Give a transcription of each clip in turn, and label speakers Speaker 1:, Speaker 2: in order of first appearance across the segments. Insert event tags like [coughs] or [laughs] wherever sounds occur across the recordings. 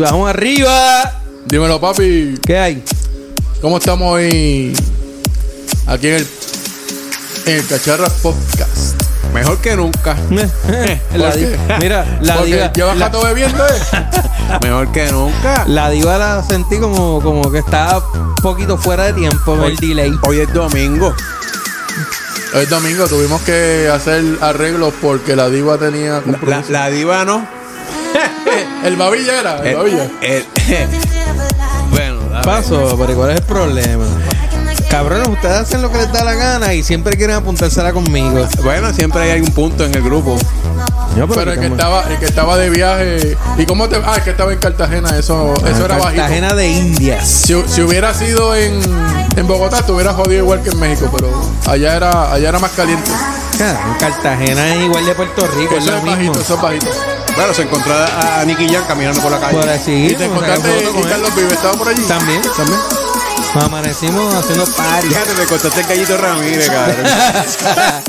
Speaker 1: vamos arriba.
Speaker 2: Dímelo, papi.
Speaker 1: ¿Qué hay?
Speaker 2: ¿Cómo estamos hoy? Aquí en el, en el Cacharras Podcast. Mejor que nunca.
Speaker 1: [laughs] La
Speaker 2: ¿Por
Speaker 1: di-
Speaker 2: qué?
Speaker 1: Mira, la
Speaker 2: Porque
Speaker 1: diva,
Speaker 2: llevas
Speaker 1: la,
Speaker 2: rato bebiendo,
Speaker 1: [laughs]
Speaker 2: ¿eh? Mejor que nunca.
Speaker 1: la diva la sentí como, como que estaba un poquito fuera de tiempo el delay.
Speaker 3: Hoy es domingo.
Speaker 2: El domingo tuvimos que hacer arreglos porque la diva tenía
Speaker 3: La,
Speaker 2: compromiso.
Speaker 3: la diva no.
Speaker 2: El babilla era, el,
Speaker 3: El-
Speaker 2: babilla.
Speaker 3: el- eh, [laughs] bueno, dale.
Speaker 1: Paso, pero ¿cuál es el problema? Cabrones, ustedes hacen lo que les da la gana y siempre quieren apuntársela conmigo.
Speaker 3: bueno, siempre hay algún punto en el grupo.
Speaker 2: Pero el que estaba, el que estaba de viaje. ¿Y cómo te.? Ah, el que estaba en Cartagena, eso, eso era bajito.
Speaker 1: Cartagena de Indias.
Speaker 2: Si, si hubiera sido en, en Bogotá, te hubiera jodido igual que en México, pero allá era, allá era más caliente.
Speaker 1: Ah, Cartagena es igual de Puerto Rico, es
Speaker 2: Eso
Speaker 1: lo
Speaker 2: es
Speaker 1: mismo.
Speaker 2: bajito, eso es bajito.
Speaker 3: Bueno, se encontró a, a Nicky Jam caminando por la calle.
Speaker 1: Por así,
Speaker 2: Y te
Speaker 1: nos sacamos
Speaker 2: encontraste
Speaker 1: foto
Speaker 2: y
Speaker 1: con él.
Speaker 2: Carlos Vives, estaba por allí.
Speaker 1: También.
Speaker 2: También.
Speaker 1: Nos amanecimos haciendo party.
Speaker 3: Fíjate, me contaste el gallito
Speaker 1: [laughs]
Speaker 3: Ramírez, cabrón.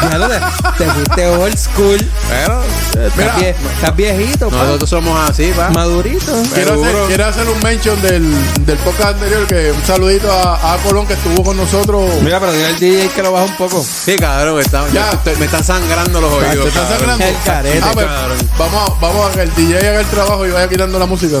Speaker 1: Claro, te, te fuiste old school.
Speaker 3: Pero
Speaker 1: Estás,
Speaker 2: Mira,
Speaker 1: vie- estás viejito, pa.
Speaker 3: nosotros somos así, pa.
Speaker 1: madurito.
Speaker 2: Quiero hacer,
Speaker 3: Seguro.
Speaker 2: quiero hacer un mention del, del podcast anterior, que un saludito a, a Colón que estuvo con nosotros.
Speaker 1: Mira, pero dile al DJ que lo baja un poco.
Speaker 3: Sí, cabrón, está-
Speaker 2: Ya.
Speaker 3: estoy- me están sangrando los oídos.
Speaker 2: ¿Te está
Speaker 3: cabrón.
Speaker 2: sangrando?
Speaker 1: El carete,
Speaker 2: Ah, pues,
Speaker 3: cabrón.
Speaker 2: vamos, a- vamos a que el DJ haga el trabajo y vaya quitando la música.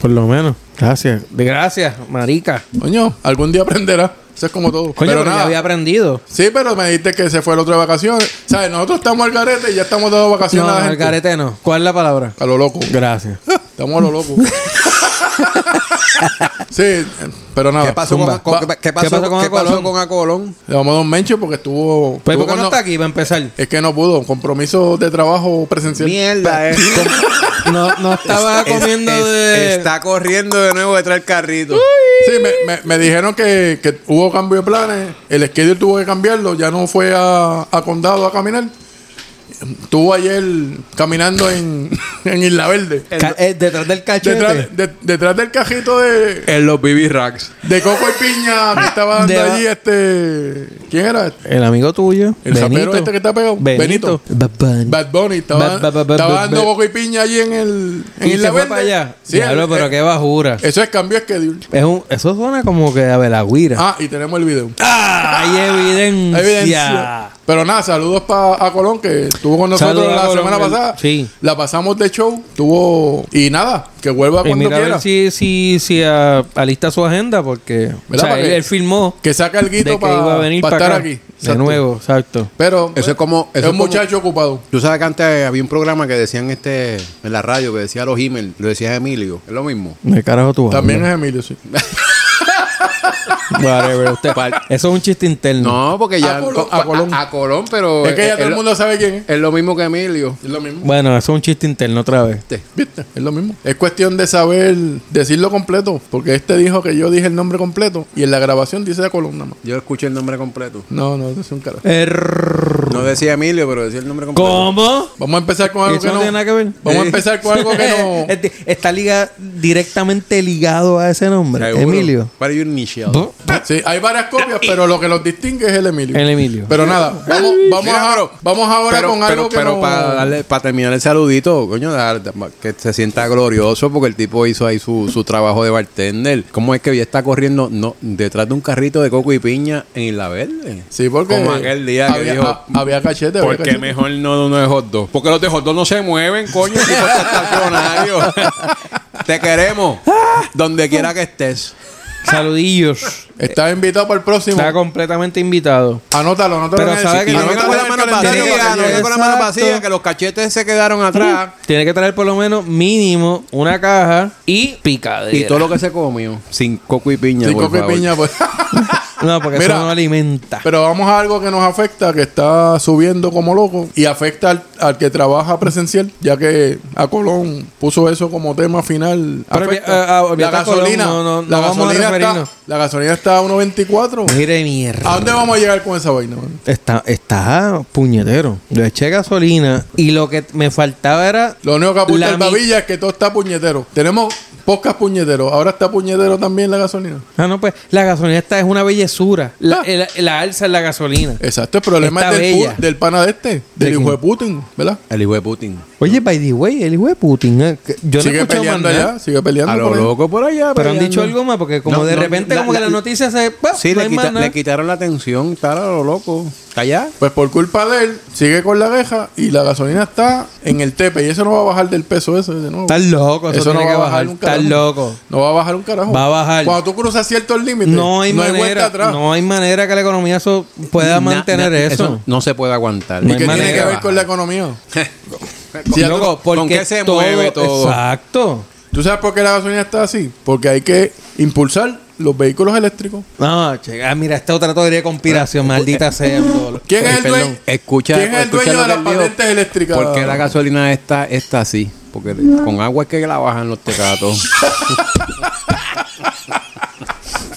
Speaker 1: Por lo menos. Gracias. De gracias, marica.
Speaker 2: Coño, algún día aprenderá. Eso es como todo.
Speaker 1: Coño,
Speaker 2: pero
Speaker 1: pero ya
Speaker 2: nada.
Speaker 1: había aprendido.
Speaker 2: Sí, pero me dijiste que se fue el otro de vacaciones. ¿Sabes? Nosotros estamos al garete y ya estamos dando vacaciones
Speaker 1: No,
Speaker 2: a la
Speaker 1: no, el
Speaker 2: gente.
Speaker 1: carete no. ¿Cuál es la palabra?
Speaker 2: A lo loco.
Speaker 1: Gracias.
Speaker 2: Estamos a
Speaker 1: [laughs]
Speaker 2: lo loco. sí, pero nada.
Speaker 3: ¿Qué pasó,
Speaker 1: Zumba.
Speaker 3: con, con-
Speaker 2: Va-
Speaker 3: qué pasó-
Speaker 1: ¿Qué pasó con
Speaker 3: qué pasó
Speaker 1: Acolón?
Speaker 3: con Acolón?
Speaker 2: Le vamos a dar un mencho porque estuvo.
Speaker 1: Pues, ¿por
Speaker 2: estuvo
Speaker 1: qué no
Speaker 2: cuando-
Speaker 1: está aquí para empezar?
Speaker 2: Es que no pudo. Compromiso de trabajo presencial.
Speaker 3: Mierda, eh.
Speaker 1: No, no estaba
Speaker 3: Es-
Speaker 1: comiendo
Speaker 3: es-
Speaker 1: de.
Speaker 3: Está corriendo de nuevo detrás del carrito.
Speaker 2: Sí, me, me- me dijeron que, que hubo cambio de planes. El schedule tuvo que cambiarlo. Ya no fue a, a Condado a caminar. Estuvo ayer caminando en, [laughs] en Isla Verde.
Speaker 1: Ca- eh, detrás del cachete.
Speaker 2: Detrás, de- detrás del cajito de,
Speaker 3: En los BB Racks.
Speaker 2: de Coco y
Speaker 1: [laughs]
Speaker 2: Piña que estaba dando
Speaker 1: De-
Speaker 2: allí este. ¿Quién era? este?
Speaker 1: El amigo tuyo.
Speaker 2: El rapero este que está pegado.
Speaker 1: Benito.
Speaker 2: Benito.
Speaker 1: Bad Bunny.
Speaker 2: Bad Bunny estaba,
Speaker 1: Ba- ba- ba- ba-
Speaker 2: estaba
Speaker 1: ba-
Speaker 2: dando
Speaker 1: ba-
Speaker 2: Coco y Piña allí en el en
Speaker 1: Y
Speaker 2: Isla
Speaker 1: se fue
Speaker 2: Verde.
Speaker 1: para allá.
Speaker 2: Sí,
Speaker 1: Diablo,
Speaker 2: el-
Speaker 1: pero
Speaker 2: eh,
Speaker 1: qué bajura.
Speaker 2: Eso es cambio de schedule.
Speaker 1: Es un, eso suena como que a Belagüira.
Speaker 2: Ah, y tenemos el video.
Speaker 1: Hay evidencia.
Speaker 2: Ah. Evidencia. Pero nada, saludos pa- a Colón que estuvo con nosotros
Speaker 1: Saludos a
Speaker 2: la
Speaker 1: Colón,
Speaker 2: semana
Speaker 1: el-
Speaker 2: pasada.
Speaker 1: sí.
Speaker 2: La pasamos de show, tuvo y nada, que vuelva
Speaker 1: Y
Speaker 2: cuando
Speaker 1: mira a
Speaker 2: quiera.
Speaker 1: ver si, si, si ah, alista su agenda porque o sea,
Speaker 2: para
Speaker 1: él,
Speaker 2: que-
Speaker 1: él filmó
Speaker 2: Que saca el
Speaker 1: de que
Speaker 2: guito para
Speaker 1: iba a venir para
Speaker 2: estar
Speaker 1: acá.
Speaker 2: aquí.
Speaker 1: De
Speaker 2: Exacto.
Speaker 1: nuevo, exacto.
Speaker 2: Pero
Speaker 3: Eso es como-
Speaker 2: es
Speaker 3: eso
Speaker 2: un
Speaker 3: es como-
Speaker 2: muchacho ocupado.
Speaker 3: Tú sabes que antes había un programa que decían este en la radio que decía los emails, lo decía Emilio, es lo mismo.
Speaker 1: Me carajo tú.
Speaker 2: También es Emilio, sí.
Speaker 1: Whatever, usted-
Speaker 3: Pal-
Speaker 1: Eso es un chiste interno.
Speaker 3: No, porque ya
Speaker 2: A Colón, pues,
Speaker 3: co-
Speaker 2: a Colón.
Speaker 3: Colón, pero
Speaker 2: es que ya todo el
Speaker 3: lo-
Speaker 2: mundo sabe quién es.
Speaker 3: es lo mismo que Emilio.
Speaker 2: Es lo mismo.
Speaker 1: Bueno, eso es un chiste interno otra vez.
Speaker 2: ¿Viste? Es lo mismo. Es cuestión de saber decirlo completo. Porque este dijo que yo dije el nombre completo. Y en la grabación dice la columna más.
Speaker 3: Yo escuché el nombre completo.
Speaker 2: No, no, eso es un carajo.
Speaker 1: Error.
Speaker 3: No decía Emilio, pero decía el nombre completo.
Speaker 1: Er- ¿Cómo?
Speaker 2: Vamos a empezar con algo
Speaker 1: Eso
Speaker 2: que
Speaker 1: no
Speaker 2: no.
Speaker 1: tiene nada que ver.
Speaker 2: Vamos a empezar con algo que no.
Speaker 1: [laughs]
Speaker 3: [laughs]
Speaker 1: Este- Está liga directamente ligado a ese nombre.
Speaker 3: Seguro.
Speaker 1: Emilio.
Speaker 3: Para you initial.
Speaker 1: Bu-
Speaker 2: Sí, hay varias copias, pero lo que los distingue es el Emilio.
Speaker 1: El Emilio.
Speaker 2: Pero nada, vamos, vamos,
Speaker 3: Mira,
Speaker 2: a-
Speaker 3: pero-
Speaker 2: vamos ahora
Speaker 3: pero,
Speaker 2: con
Speaker 3: pero-
Speaker 2: algo que
Speaker 3: pero
Speaker 2: no-
Speaker 3: para darle- para terminar el saludito, coño, dar- que se sienta glorioso porque el tipo hizo ahí su, su trabajo de bartender. ¿Cómo es que ya está corriendo no, detrás de un carrito de coco y piña en Isla Verde?
Speaker 2: Sí, porque.
Speaker 3: Como aquel día que
Speaker 2: había,
Speaker 3: dijo,
Speaker 2: ah, había cachete. había
Speaker 3: Porque
Speaker 2: cachete.
Speaker 3: mejor no de uno de hot dog. Porque los de hot dog no se mueven, coño. tipo estacionario.
Speaker 1: [laughs]
Speaker 3: Te queremos. Donde quiera que estés.
Speaker 1: Saludillos.
Speaker 2: Estás invitado para el próximo.
Speaker 1: Está completamente invitado.
Speaker 2: Anótalo, anótalo.
Speaker 1: Pero
Speaker 2: en el-
Speaker 1: sabe que
Speaker 2: y
Speaker 3: Y no
Speaker 1: me
Speaker 3: venga
Speaker 2: anótalo
Speaker 3: con
Speaker 2: en
Speaker 3: la
Speaker 2: el
Speaker 3: mano
Speaker 2: calendario
Speaker 1: tiene
Speaker 3: vacía,
Speaker 2: para
Speaker 3: no
Speaker 2: que
Speaker 3: venga
Speaker 2: llegue.
Speaker 3: con la mano
Speaker 1: Exacto. Mm.
Speaker 3: vacía, que los cachetes se quedaron atrás.
Speaker 1: Tiene que traer por lo menos mínimo una caja y picadera.
Speaker 3: Y todo lo que se comió. Sin coco y piña.
Speaker 2: Sin
Speaker 3: por
Speaker 2: coco y
Speaker 3: favor.
Speaker 2: piña, pues.
Speaker 1: No, porque
Speaker 2: Mira.
Speaker 1: eso no alimenta.
Speaker 2: Pero vamos a algo que nos afecta, que está subiendo como loco y afecta al, al que trabaja presencial, ya que a Colón puso eso como tema final.
Speaker 1: Pero
Speaker 2: Afecta.
Speaker 1: olvi- ah, ah, olvídate a Colón, no, no,
Speaker 2: la
Speaker 1: no vamos a
Speaker 2: gasolina está,
Speaker 1: referirnos.
Speaker 2: la gasolina está a 1.24.
Speaker 1: Mire
Speaker 2: ¿A
Speaker 1: mierda.
Speaker 2: dónde vamos a llegar con esa vaina? mano?
Speaker 1: Ah. Está, está puñetero. Yo eché gasolina y lo que me faltaba era
Speaker 2: Lo único que apunta
Speaker 1: La
Speaker 2: el
Speaker 1: mi-
Speaker 2: babilla es que todo está puñetero. Tenemos pocas puñeteros. Ahora está puñetero también la gasolina.
Speaker 1: Ah, no, pues la gasolina esta es una bellezura. La,
Speaker 2: Ah.
Speaker 1: el- la alza es la gasolina.
Speaker 2: Exacto, el problema
Speaker 1: Está
Speaker 2: es del, pu-
Speaker 1: bella.
Speaker 2: del pana de este,
Speaker 1: ¿De
Speaker 2: del
Speaker 1: quién?
Speaker 2: hijo de Putin, ¿verdad?
Speaker 3: El hijo de Putin.
Speaker 1: Oye, by the way, el hijo de Putin. eh, que- Yo no he
Speaker 2: Sigue
Speaker 1: escuchado más
Speaker 2: peleando
Speaker 1: nada.
Speaker 2: allá, sigue peleando.
Speaker 3: A lo
Speaker 2: por ahí.
Speaker 3: loco por allá.
Speaker 1: Pero han
Speaker 3: peleando.
Speaker 1: dicho algo más, porque como
Speaker 3: No,
Speaker 1: de
Speaker 3: no,
Speaker 1: repente,
Speaker 3: la-
Speaker 1: como que
Speaker 3: la-
Speaker 1: la noticia se. bah,
Speaker 3: Sí,
Speaker 1: no
Speaker 3: le,
Speaker 1: hay
Speaker 3: quita-
Speaker 1: más nada.
Speaker 3: le quitaron la atención, tal, a lo loco. Está allá.
Speaker 2: Pues por culpa de él, sigue con la deja y la gasolina está en el tepe. Y eso no va a bajar del peso ese de nuevo.
Speaker 1: Estás loco, eso, tiene que bajar. Estás loco.
Speaker 2: No va a bajar un carajo.
Speaker 1: Va a bajar.
Speaker 2: Cuando tú cruzas ciertos límites,
Speaker 1: No hay
Speaker 2: vuelta
Speaker 1: manera.
Speaker 2: atrás.
Speaker 1: no hay manera que la economía so- pueda
Speaker 3: Na-
Speaker 1: mantener
Speaker 3: na-
Speaker 1: eso.
Speaker 3: No se puede aguantar.
Speaker 1: No
Speaker 2: ¿Y
Speaker 1: hay
Speaker 2: qué tiene
Speaker 1: manera.
Speaker 2: que ver con la economía? Si ya tú-
Speaker 1: Loco,
Speaker 3: ¿con
Speaker 1: porque
Speaker 3: qué se mueve todo?
Speaker 1: Exacto.
Speaker 2: ¿Tú sabes por qué la gasolina está así? Porque hay que impulsar los vehículos eléctricos.
Speaker 1: No, che, ah, mira, esta otra teoría de conspiración, maldita sea. bro.
Speaker 3: [laughs]
Speaker 2: ¿Quién
Speaker 3: Eh,
Speaker 2: es el
Speaker 3: perdón,
Speaker 2: dueño?
Speaker 3: Escucha,
Speaker 2: ¿Quién es el
Speaker 3: escucha
Speaker 2: dueño
Speaker 3: lo
Speaker 2: de
Speaker 3: que
Speaker 2: las
Speaker 3: él dijo.
Speaker 2: patentes eléctricas?
Speaker 3: ¿Por qué la gasolina está, está así? Porque con agua es que la bajan los tecatos.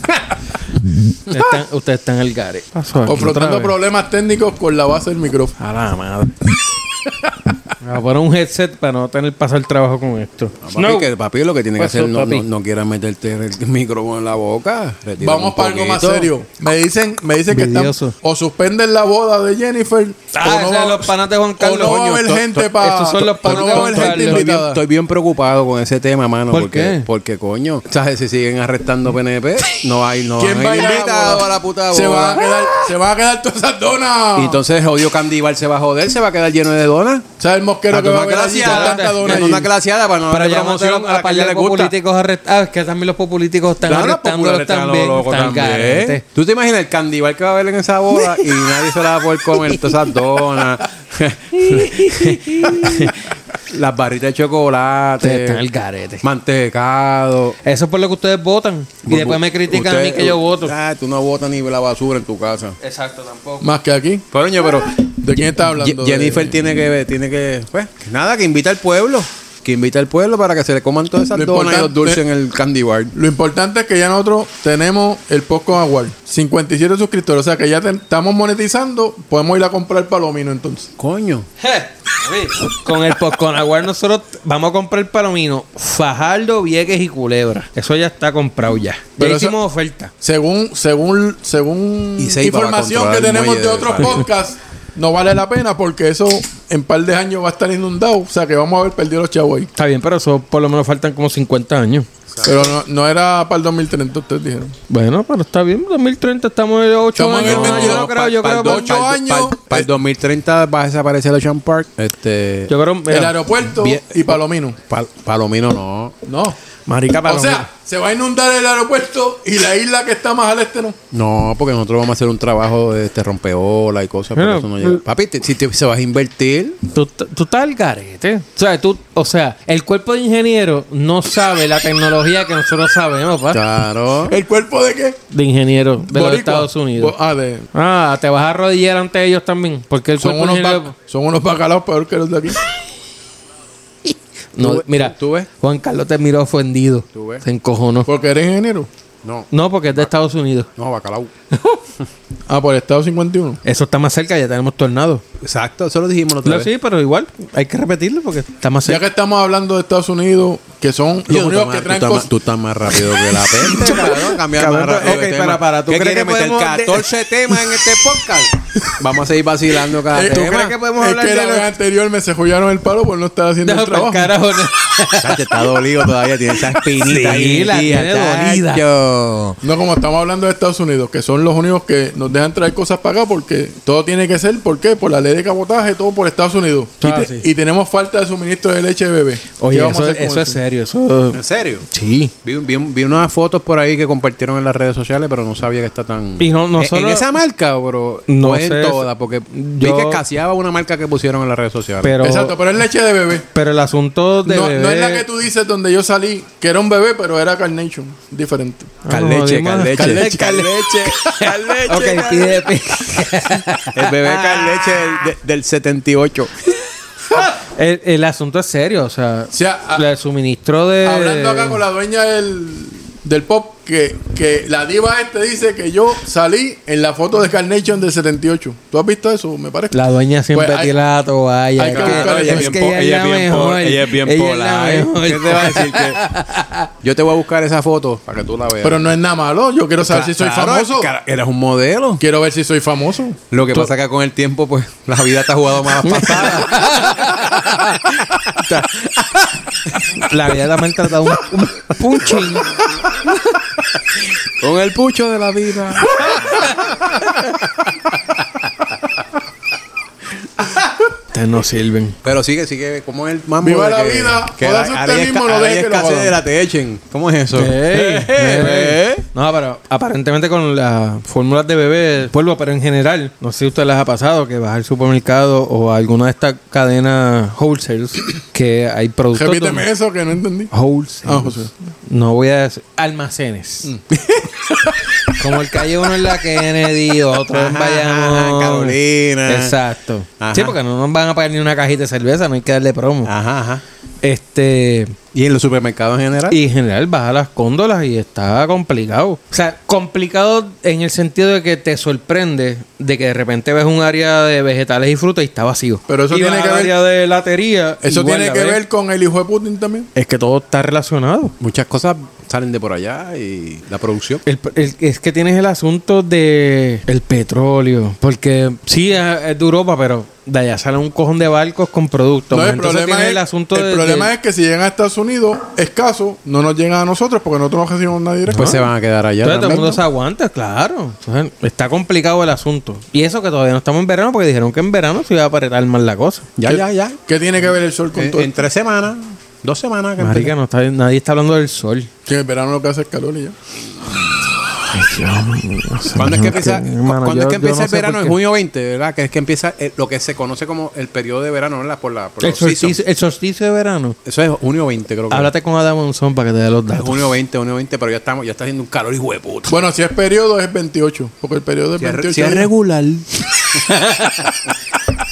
Speaker 1: Ustedes están- Ustedes están al gare.
Speaker 2: Confrontando
Speaker 1: Otra vez.
Speaker 2: problemas técnicos con la base del micrófono.
Speaker 1: A la madre. [laughs] Me voy a poner un headset para no tener pasar trabajo con esto.
Speaker 3: Ah, Papi, que, papi lo que tiene
Speaker 2: Pues
Speaker 3: que
Speaker 1: Pasó,
Speaker 3: hacer no,
Speaker 1: papi.
Speaker 3: no, no quiera meterte el [laughs] micrófono en la boca. Retira
Speaker 2: Vamos
Speaker 3: un
Speaker 2: para algo más
Speaker 3: poquito.
Speaker 2: serio. Me dicen, me dicen que están,
Speaker 1: Envidioso.
Speaker 2: o suspenden la boda de Jennifer.
Speaker 1: Ah,
Speaker 2: o
Speaker 1: ese es los panas de Juan Carlos,
Speaker 2: o no va a
Speaker 1: coño,
Speaker 2: haber
Speaker 1: to-
Speaker 2: gente
Speaker 1: to-
Speaker 2: para.
Speaker 1: esos son los panas
Speaker 2: no
Speaker 1: de
Speaker 2: va a
Speaker 1: Juan
Speaker 2: haber gente
Speaker 1: Carlos.
Speaker 3: Estoy bien,
Speaker 2: invitada.
Speaker 3: estoy bien preocupado con ese tema, mano.
Speaker 1: ¿Por
Speaker 3: porque,
Speaker 1: qué?
Speaker 3: Porque, coño, ¿sabes? Si siguen arrestando PNP, no hay, no
Speaker 2: ¿Quién
Speaker 3: van
Speaker 2: va
Speaker 3: a
Speaker 2: a
Speaker 3: ir
Speaker 2: ir a la
Speaker 3: invitados
Speaker 2: boda?
Speaker 3: a la puta
Speaker 2: Se
Speaker 3: boda.
Speaker 2: van a quedar, se van a quedar todas esas donas.
Speaker 3: Y entonces, odio Candy Bar se va a joder, se va a quedar lleno de donas.
Speaker 2: ¿Sabes
Speaker 1: Ah,
Speaker 2: el mosquero que va a
Speaker 3: una
Speaker 2: haber allí con
Speaker 3: claseada,
Speaker 2: tanta dona
Speaker 3: dona
Speaker 2: allí?
Speaker 3: una claseada para no
Speaker 1: Para
Speaker 3: darle
Speaker 1: allá
Speaker 3: promoción
Speaker 1: mandaron
Speaker 3: a la que a ella le
Speaker 1: los
Speaker 3: gusta.
Speaker 1: políticos arrestados. Ah, es que también los políticos están
Speaker 3: Claro, los
Speaker 1: arrestándolos
Speaker 3: populares están
Speaker 1: también.
Speaker 3: locos
Speaker 1: están
Speaker 3: pues, también.
Speaker 1: garete.
Speaker 3: ¿Tú te imaginas el candival que va a haber en esa boda y nadie se la va a poder comer? Todas esas donas. [laughs] Las barritas de
Speaker 1: Ustedes están al
Speaker 3: chocolate.
Speaker 1: garete.
Speaker 3: Mantecado.
Speaker 1: Eso es por lo que ustedes votan. Y después me critican a mí
Speaker 3: Pues, Usted-
Speaker 1: que yo voto.
Speaker 3: Ah, tú no votas ni la basura en tu casa.
Speaker 1: Exacto, tampoco.
Speaker 2: Más que aquí.
Speaker 3: Pero, oye, pero
Speaker 2: ¿De quién está hablando?
Speaker 3: Ye- Jennifer
Speaker 2: De-
Speaker 3: tiene que ver, tiene que. Pues, que nada, que invita al pueblo. Que invita al pueblo para que se le coman todas esas
Speaker 2: Lo
Speaker 3: donas y los
Speaker 2: importante-
Speaker 3: dulces en el candy bar.
Speaker 2: Lo importante es que ya nosotros tenemos el Postcom Award. 57 suscriptores. O sea que ya te- estamos monetizando. Podemos ir a comprar palomino entonces.
Speaker 3: Coño.
Speaker 1: Con el Popcorn Aguar nosotros vamos a comprar el palomino, Fajardo, Vieques y Culebra. Eso ya está comprado ya. Ya
Speaker 2: Pero eso-
Speaker 1: hicimos oferta.
Speaker 2: Según, según, según
Speaker 3: Y Seiba va a
Speaker 2: información
Speaker 3: controlar
Speaker 2: que
Speaker 3: el
Speaker 2: tenemos
Speaker 3: muelle
Speaker 2: de
Speaker 3: de
Speaker 2: otros
Speaker 3: Fajardo.
Speaker 2: podcasts, no vale la pena porque eso en par de años va a estar inundado. O sea que vamos a haber perdido los chavos ahí.
Speaker 1: Está bien, pero eso por lo menos faltan como 50 años.
Speaker 2: Pero no, no era para el 2030, ustedes dijeron.
Speaker 1: Bueno, pero está bien. 2030 estamos en 8
Speaker 2: Estamos en
Speaker 1: años.
Speaker 2: el
Speaker 1: No,
Speaker 2: 22,
Speaker 1: yo no creo, yo creo.
Speaker 2: dos-
Speaker 1: Yo
Speaker 2: ocho años.
Speaker 3: Para
Speaker 1: eh.
Speaker 3: el 2030 va a desaparecer el Ocean Park. Este.
Speaker 1: creo, mira,
Speaker 2: el aeropuerto
Speaker 3: bien-
Speaker 2: y palomino.
Speaker 3: Pal- Palomino no.
Speaker 2: No.
Speaker 3: Ah,
Speaker 1: Marica
Speaker 2: O
Speaker 1: Palomino.
Speaker 2: sea, se va a inundar el aeropuerto y la isla que está más al este no.
Speaker 3: No, porque nosotros vamos a hacer un trabajo de este rompeola y cosas, pero
Speaker 1: Mira,
Speaker 3: eso no llega.
Speaker 1: eh.
Speaker 3: Papi, te- si te, se vas
Speaker 1: [laughs]
Speaker 3: a invertir,
Speaker 1: Tú, tú estás al garete. O sea, tú, o sea, el cuerpo de ingeniero no sabe la tecnología que nosotros sabemos, pa.
Speaker 3: claro.
Speaker 1: Eh.
Speaker 2: ¿El cuerpo de qué?
Speaker 1: De ingeniero de los
Speaker 2: Boricua.
Speaker 1: Estados Unidos.
Speaker 2: Bo- Ah, de,
Speaker 1: Ah, te vas a arrodillar ante ellos también. Porque el
Speaker 2: son,
Speaker 1: cuerpo de
Speaker 2: unos
Speaker 1: ingeniero.
Speaker 2: bac- son unos bacalaos peor que los de aquí.
Speaker 1: No,
Speaker 3: ¿Tú ves?
Speaker 1: mira,
Speaker 3: ¿Tú ves?
Speaker 1: Juan Carlos te miró ofendido.
Speaker 3: ¿Tú ves?
Speaker 1: Se encojonó.
Speaker 2: Porque eres ingeniero.
Speaker 3: No,
Speaker 1: No, porque es de Estados Unidos.
Speaker 3: no, bacalao.
Speaker 2: Ah, por el Estado 51.
Speaker 1: Eso está más cerca, ya tenemos tornado.
Speaker 3: Exacto, eso lo dijimos la otra
Speaker 1: No,
Speaker 3: vez.
Speaker 1: sí, pero igual hay que repetirlo porque está más
Speaker 2: Ya
Speaker 1: cerca.
Speaker 2: que estamos hablando de Estados Unidos, que son los
Speaker 3: Yo, tú,
Speaker 2: únicos
Speaker 3: estás
Speaker 2: que
Speaker 3: más-
Speaker 2: traen
Speaker 3: tú, estás
Speaker 2: cosas.
Speaker 3: más, tú estás más rápido que
Speaker 1: [laughs]
Speaker 3: la peste, cabrón. Cambiar
Speaker 1: Cabrón,
Speaker 3: más rápido.
Speaker 1: ok,
Speaker 3: de tema.
Speaker 1: para, para, ¿tú
Speaker 3: ¿Qué
Speaker 1: crees
Speaker 3: quieres
Speaker 1: que
Speaker 3: meter
Speaker 1: podemos de-
Speaker 3: 14 temas en este
Speaker 1: [laughs]
Speaker 3: podcast? Vamos a seguir vacilando cada
Speaker 2: Eh, ¿tú
Speaker 3: tema.
Speaker 1: crees que podemos
Speaker 2: es
Speaker 1: hablar
Speaker 2: que
Speaker 1: de
Speaker 2: la
Speaker 1: los-
Speaker 2: vez anterior me sejullaron el palo por no estar haciendo
Speaker 1: Deja
Speaker 2: el
Speaker 1: para el
Speaker 2: trabajo.
Speaker 1: carajo.
Speaker 2: [laughs]
Speaker 3: Chacho, está dolido todavía, tiene esa espinita
Speaker 1: Sí,
Speaker 3: ahí.
Speaker 1: la
Speaker 3: tía,
Speaker 1: tiene dolida.
Speaker 3: chacho.
Speaker 2: No, como estamos hablando de Estados Unidos, que son los únicos que nos dejan traer cosas para acá porque todo tiene que ser, ¿por qué? Por la ley de cabotaje, todo por Estados Unidos. Y,
Speaker 1: Ah,
Speaker 2: te- y tenemos falta de suministro de leche de bebé. ¿Qué
Speaker 1: Oye,
Speaker 2: vamos
Speaker 1: eso,
Speaker 2: a hacer con
Speaker 1: eso es serio. Eso,
Speaker 3: ¿En serio?
Speaker 1: sí.
Speaker 3: Vi, vi- vi unas fotos por ahí que compartieron en las redes sociales, pero no sabía que está tan. ¿E,
Speaker 1: Y no- no
Speaker 3: ¿En- en,
Speaker 1: solo-
Speaker 3: esa marca, bro.
Speaker 1: No
Speaker 3: o es
Speaker 1: sé,
Speaker 3: en todas, porque vi
Speaker 1: yo-
Speaker 3: que escaseaba una marca que pusieron en las redes sociales.
Speaker 1: Pero,
Speaker 2: Exacto, pero es leche de bebé.
Speaker 1: pero el asunto de.
Speaker 2: no,
Speaker 1: bebé,
Speaker 2: no es la que tú dices donde yo salí, que era un bebé, pero era Carnation, diferente.
Speaker 3: Carleche,
Speaker 1: no, Carleche,
Speaker 3: Carleche. Carleche. [laughs]
Speaker 1: Ok, pide, [laughs] pide.
Speaker 3: El bebé Carleche del, del 78.
Speaker 1: El, el asunto es serio, o sea,
Speaker 2: O sea, a-
Speaker 1: el suministro de...
Speaker 2: hablando acá con la dueña del, del pop, que, que la diva este dice que yo salí en la foto de Carnation del 78. ¿Tú has visto eso? Me parece.
Speaker 1: La dueña siempre
Speaker 2: Pues hay-
Speaker 1: tira la toalla.
Speaker 2: hay que
Speaker 1: es
Speaker 2: buscar- ella es
Speaker 1: es
Speaker 2: bien
Speaker 1: que
Speaker 3: po-
Speaker 1: ella es la
Speaker 3: bien po-
Speaker 1: mejor.
Speaker 3: ella es bien
Speaker 1: Ella
Speaker 3: polar.
Speaker 1: la mejor.
Speaker 3: ¿Qué te va a decir? Que- Yo te voy a buscar esa foto para que tú la veas.
Speaker 2: Pero no es nada malo. Yo quiero saber
Speaker 3: Cla-
Speaker 2: si soy
Speaker 3: claro,
Speaker 2: famoso.
Speaker 3: cara, eres un modelo.
Speaker 2: Quiero ver si soy famoso.
Speaker 1: [laughs]
Speaker 3: Lo que pasa que con el tiempo, pues, la vida te ha jugado más pasada.
Speaker 1: [laughs] La vida la ha maltratado un, un punchín.
Speaker 3: Con el pucho de la vida.
Speaker 1: Ustedes no sirven.
Speaker 3: Pero sigue, sigue. ¿Cómo es el mambo?
Speaker 2: Viva
Speaker 3: de
Speaker 2: la
Speaker 3: que-
Speaker 2: vida,
Speaker 3: Que
Speaker 2: jódase
Speaker 3: hay-
Speaker 2: usted
Speaker 3: hay
Speaker 2: mismo,
Speaker 3: esca-
Speaker 2: no
Speaker 3: hay
Speaker 2: deje que lo
Speaker 3: escasez
Speaker 2: jodan.
Speaker 3: de la te echen. ¿Cómo es eso?
Speaker 1: Ey,
Speaker 3: [laughs] Ey.
Speaker 1: ey. No, pero aparentemente con las fórmulas de bebé, el pueblo, pero en general, no sé si a ustedes les ha pasado que vas al supermercado o a alguna de estas cadenas wholesales que hay productos.
Speaker 2: Repíteme
Speaker 1: donde-
Speaker 2: eso que no entendí.
Speaker 1: Wholesales.
Speaker 2: Ah, José. Mm.
Speaker 1: No voy a decir. Almacenes. [laughs] Como el que hay uno en la Kennedy, otro en
Speaker 3: Ajá,
Speaker 1: Bayamón.
Speaker 3: Carolina.
Speaker 1: Exacto.
Speaker 3: Ajá.
Speaker 1: Sí, porque no nos van a pagar ni una cajita de cerveza, no hay que darle promo.
Speaker 2: Ah.
Speaker 3: Ajá, ajá.
Speaker 1: Este.
Speaker 3: ¿Y en los supermercados en general?
Speaker 1: Y en general baja las góndolas y está complicado. O sea, complicado en el sentido de que te sorprende de que de repente ves un área de vegetales y frutas y está vacío.
Speaker 2: Pero eso
Speaker 1: Y
Speaker 2: tiene
Speaker 1: vas
Speaker 2: que
Speaker 1: al
Speaker 2: ver-
Speaker 1: área de latería.
Speaker 2: Eso
Speaker 1: igual
Speaker 2: tiene
Speaker 1: la
Speaker 2: que
Speaker 1: ves.
Speaker 2: ver con el hijo de Putin también.
Speaker 1: Es que todo está relacionado.
Speaker 3: Muchas cosas salen de por allá y la producción.
Speaker 1: El- el- es que tienes el asunto de el petróleo. Porque sí, es, es de Europa, pero de allá sale un cojón de barcos con productos.
Speaker 2: No, el
Speaker 1: Entonces
Speaker 2: problema,
Speaker 1: tienes
Speaker 2: es,
Speaker 1: el asunto
Speaker 2: el
Speaker 1: de-
Speaker 2: problema
Speaker 1: de-
Speaker 2: es que si llegan a Estados Unidos, escaso, no nos llegan a nosotros porque nosotros no recibimos nada directo.
Speaker 3: Después pues, se van a quedar allá.
Speaker 1: Entonces, todo el
Speaker 3: también,
Speaker 1: mundo
Speaker 3: ¿no?
Speaker 1: se aguanta, claro. Entonces, está complicado el asunto. Y eso que todavía no estamos en verano, porque dijeron que en verano se iba a apretar más la cosa.
Speaker 3: Ya,
Speaker 2: ¿Qué-
Speaker 3: ya, ya.
Speaker 2: ¿Qué tiene que ver el sol con
Speaker 3: En,
Speaker 2: todo?
Speaker 3: Eh, en tres semanas, dos semanas. que
Speaker 1: Marica, no está, nadie está hablando del sol.
Speaker 2: Que en el verano lo que hace es calor y ya.
Speaker 3: empezó. ¿Cuándo es que empieza,
Speaker 1: Hermano, yo-
Speaker 3: ¿cuándo es que
Speaker 1: yo
Speaker 3: empieza
Speaker 1: no
Speaker 3: el
Speaker 1: sé
Speaker 3: verano?
Speaker 1: por
Speaker 3: En
Speaker 1: qué.
Speaker 3: junio 20, ¿verdad? Que es que empieza eh, lo que se conoce como el periodo de verano, ¿verdad? Por la, por
Speaker 1: El
Speaker 3: los seasons.
Speaker 1: solsticio, el solsticio de verano.
Speaker 3: Eso es junio 20, creo que.
Speaker 1: Háblate con Adam Monzón para que te dé los
Speaker 3: es.
Speaker 1: datos.
Speaker 3: Junio 20, junio 20, pero ya estamos, ya está haciendo un calor hijo de puta.
Speaker 2: Bueno, si es periodo es 28, porque el periodo es
Speaker 3: Si es re-
Speaker 2: 28.
Speaker 3: si es
Speaker 2: días.
Speaker 3: regular.
Speaker 1: [laughs]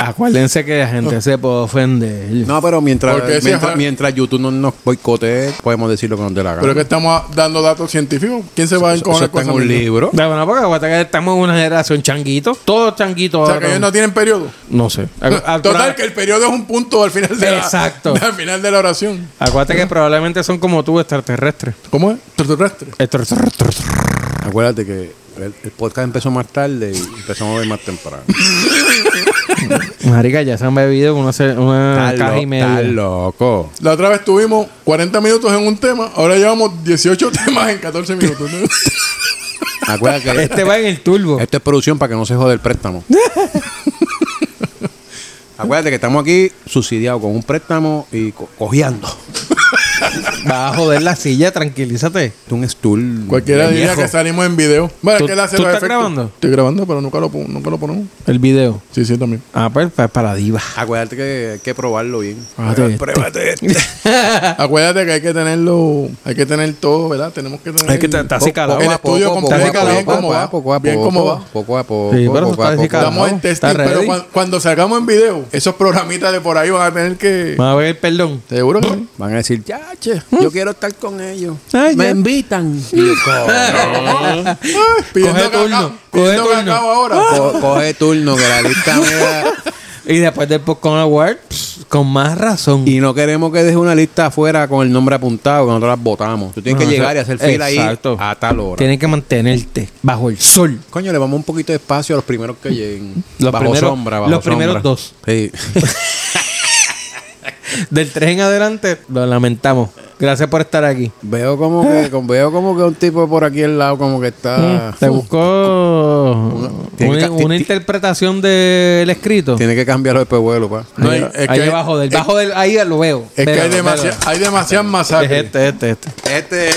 Speaker 1: Acuérdense que la gente se puede ofender.
Speaker 3: No, pero mientras,
Speaker 2: Porque si es
Speaker 3: mientras,
Speaker 2: re-
Speaker 3: mientras YouTube no nos boicotee, podemos decir lo que nos dé la gana.
Speaker 2: Pero es que estamos dando datos científicos. ¿Quién se va a
Speaker 3: eso,
Speaker 2: encoger
Speaker 3: eso está
Speaker 2: con
Speaker 3: en un libro.
Speaker 1: De bueno, porque aguanta que estamos en una generación changuito. Todos changuitos.
Speaker 2: O sea,
Speaker 1: ahora
Speaker 2: que ellos no tienen periodo.
Speaker 1: No sé. Acu- acu-
Speaker 2: [laughs] Total, que el periodo es un punto al final de la,
Speaker 1: Exacto.
Speaker 2: [laughs] al final de la oración.
Speaker 1: Acuérdate que probablemente son como tú, extraterrestres.
Speaker 2: ¿Cómo es? Terrestre.
Speaker 1: Extraterrestres.
Speaker 3: Acuérdate que el, el podcast empezó más tarde y empezamos a ver más temprano.
Speaker 1: Marica, ya se han bebido una, ce- una
Speaker 3: Está
Speaker 1: Ah, caja
Speaker 3: lo-
Speaker 1: y media.
Speaker 3: está loco.
Speaker 2: La otra vez tuvimos 40 minutos en un tema, ahora llevamos 18 [laughs] temas en 14 minutos. ¿no?
Speaker 3: Acuérdate que
Speaker 1: Este va en el turbo.
Speaker 3: esto es producción para que no se jode el préstamo. [laughs] Acuérdate que estamos aquí subsidiados con un préstamo y co- cojeando.
Speaker 1: Va a joder la silla, tranquilízate.
Speaker 3: Es un stool.
Speaker 2: Cualquiera
Speaker 3: de
Speaker 2: diría
Speaker 3: viejo.
Speaker 2: que salimos en video. Bueno,
Speaker 1: ¿Tú-
Speaker 2: es que él hace
Speaker 1: tú
Speaker 2: los
Speaker 1: estás
Speaker 2: efectos.
Speaker 1: grabando?
Speaker 2: Estoy grabando, pero nunca lo, pon- nunca lo ponemos.
Speaker 1: El video.
Speaker 2: Sí, sí, también.
Speaker 1: Ah, pues pa- para diva. [laughs]
Speaker 3: Acuérdate que hay que probarlo bien.
Speaker 1: Pruébate este.
Speaker 3: Pruébate este.
Speaker 1: [laughs]
Speaker 2: Acuérdate que hay que tenerlo, hay que tener todo, ¿verdad? Tenemos que tener.
Speaker 1: Hay que estar así calado.
Speaker 2: el estudio completo, bien cómo va,
Speaker 3: Poco a
Speaker 2: bien
Speaker 3: poco,
Speaker 2: cómo va.
Speaker 3: Poco a poco.
Speaker 1: Sí, pero eso
Speaker 3: poco a
Speaker 1: está
Speaker 3: poco.
Speaker 1: dedicado.
Speaker 2: Estamos en
Speaker 1: Está
Speaker 2: testing, pero
Speaker 1: ready.
Speaker 2: cuando, cuando salgamos en video, esos programitas de por ahí van a tener que.
Speaker 1: Vamos a ver el perdón.
Speaker 2: Seguro que sí.
Speaker 3: Van a decir, ya, che, yo quiero estar con ellos.
Speaker 1: Ay,
Speaker 3: Me
Speaker 1: ya.
Speaker 3: invitan. Y yo, [laughs] "Coño".
Speaker 2: Ay, Pidiendo
Speaker 1: Coge
Speaker 2: cacao,
Speaker 1: turno,
Speaker 2: pidiendo
Speaker 1: coge turno.
Speaker 2: cacao ahora.
Speaker 3: Co- coge turno, que la lista mía-
Speaker 1: Y después del Popcorn Award, pss, con más razón.
Speaker 3: Y no queremos que deje una lista afuera con el nombre apuntado, que nosotros las votamos. Tú tienes
Speaker 1: No,
Speaker 3: que
Speaker 1: eso-
Speaker 3: llegar y hacer fila
Speaker 1: Exacto.
Speaker 3: ahí a tal hora.
Speaker 1: Tienes que mantenerte bajo el sol.
Speaker 3: Coño, le vamos un poquito de espacio a los primeros que lleguen.
Speaker 1: Los
Speaker 3: bajo
Speaker 1: primeros-
Speaker 3: sombra, bajo
Speaker 1: los primeros
Speaker 3: sombra.
Speaker 1: dos.
Speaker 3: Sí. [laughs]
Speaker 1: Del tren en adelante, lo lamentamos. Gracias por estar aquí.
Speaker 3: veo como que con- veo como que un tipo por aquí al lado como que está
Speaker 1: Mm, Te buscó una,
Speaker 3: Tiene que-
Speaker 1: una
Speaker 3: ti- ti-
Speaker 1: interpretación del escrito.
Speaker 3: tiene que cambiarlo después vuelo, pa.
Speaker 2: No,
Speaker 1: ahí
Speaker 2: es que
Speaker 1: ahí
Speaker 2: hay-
Speaker 1: bajo del, bajo del, ahí lo veo.
Speaker 2: Es que
Speaker 1: Velo,
Speaker 2: hay,
Speaker 1: velo.
Speaker 2: demasi hay demasiadas
Speaker 1: Es
Speaker 2: masacres.
Speaker 1: este, este, este.
Speaker 3: Este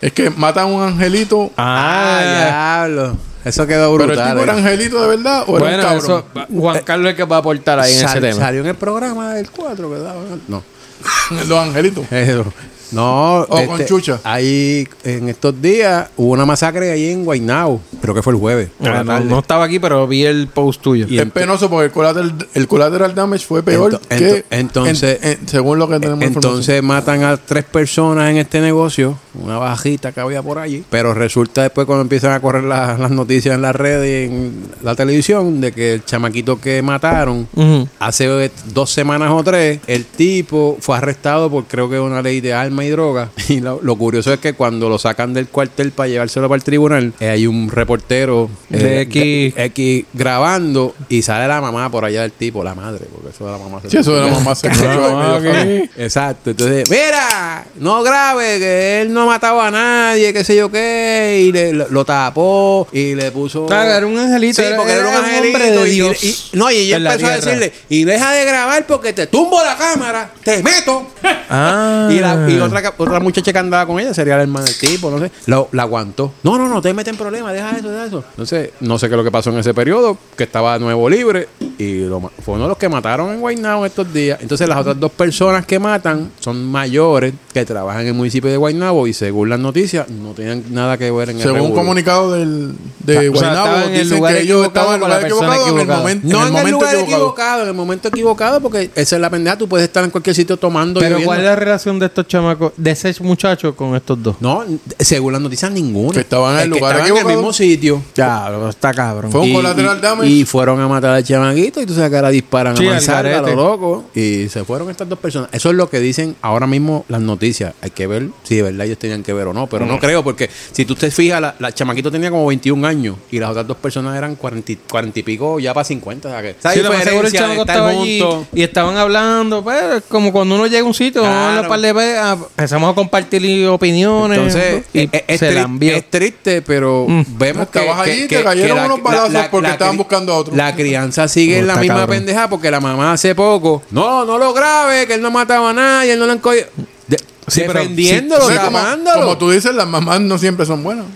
Speaker 2: Es que matan a un angelito.
Speaker 1: Ah,
Speaker 3: ah, diablo. Eso quedó
Speaker 2: pero el
Speaker 3: brutal.
Speaker 2: tipo era
Speaker 3: eh.
Speaker 2: angelito de verdad o
Speaker 1: ya.
Speaker 2: era un
Speaker 1: Bueno,
Speaker 2: cabrón.
Speaker 1: eso, Juan Carlos es el que va a aportar ahí en ese
Speaker 3: Sal-
Speaker 1: tema.
Speaker 3: salió en el programa del 4, ¿verdad? No.
Speaker 2: [laughs] Los
Speaker 3: [laughs]
Speaker 2: angelitos.
Speaker 3: Eso. No, este,
Speaker 2: O con chucha.
Speaker 3: Ahí en estos días hubo una masacre ahí en Guaynabo, creo que fue el jueves. por
Speaker 1: Ah,
Speaker 3: la
Speaker 1: no,
Speaker 3: tarde.
Speaker 1: no estaba aquí, pero vi el post tuyo.
Speaker 3: Y
Speaker 2: es penoso porque el collateral, el collateral damage fue peor
Speaker 3: Ento-
Speaker 2: que
Speaker 3: ento- entonces-
Speaker 1: e-
Speaker 2: en- en- según lo que tenemos información.
Speaker 3: Entonces matan a tres personas en este negocio una bajita que había por allí. Pero resulta después cuando empiezan a correr las, las noticias en las redes y en la televisión de que el chamaquito que mataron
Speaker 1: Ujú.
Speaker 3: hace dos semanas o tres, el tipo fue arrestado por creo que una ley de armas y drogas. [laughs] Y lo, lo curioso es que cuando lo sacan del cuartel para llevárselo para el tribunal, eh, hay un reportero
Speaker 1: De
Speaker 3: X.
Speaker 1: X.
Speaker 3: X grabando y sale la mamá por allá del tipo, la madre, porque eso de la mamá. se-
Speaker 2: Sí,
Speaker 3: [laughs]
Speaker 2: eso de la mamá se
Speaker 1: [laughs] Ah, ok.
Speaker 3: Exacto, entonces, mira, no grave, que él no mataba a nadie, qué sé yo qué, y le, lo, lo tapó y le puso.
Speaker 1: Claro, era un angelito,
Speaker 3: Sí,
Speaker 1: era-
Speaker 3: porque era,
Speaker 1: era
Speaker 3: un
Speaker 1: un hombre
Speaker 3: angelito.
Speaker 1: de
Speaker 3: y-
Speaker 1: Dios
Speaker 3: y- no, y ella
Speaker 1: en la
Speaker 3: empezó a
Speaker 1: tierra.
Speaker 3: decirle, y deja de grabar porque te tumbo la cámara, te meto.
Speaker 1: Ah.
Speaker 3: Y, la, y otra, ca- otra muchacha que andaba con ella sería la hermana del tipo, no sé. Lo- la aguantó. No, no, no te meten problemas, deja eso, deja eso. Entonces, no sé qué es lo que pasó en ese periodo, que estaba de nuevo libre y lo ma- fue uno de los que mataron en Guaynabo estos días. Entonces, las otras dos personas que matan son mayores que trabajan en el municipio de Guaynabo y según las noticias, no tenían nada que ver en el
Speaker 2: Según un
Speaker 3: revolú.
Speaker 2: comunicado del, de
Speaker 1: O sea,
Speaker 2: Guaynabo,
Speaker 1: estaba en el
Speaker 2: dicen
Speaker 1: lugar
Speaker 2: que ellos
Speaker 1: equivocado
Speaker 2: estaban en el
Speaker 1: con la
Speaker 2: lugar
Speaker 1: persona
Speaker 2: equivocado en el
Speaker 1: equivocada.
Speaker 2: momento,
Speaker 3: No
Speaker 2: en el
Speaker 3: en el,
Speaker 2: momento
Speaker 3: lugar equivocado.
Speaker 2: equivocado.
Speaker 3: en el momento equivocado, porque esa es la pendeja. Tú puedes estar en cualquier sitio tomando.
Speaker 1: Pero
Speaker 3: bebiendo.
Speaker 1: ¿cuál es la relación de estos chamacos, de ese muchacho con estos dos?
Speaker 3: No, n- según las noticias, ninguna.
Speaker 2: Que estaban en
Speaker 3: Es
Speaker 2: el lugar
Speaker 3: estaban en el
Speaker 2: equivocado.
Speaker 3: mismo sitio.
Speaker 1: Claro, está cabrón.
Speaker 2: Fue un collateral damage.
Speaker 3: y fueron a matar al chamaguito y tú sabes que ahora disparan
Speaker 1: Sí,
Speaker 3: a
Speaker 1: al
Speaker 3: mansalva, a
Speaker 1: garete.
Speaker 3: lo loco. Y se fueron estas dos personas. Eso es lo que dicen ahora mismo las noticias. Hay que ver si de verdad ellos tenían que ver o no. Pero no creo, porque si tú te fijas, la, la chamaquito tenía como 21 años y las otras dos personas eran 40, y- 40 y pico, ya para 50. O sea, que, esa
Speaker 1: Sí, lo más seguro el
Speaker 3: diferencia de
Speaker 1: chamaco
Speaker 3: estar
Speaker 1: estaba allí
Speaker 3: juntos.
Speaker 1: y estaban hablando, pero es como cuando uno llega a un sitio, uno
Speaker 3: Claro.
Speaker 1: habla un par de veces, ah, empezamos a compartir opiniones
Speaker 3: Entonces, e-, este
Speaker 1: y
Speaker 3: es, es
Speaker 1: se
Speaker 3: tri-
Speaker 1: la envió.
Speaker 3: es triste, pero vemos que,
Speaker 2: Estabas
Speaker 3: que-
Speaker 2: allí y
Speaker 3: que-
Speaker 2: te cayeron
Speaker 3: que la-
Speaker 2: unos balazos
Speaker 3: la- la-
Speaker 2: porque
Speaker 3: la
Speaker 2: estaban
Speaker 3: cri-
Speaker 2: buscando a otro.
Speaker 3: La crianza sigue
Speaker 1: No,
Speaker 3: en la
Speaker 1: está
Speaker 3: misma
Speaker 1: cabrón.
Speaker 3: pendeja porque la mamá hace poco. No, no lo grabe, que él no mataba a nadie, él no lo han cogido. De-
Speaker 1: Sí, pero-
Speaker 3: defendiéndolo,
Speaker 2: Sí, como,
Speaker 3: llamándolo.
Speaker 2: como tú dices, las mamás no siempre son buenas.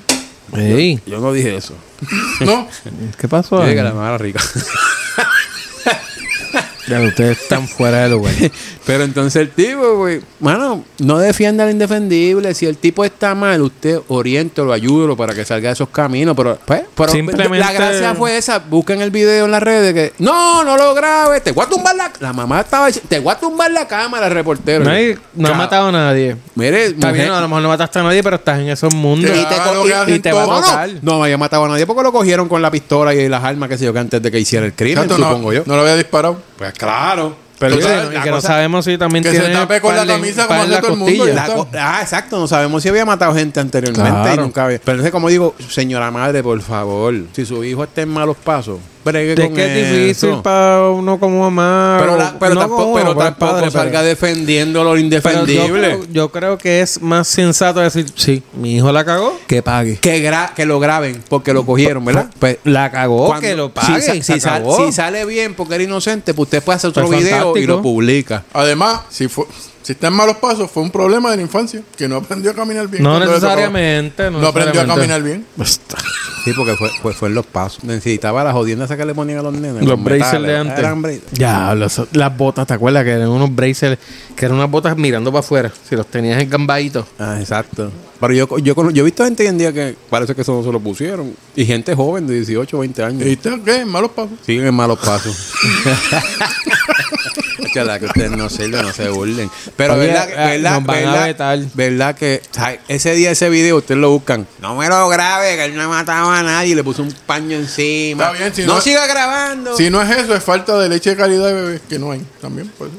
Speaker 1: Ey,
Speaker 3: Yo no dije eso.
Speaker 1: [laughs]
Speaker 2: ¿No?
Speaker 1: ¿Qué pasó?
Speaker 3: Yo
Speaker 1: ahí?
Speaker 3: dije que la mamá era rica.
Speaker 1: Ya, ustedes están fuera de lugar.
Speaker 3: [laughs] Pero entonces el tipo, güey, mano, no defienda al indefendible. Si el tipo está mal, usted oriéntelo, ayúdelo para que salga de esos caminos. Pero, pues, pero
Speaker 1: Simplemente-
Speaker 3: la gracia fue esa. Busquen el video en las redes que, no, no lo grabes, te voy a tumbar la... La mamá estaba... dic- Te voy a tumbar la cámara, el
Speaker 1: [laughs]
Speaker 3: reportero.
Speaker 1: No, hay- no ha
Speaker 3: Chao.
Speaker 1: matado a nadie.
Speaker 3: Mire,
Speaker 1: Está
Speaker 3: mujer,
Speaker 1: bien, a lo mejor no mataste a nadie, pero estás en esos mundos.
Speaker 2: Claro,
Speaker 1: Y te co-
Speaker 2: lo que
Speaker 1: y-
Speaker 2: hacen
Speaker 1: y te va a
Speaker 2: todos.
Speaker 1: tocar.
Speaker 3: No, no había matado a nadie porque lo cogieron con la pistola y las armas, que sé yo, que antes de que hiciera el crimen,
Speaker 2: Exacto,
Speaker 3: supongo
Speaker 2: no,
Speaker 3: yo.
Speaker 2: no lo había disparado.
Speaker 3: Pues claro.
Speaker 1: Pero
Speaker 2: Tú
Speaker 1: sí,
Speaker 2: sabes,
Speaker 1: y
Speaker 3: la
Speaker 1: que no
Speaker 3: cosa-
Speaker 1: sabemos si también
Speaker 2: que se
Speaker 1: tiene
Speaker 2: tape con la camisa como hace todo el mundo y
Speaker 1: costilla.
Speaker 2: ya.
Speaker 3: La co- ah, exacto. No sabemos si había matado gente anteriormente y
Speaker 1: Claro.
Speaker 3: nunca había. Pero entonces, como digo, señora madre, por favor, si su hijo está en malos pasos, bregue
Speaker 1: Es
Speaker 3: con
Speaker 1: que es difícil
Speaker 3: eso.
Speaker 1: para uno como mamá. pues,
Speaker 3: pero,
Speaker 1: o-
Speaker 3: la- pero
Speaker 1: no
Speaker 3: tampoco,
Speaker 1: como
Speaker 3: pero
Speaker 1: uno, para el
Speaker 3: tampoco
Speaker 1: padre, pero-
Speaker 3: salga defendiendo lo
Speaker 1: Pero yo
Speaker 3: indefendible.
Speaker 1: creo, yo creo que es más sensato decir, sí, mi hijo la cagó, que pague.
Speaker 3: que, gra- que lo graben porque lo cogieron, ¿verdad? Pues,
Speaker 1: La cagó,
Speaker 3: cuando-
Speaker 1: que lo
Speaker 3: si,
Speaker 1: pague.
Speaker 3: sa- si
Speaker 1: se
Speaker 3: sal-
Speaker 1: acabó.
Speaker 3: si sale bien porque era inocente, pues usted puede hacer otro
Speaker 1: Pues
Speaker 3: video y
Speaker 1: fantástico.
Speaker 3: lo publica.
Speaker 2: Además, si, fue, si está en malos pasos, fue un problema de la infancia, que no aprendió a caminar bien.
Speaker 1: no
Speaker 2: cuando le tocaba.
Speaker 1: necesariamente.
Speaker 2: No aprendió a caminar bien.
Speaker 3: Sí, porque fue, pues fue en los pasos. Necesitaba las jodiendas esas que le ponían a los nenes.
Speaker 1: Los
Speaker 3: con
Speaker 1: braces
Speaker 3: metales.
Speaker 1: de antes.
Speaker 3: Eran braces.
Speaker 1: Ya, los- las botas, ¿te acuerdas? Que eran unos braces, que eran unas botas mirando para afuera. Si los tenías en gambadito.
Speaker 3: Ah, exacto. Pero yo, yo, cono- yo he visto gente hoy en día que parece que eso no se lo pusieron. Y gente joven de 18, 20 años.
Speaker 2: ¿Y está qué? En malos pasos.
Speaker 3: siguen en malos [laughs] pasos. Chala, que ustedes no sirven, no se burlen. Pero
Speaker 1: Oye,
Speaker 3: verdad,
Speaker 1: eh,
Speaker 3: verdad,
Speaker 1: nos van a
Speaker 3: verdad,
Speaker 1: vetar.
Speaker 3: verdad que ay, ese día, ese video, ustedes lo buscan. No me lo grabe, que él no mataba a nadie. Le puso un paño encima.
Speaker 2: Está bien, si
Speaker 3: no,
Speaker 2: no-
Speaker 3: siga grabando.
Speaker 2: Si no es eso, es falta de leche de calidad de bebé, que no hay también. Pues.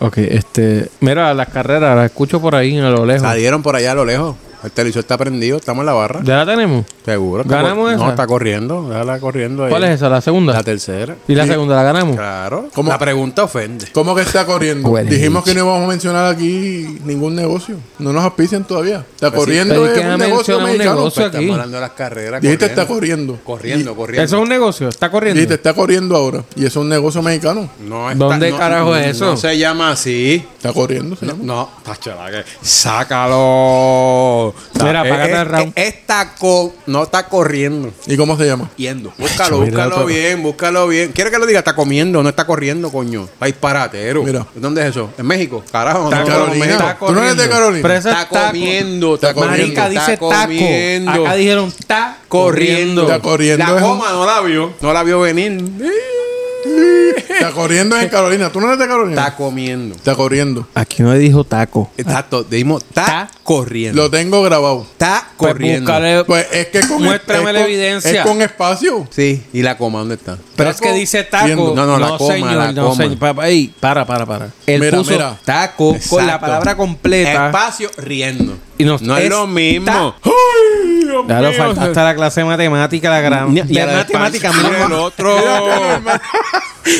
Speaker 1: Ok, este. Mira, las carreras, las escucho por ahí a lo lejos.
Speaker 3: Salieron por allá a lo lejos. El televisor está prendido, estamos en la barra.
Speaker 1: ¿Ya la tenemos?
Speaker 3: Seguro. está
Speaker 1: ¿Ganamos
Speaker 3: cor- No,
Speaker 1: esa?
Speaker 3: está corriendo. Déjala corriendo ahí.
Speaker 1: ¿Cuál es esa? ¿La segunda?
Speaker 3: La tercera.
Speaker 1: ¿Y la segunda la ganamos?
Speaker 3: Claro.
Speaker 2: ¿Cómo?
Speaker 3: La pregunta ofende.
Speaker 2: ¿Cómo que está corriendo?
Speaker 1: Huele
Speaker 2: Dijimos
Speaker 1: leche.
Speaker 2: que no íbamos a mencionar aquí ningún negocio. No nos auspician todavía. Está corriendo
Speaker 1: Pues pero ¿y
Speaker 2: es
Speaker 1: quién
Speaker 2: un
Speaker 1: ha
Speaker 2: negocio
Speaker 1: mencionado un
Speaker 2: mexicano.
Speaker 1: negocio?
Speaker 3: Pues
Speaker 1: aquí.
Speaker 3: estamos hablando de las carreras.
Speaker 2: Dijiste
Speaker 3: corriendo.
Speaker 2: está corriendo.
Speaker 3: Corriendo, corriendo.
Speaker 1: Eso es un negocio, está corriendo.
Speaker 2: Dijiste está corriendo ahora. Y eso es un negocio mexicano.
Speaker 3: No
Speaker 1: ¿Dónde carajo
Speaker 3: no-
Speaker 1: es eso?
Speaker 3: No se llama así.
Speaker 2: Está corriendo, se llama.
Speaker 3: No, tacho, la que- sácalo.
Speaker 1: Mira,
Speaker 3: Eh,
Speaker 1: apágate
Speaker 3: eh,
Speaker 1: el round.
Speaker 3: eh, Está co- no está corriendo.
Speaker 2: ¿Y cómo se llama?
Speaker 3: Yendo. Búscalo,
Speaker 1: Mira,
Speaker 3: búscalo
Speaker 1: otro.
Speaker 3: bien, búscalo bien. ¿Quiere que lo diga? Está comiendo, no está corriendo, coño. Está disparatero.
Speaker 2: Mira.
Speaker 3: ¿Dónde es eso? ¿En México? Carajo,
Speaker 1: Está
Speaker 3: no,
Speaker 1: Carolina.
Speaker 3: en México.
Speaker 1: Está
Speaker 2: Tú no eres de
Speaker 1: corriendo.
Speaker 2: Carolina.
Speaker 1: Pero esa-
Speaker 3: Está
Speaker 1: Está
Speaker 3: comiendo, está
Speaker 2: corriendo.
Speaker 3: comiendo.
Speaker 1: Marica dice
Speaker 3: está
Speaker 1: taco.
Speaker 3: comiendo.
Speaker 1: Acá dijeron está corriendo.
Speaker 2: Está corriendo.
Speaker 3: La
Speaker 2: es un-
Speaker 3: coma no la vio. No la vio venir.
Speaker 2: Está corriendo en Carolina. ¿Tú no eres de Carolina?
Speaker 3: Está comiendo.
Speaker 2: Está corriendo.
Speaker 1: Aquí no dijo taco.
Speaker 3: Exacto, dijimos, está corriendo.
Speaker 2: Lo tengo grabado.
Speaker 3: Está
Speaker 1: Pues
Speaker 3: corriendo.
Speaker 1: búscale-
Speaker 2: Pues es que con
Speaker 1: Muéstrame
Speaker 2: es
Speaker 1: la
Speaker 2: con-
Speaker 1: evidencia.
Speaker 2: Es con espacio.
Speaker 3: Sí, y la coma, ¿dónde está?
Speaker 1: Pero es
Speaker 2: Taco,
Speaker 1: que dice taco.
Speaker 2: viendo.
Speaker 3: No, no, la coma,
Speaker 1: señor,
Speaker 3: la
Speaker 1: no,
Speaker 3: coma.
Speaker 1: señor. Pa- pa- ey, para, para, para. Él
Speaker 2: Mira,
Speaker 1: puso
Speaker 2: mira.
Speaker 1: taco con la
Speaker 3: Exacto.
Speaker 1: palabra completa.
Speaker 3: Espacio riendo.
Speaker 1: Y nos-
Speaker 3: no es,
Speaker 1: es
Speaker 3: lo mismo.
Speaker 1: Ya lo falta hasta la clase de matemática, la gran.
Speaker 3: Y a la de
Speaker 1: matemática,
Speaker 3: espacio,
Speaker 1: mamá.
Speaker 3: el otro.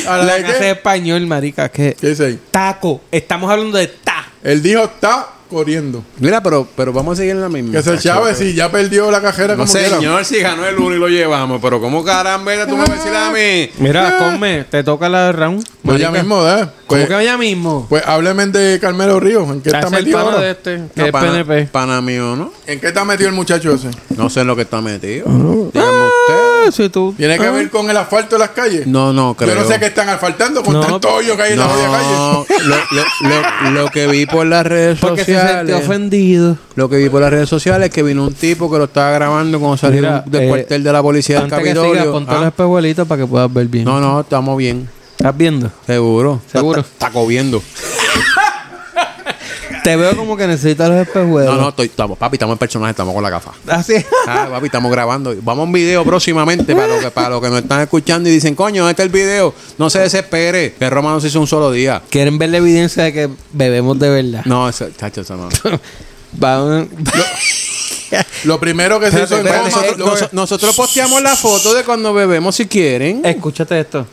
Speaker 2: ¿A la
Speaker 1: La
Speaker 2: de
Speaker 1: clase de
Speaker 2: qué?
Speaker 1: español, marica, que
Speaker 2: ¿Qué dice ahí?
Speaker 1: taco. Estamos hablando de ta.
Speaker 2: Él dijo está corriendo.
Speaker 3: Mira, pero, pero vamos a seguir en la misma.
Speaker 2: Que se Chávez si ya perdió la cajera
Speaker 3: No,
Speaker 2: como quiera.
Speaker 3: señor, si ganó el uno y lo llevamos, pero ¿cómo caramba era
Speaker 1: [laughs]
Speaker 3: tú me vas a decir a mí?
Speaker 1: Mira, come, te toca la round.
Speaker 2: Pues ya
Speaker 1: marica.
Speaker 2: mismo, ¿eh?
Speaker 1: ¿Cómo
Speaker 2: Pues,
Speaker 1: que allá mismo?
Speaker 2: pues hábleme de Carmelo Ríos. ¿En qué está
Speaker 1: Es el
Speaker 2: metido
Speaker 1: pana
Speaker 2: ahora?
Speaker 1: de este, que
Speaker 3: No,
Speaker 1: es
Speaker 3: pana-
Speaker 1: PNP.
Speaker 3: Pana mío, ¿no?
Speaker 2: ¿En qué está metido el muchacho ese?
Speaker 3: No sé en lo que está metido. Dígame usted.
Speaker 1: Ah, sí, tú.
Speaker 2: ¿Tiene que ver con el asfalto de las calles?
Speaker 3: No, no, creo.
Speaker 2: Yo no sé qué están asfaltando con
Speaker 1: No.
Speaker 2: tanto hoyo que hay en la jodida calle.
Speaker 3: No, lo, lo- lo- lo que vi por las redes
Speaker 1: Porque se sintió
Speaker 3: sociales.
Speaker 1: ofendido.
Speaker 3: lo que vi por las redes sociales es que vino un tipo que lo estaba grabando cuando salió
Speaker 1: Mira,
Speaker 3: del
Speaker 1: eh,
Speaker 3: cuartel de la policía del
Speaker 1: Antes que
Speaker 3: Capitolio.
Speaker 1: sigas, ponte
Speaker 3: Ah,
Speaker 1: los espejuelitos para que puedas ver bien.
Speaker 3: no, no, estamos bien.
Speaker 1: ¿Estás viendo?
Speaker 3: Seguro.
Speaker 1: Seguro.
Speaker 3: Está- Está comiendo.
Speaker 1: Te veo como que necesitas los espejuelos.
Speaker 3: No, no, estoy- estamos, papi, estamos en personaje, estamos con la gafa.
Speaker 1: Así es.
Speaker 3: Ah, papi, estamos grabando. Vamos a un video próximamente para los que, para los que nos están escuchando y dicen, coño, ¿dónde está el video? No se desespere, que Roma no se hizo un solo día.
Speaker 1: [laughs] Quieren ver la evidencia de que bebemos de verdad.
Speaker 3: No, eso, chacho, eso no.
Speaker 1: Va un-
Speaker 2: Lo primero que se hizo en
Speaker 3: Espérate,
Speaker 2: Roma...
Speaker 3: nosotros,
Speaker 2: lo-
Speaker 3: noso- nosotros posteamos la foto de cuando bebemos si quieren.
Speaker 1: Escúchate esto.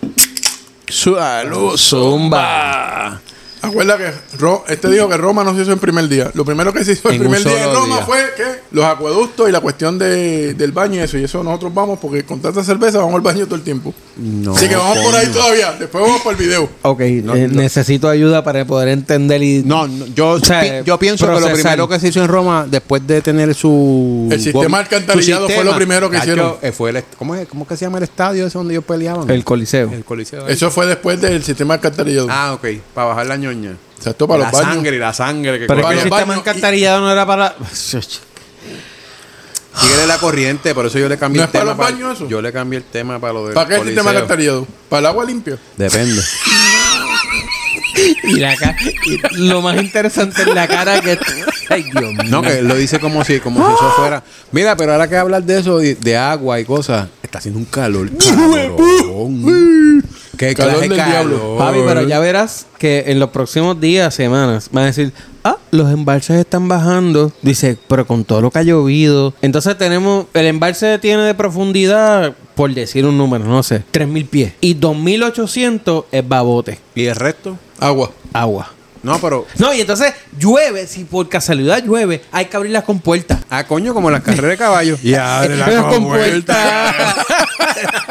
Speaker 3: Salud, zumba.
Speaker 2: Acuerda que Ro- este dijo que Roma no se hizo en primer día. Lo primero que se hizo el
Speaker 3: En un
Speaker 2: primer día en
Speaker 3: solo
Speaker 2: Roma
Speaker 3: día.
Speaker 2: fue que los acueductos y la cuestión de, del baño y eso. Y eso nosotros vamos porque con tanta cerveza vamos al baño todo el tiempo.
Speaker 3: No,
Speaker 2: Así que vamos por ahí
Speaker 3: coño.
Speaker 2: todavía. Después vamos por el video.
Speaker 1: Ok, eh, necesito ayuda para poder entender y...
Speaker 3: No, no, yo,
Speaker 1: O sea,
Speaker 3: pi- yo pienso que
Speaker 1: procesar.
Speaker 3: lo primero que se hizo en Roma, después de tener su.
Speaker 2: El sistema
Speaker 3: su
Speaker 2: alcantarillado fue lo primero que
Speaker 3: Chacho,
Speaker 2: hicieron.
Speaker 3: eh, fue el est- ¿cómo, es, ¿Cómo es que se llama el estadio ese donde ellos peleaban?
Speaker 1: El coliseo.
Speaker 3: El coliseo.
Speaker 2: Eso fue después del sistema alcantarillado.
Speaker 3: Ah, ok, para bajar la ñoña.
Speaker 2: Exacto, para
Speaker 3: la
Speaker 2: los baños.
Speaker 3: sangre, la sangre que
Speaker 1: Pero es que
Speaker 2: Para
Speaker 1: el
Speaker 2: los
Speaker 3: corría.
Speaker 1: sistema
Speaker 2: baños y-
Speaker 1: alcantarillado no era para...
Speaker 3: Síguele la corriente, por eso yo le cambié
Speaker 2: ¿No
Speaker 3: el
Speaker 2: es para
Speaker 3: tema.
Speaker 2: los baños eso?
Speaker 3: Yo le cambié el tema para lo del
Speaker 2: ¿Para qué el sistema
Speaker 3: coliseo.
Speaker 2: alcantarillado? ¿Para el agua limpia?
Speaker 3: Depende.
Speaker 1: y la ca- y lo más interesante es la cara que... Ay, Dios mío.
Speaker 3: No, que lo dice como si, como si eso fuera. Mira, pero ahora que hablas de eso, de, de agua y cosas, está haciendo un calor. Cabrón. Qué
Speaker 2: Calor
Speaker 3: clase de
Speaker 2: del diablo.
Speaker 3: calor.
Speaker 1: Papi, pero ya verás que en los próximos días, semanas, van a decir, ah, los embalses están bajando. Dice, pero con todo lo que ha llovido. Entonces tenemos, el embalse tiene de profundidad, por decir un número, no sé, 3.000 pies. Y 2.800 es babote,
Speaker 3: ¿Y el resto?
Speaker 2: Agua.
Speaker 1: agua.
Speaker 3: No, pero.
Speaker 1: No, y entonces llueve, si por casualidad llueve, hay que abrir las compuertas.
Speaker 3: Ah, coño, como en las carreras de [laughs] caballo. Ya,
Speaker 1: abre la Pero con compuerta.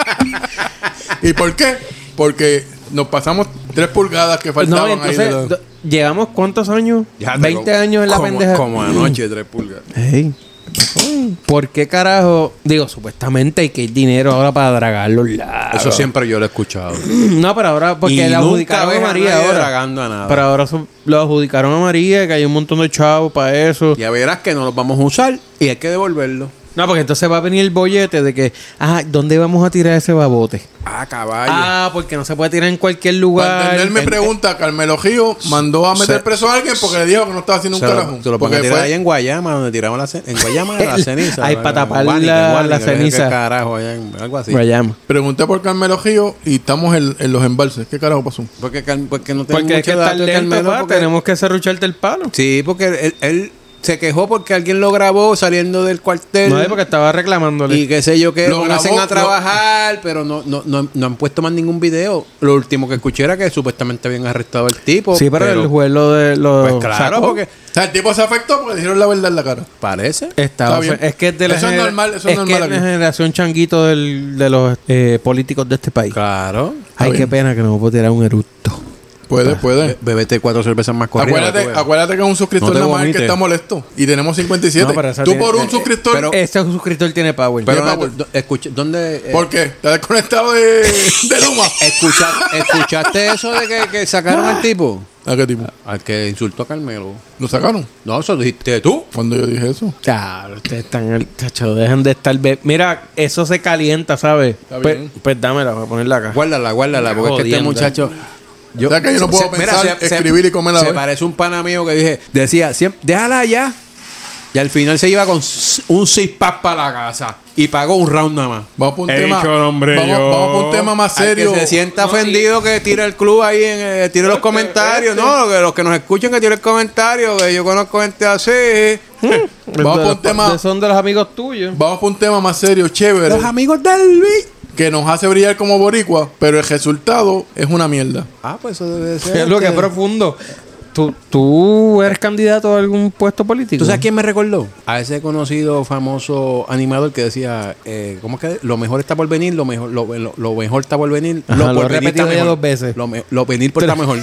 Speaker 1: [laughs]
Speaker 2: ¿Y por qué? Porque nos pasamos tres pulgadas que
Speaker 1: No,
Speaker 2: faltaban
Speaker 1: y
Speaker 2: ahí.
Speaker 1: entonces,
Speaker 2: de la-
Speaker 1: do- ¿llevamos cuántos años? 20 años en la
Speaker 3: como,
Speaker 1: pendeja.
Speaker 3: Como anoche, tres pulgas.
Speaker 1: Ey, ¿qué pasó? ¿Por qué carajo? Digo, supuestamente hay que ir dinero ahora para dragar los lados.
Speaker 3: Eso siempre yo lo he escuchado.
Speaker 1: No, pero ahora, porque
Speaker 3: Y
Speaker 1: le
Speaker 3: nunca
Speaker 1: adjudicaron
Speaker 3: ves
Speaker 1: a
Speaker 3: a
Speaker 1: María
Speaker 3: nadie
Speaker 1: ahora.
Speaker 3: dragando a nada.
Speaker 1: Pero ahora son- lo adjudicaron a María, que hay un montón de chavos para eso.
Speaker 3: Ya verás que no los vamos a usar y hay que devolverlo.
Speaker 1: No, porque entonces va a venir el bollete de que, ah, ¿dónde vamos a tirar ese babote?
Speaker 3: Ah, caballo.
Speaker 1: Ah, porque no se puede tirar en cualquier
Speaker 2: Para
Speaker 1: lugar.
Speaker 2: entender mi
Speaker 1: En-
Speaker 2: pregunta, Carmelo Gio mandó a meter
Speaker 3: Se-
Speaker 2: preso a alguien porque le dijo que no estaba haciendo un
Speaker 3: Se
Speaker 2: carajo.
Speaker 3: lo, se lo pongo a
Speaker 2: porque
Speaker 3: tirar ahí
Speaker 2: fue,
Speaker 3: en Guayama, donde tiraban la ceniza. En Guayama [laughs] era la
Speaker 1: El-
Speaker 3: ceniza.
Speaker 1: ahí
Speaker 3: ¿no?
Speaker 1: para tapar
Speaker 3: En Guánica,
Speaker 1: la-
Speaker 3: en Guánica,
Speaker 1: la
Speaker 3: que- que
Speaker 1: ceniza.
Speaker 3: carajo, allá en- algo así.
Speaker 1: Guayama.
Speaker 2: pregunté por Carmelo Gio y estamos en, en los embalses. ¿Qué carajo pasó?
Speaker 3: Porque, Cal- porque no tenemos
Speaker 1: Porque es que
Speaker 3: mucho
Speaker 1: está
Speaker 3: dato de
Speaker 1: lento,
Speaker 3: Carmelo,
Speaker 1: pa,
Speaker 3: porque-
Speaker 1: tenemos que serrucharte el palo.
Speaker 3: Sí, porque él, él se quejó porque alguien lo grabó saliendo del cuartel.
Speaker 1: No, es porque estaba reclamándole.
Speaker 3: Y qué sé yo qué,
Speaker 2: Lo
Speaker 3: lo hacen
Speaker 2: grabó,
Speaker 3: a trabajar, pero no, no, no, no han puesto más ningún video. Lo último que escuché era que supuestamente habían arrestado al tipo.
Speaker 1: sí, pero, el juez lo, de, lo
Speaker 3: Pues claro,
Speaker 1: sacó.
Speaker 3: porque
Speaker 2: O sea, el tipo se afectó porque le dijeron la verdad en la cara.
Speaker 3: parece.
Speaker 1: Estaba
Speaker 2: Está bien.
Speaker 1: fe- Es que es de la,
Speaker 2: Eso es
Speaker 1: gener-
Speaker 2: normal, eso es
Speaker 1: es que
Speaker 2: normal
Speaker 1: es la
Speaker 2: aquí.
Speaker 1: generación changuito del- de los eh, políticos de este país.
Speaker 3: Claro.
Speaker 1: Ay, qué
Speaker 2: bien.
Speaker 1: pena que no puedo tirar un eructo.
Speaker 2: Puede, puede.
Speaker 3: Bebete cuatro cervezas más corridas.
Speaker 2: Acuérdate,
Speaker 3: para que veas.
Speaker 2: acuérdate que es un suscriptor
Speaker 3: No te
Speaker 2: nada más el
Speaker 3: vomites.
Speaker 2: que está molesto. Y tenemos 57.
Speaker 1: No, pero esa
Speaker 2: Tú
Speaker 1: tiene-
Speaker 2: por un
Speaker 1: eh,
Speaker 2: suscriptor.
Speaker 3: pero-
Speaker 1: Este suscriptor tiene power.
Speaker 3: Pero,
Speaker 2: Lleva,
Speaker 3: do- escucha, ¿dónde? eh,
Speaker 2: ¿Por qué? ¿Estás desconectado de, de Luma?
Speaker 1: [laughs]
Speaker 3: escucha- ¿Escuchaste eso de que, que sacaron al tipo?
Speaker 2: ¿A qué tipo?
Speaker 3: Al que insultó a Carmelo.
Speaker 2: ¿Lo sacaron?
Speaker 3: No, eso dijiste tú.
Speaker 2: Cuando yo dije eso.
Speaker 1: Claro, ustedes están al tacho, dejen de estar. be- Mira, eso se calienta, ¿sabes?
Speaker 2: Está
Speaker 1: Pues,
Speaker 2: bien.
Speaker 1: pues dámela para ponerla acá.
Speaker 3: Guárdala, guárdala, porque es que este
Speaker 1: Jodiendo.
Speaker 3: muchacho.
Speaker 2: O sea que yo no puedo pensar, escribir y comer a la
Speaker 3: Se
Speaker 2: vez.
Speaker 3: parece un pana mío que dije, decía, "Siem- déjala allá. Y al final se iba con s- un six pack para la casa y pagó un round nada más.
Speaker 2: Vamos por un
Speaker 4: He
Speaker 2: tema.
Speaker 4: dicho el hombre
Speaker 2: vamos,
Speaker 4: yo.
Speaker 2: vamos por un tema más
Speaker 3: Al
Speaker 2: serio.
Speaker 3: Que se sienta ofendido que tire el club ahí, en, eh, tire los comentarios. No, que los que nos escuchen que tire el comentario, que yo conozco gente así.
Speaker 2: Vamos
Speaker 1: De
Speaker 2: por
Speaker 1: los-
Speaker 2: un tema.
Speaker 1: de- Son de los amigos tuyos.
Speaker 2: Vamos por un tema más serio, chévere,
Speaker 3: Los amigos del Luis.
Speaker 2: que nos hace brillar como boricua, pero el resultado es una mierda.
Speaker 3: Ah, pues eso debe ser.
Speaker 1: Es lo que
Speaker 3: este.
Speaker 1: es profundo. ¿Tú, ¿Tú eres candidato a algún puesto político?
Speaker 3: ¿Tú sabes quién me recordó? A ese conocido famoso animador que decía, eh, ¿cómo es que? Lo mejor está por venir, lo mejor, lo, lo- lo mejor está por venir.
Speaker 1: Ajá, lo
Speaker 3: por
Speaker 1: he
Speaker 3: venir
Speaker 1: repetido
Speaker 3: está
Speaker 1: ya
Speaker 3: mejor.
Speaker 1: dos veces.
Speaker 3: Lo, me- lo venir por
Speaker 1: [laughs]
Speaker 3: está mejor.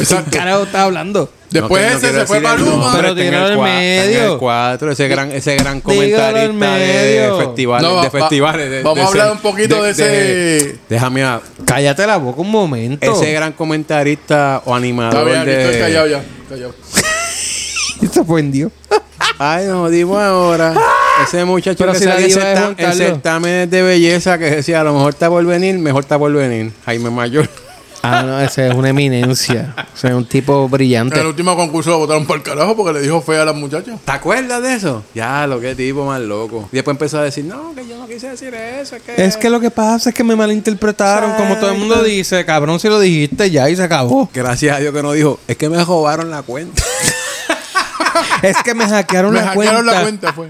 Speaker 2: Exacto.
Speaker 1: carajo estás hablando?
Speaker 2: Después
Speaker 3: No, que
Speaker 2: ese
Speaker 3: no quiero
Speaker 2: se fue
Speaker 3: decir el
Speaker 2: Maluma.
Speaker 3: nombre,
Speaker 1: Pero
Speaker 3: está en
Speaker 1: tíralo
Speaker 3: el
Speaker 1: al
Speaker 3: cua- está en el
Speaker 1: medio.
Speaker 3: cuatro, ese gran, ese gran
Speaker 1: Tíralo al
Speaker 3: comentarista de,
Speaker 1: medio.
Speaker 3: festivales,
Speaker 2: No,
Speaker 3: de
Speaker 2: va-
Speaker 3: festivales. de-
Speaker 2: vamos
Speaker 3: de
Speaker 2: a hablar
Speaker 3: ser-
Speaker 2: un poquito de ese-
Speaker 3: déjame a-
Speaker 1: Cállate la boca un momento.
Speaker 3: ese gran comentarista o
Speaker 2: Está
Speaker 3: animador
Speaker 2: bien,
Speaker 3: de...
Speaker 2: estoy callado ya. callado.
Speaker 1: [laughs] Se ofendió.
Speaker 3: Ay, no, digo ahora. Ese muchacho
Speaker 1: Pero
Speaker 3: que
Speaker 1: si la
Speaker 3: salía en
Speaker 1: diva es
Speaker 3: certa-
Speaker 1: Juan
Speaker 3: en
Speaker 1: Carlos.
Speaker 3: certámenes de belleza que decía, a lo mejor está por venir, mejor está por venir. Jaime Mayor.
Speaker 1: Ah, no, ese es una eminencia. Ese es un tipo
Speaker 2: En el
Speaker 1: brillante.
Speaker 2: último concurso lo votaron por el carajo porque le dijo fea a las muchachas.
Speaker 3: ¿Te acuerdas de eso? Ya, lo que tipo más loco. Y después empezó a decir, no, que yo no quise decir eso. Es que...
Speaker 1: Es que lo que pasa es que me malinterpretaron, como todo el mundo dice, cabrón, si lo dijiste ya y se acabó.
Speaker 3: Gracias a Dios que no dijo, es que me robaron la cuenta.
Speaker 1: Es que me hackearon,
Speaker 2: [laughs] Me
Speaker 1: la,
Speaker 2: hackearon
Speaker 1: cuenta.
Speaker 2: la cuenta, fue.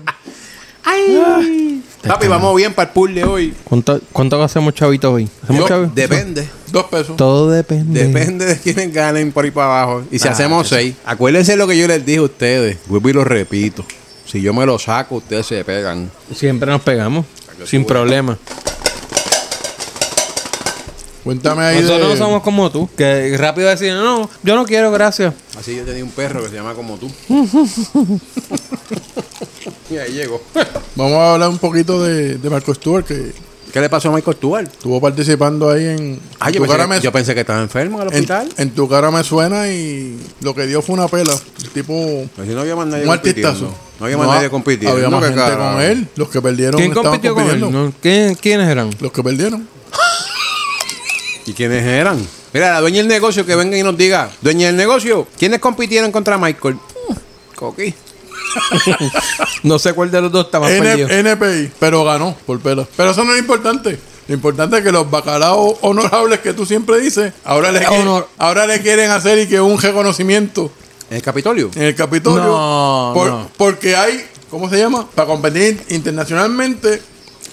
Speaker 3: [laughs] Papi, vamos bien para el pool de hoy.
Speaker 1: ¿Cuánto, ¿Cuánto hacemos chavitos hoy? ¿Hacemos
Speaker 2: Yo-
Speaker 1: chavitos?
Speaker 3: Depende.
Speaker 2: Dos pesos.
Speaker 1: Todo depende.
Speaker 3: Depende de quiénes ganen por ahí para abajo. Y si
Speaker 1: Ah,
Speaker 3: hacemos seis, acuérdense lo que yo les dije a ustedes. Vuelvo y lo repito. Si yo me lo saco, ustedes se pegan.
Speaker 1: Siempre nos pegamos. Sin problema.
Speaker 2: Cuéntame ahí de...
Speaker 1: Nosotros no somos como tú, que rápido decir, no, no, yo no quiero, gracias.
Speaker 3: Así yo tenía un perro que se llama como [laughs] tú. y ahí llegó.
Speaker 2: Vamos a hablar un poquito de, de Marco Stewart que
Speaker 3: ¿Qué le pasó a Michael Stuart?
Speaker 2: estuvo participando ahí en...
Speaker 3: Ah,
Speaker 2: en
Speaker 3: yo
Speaker 2: tu cara
Speaker 3: pensé,
Speaker 2: me,
Speaker 3: que, yo pensé que estaba enfermo al
Speaker 2: en,
Speaker 3: hospital.
Speaker 2: en tu cara me suena y lo que dio fue una pela. El tipo...
Speaker 3: Así no había más nadie
Speaker 2: Un artistazo.
Speaker 3: compitiendo. No había más nadie compitiendo.
Speaker 2: Había más
Speaker 3: ¿Qué
Speaker 2: gente
Speaker 3: carajo?
Speaker 2: con él. Los que perdieron
Speaker 1: ¿Quién
Speaker 2: estaban
Speaker 1: compitió con él?
Speaker 2: compitiendo.
Speaker 1: No, ¿quién- ¿Quiénes eran?
Speaker 2: Los que perdieron.
Speaker 3: ¿Y quiénes eran? Mira, la dueña del negocio que venga y nos diga, dueña del negocio, ¿quiénes compitieron contra Michael? Mm, Coqui.
Speaker 1: No sé cuál de los dos está más
Speaker 2: N-
Speaker 1: perdido.
Speaker 2: NPI. Pero ganó por pela. Pero eso no es importante. Lo importante es que los bacalaos honorables que tú siempre dices, ahora le, quieren-
Speaker 1: Honor.
Speaker 2: ahora le quieren hacer y que un reconocimiento
Speaker 3: ¿En el Capitolio?
Speaker 2: en el Capitolio.
Speaker 1: No,
Speaker 2: Por-
Speaker 1: no.
Speaker 2: Porque hay, ¿cómo se llama? Para competir internacionalmente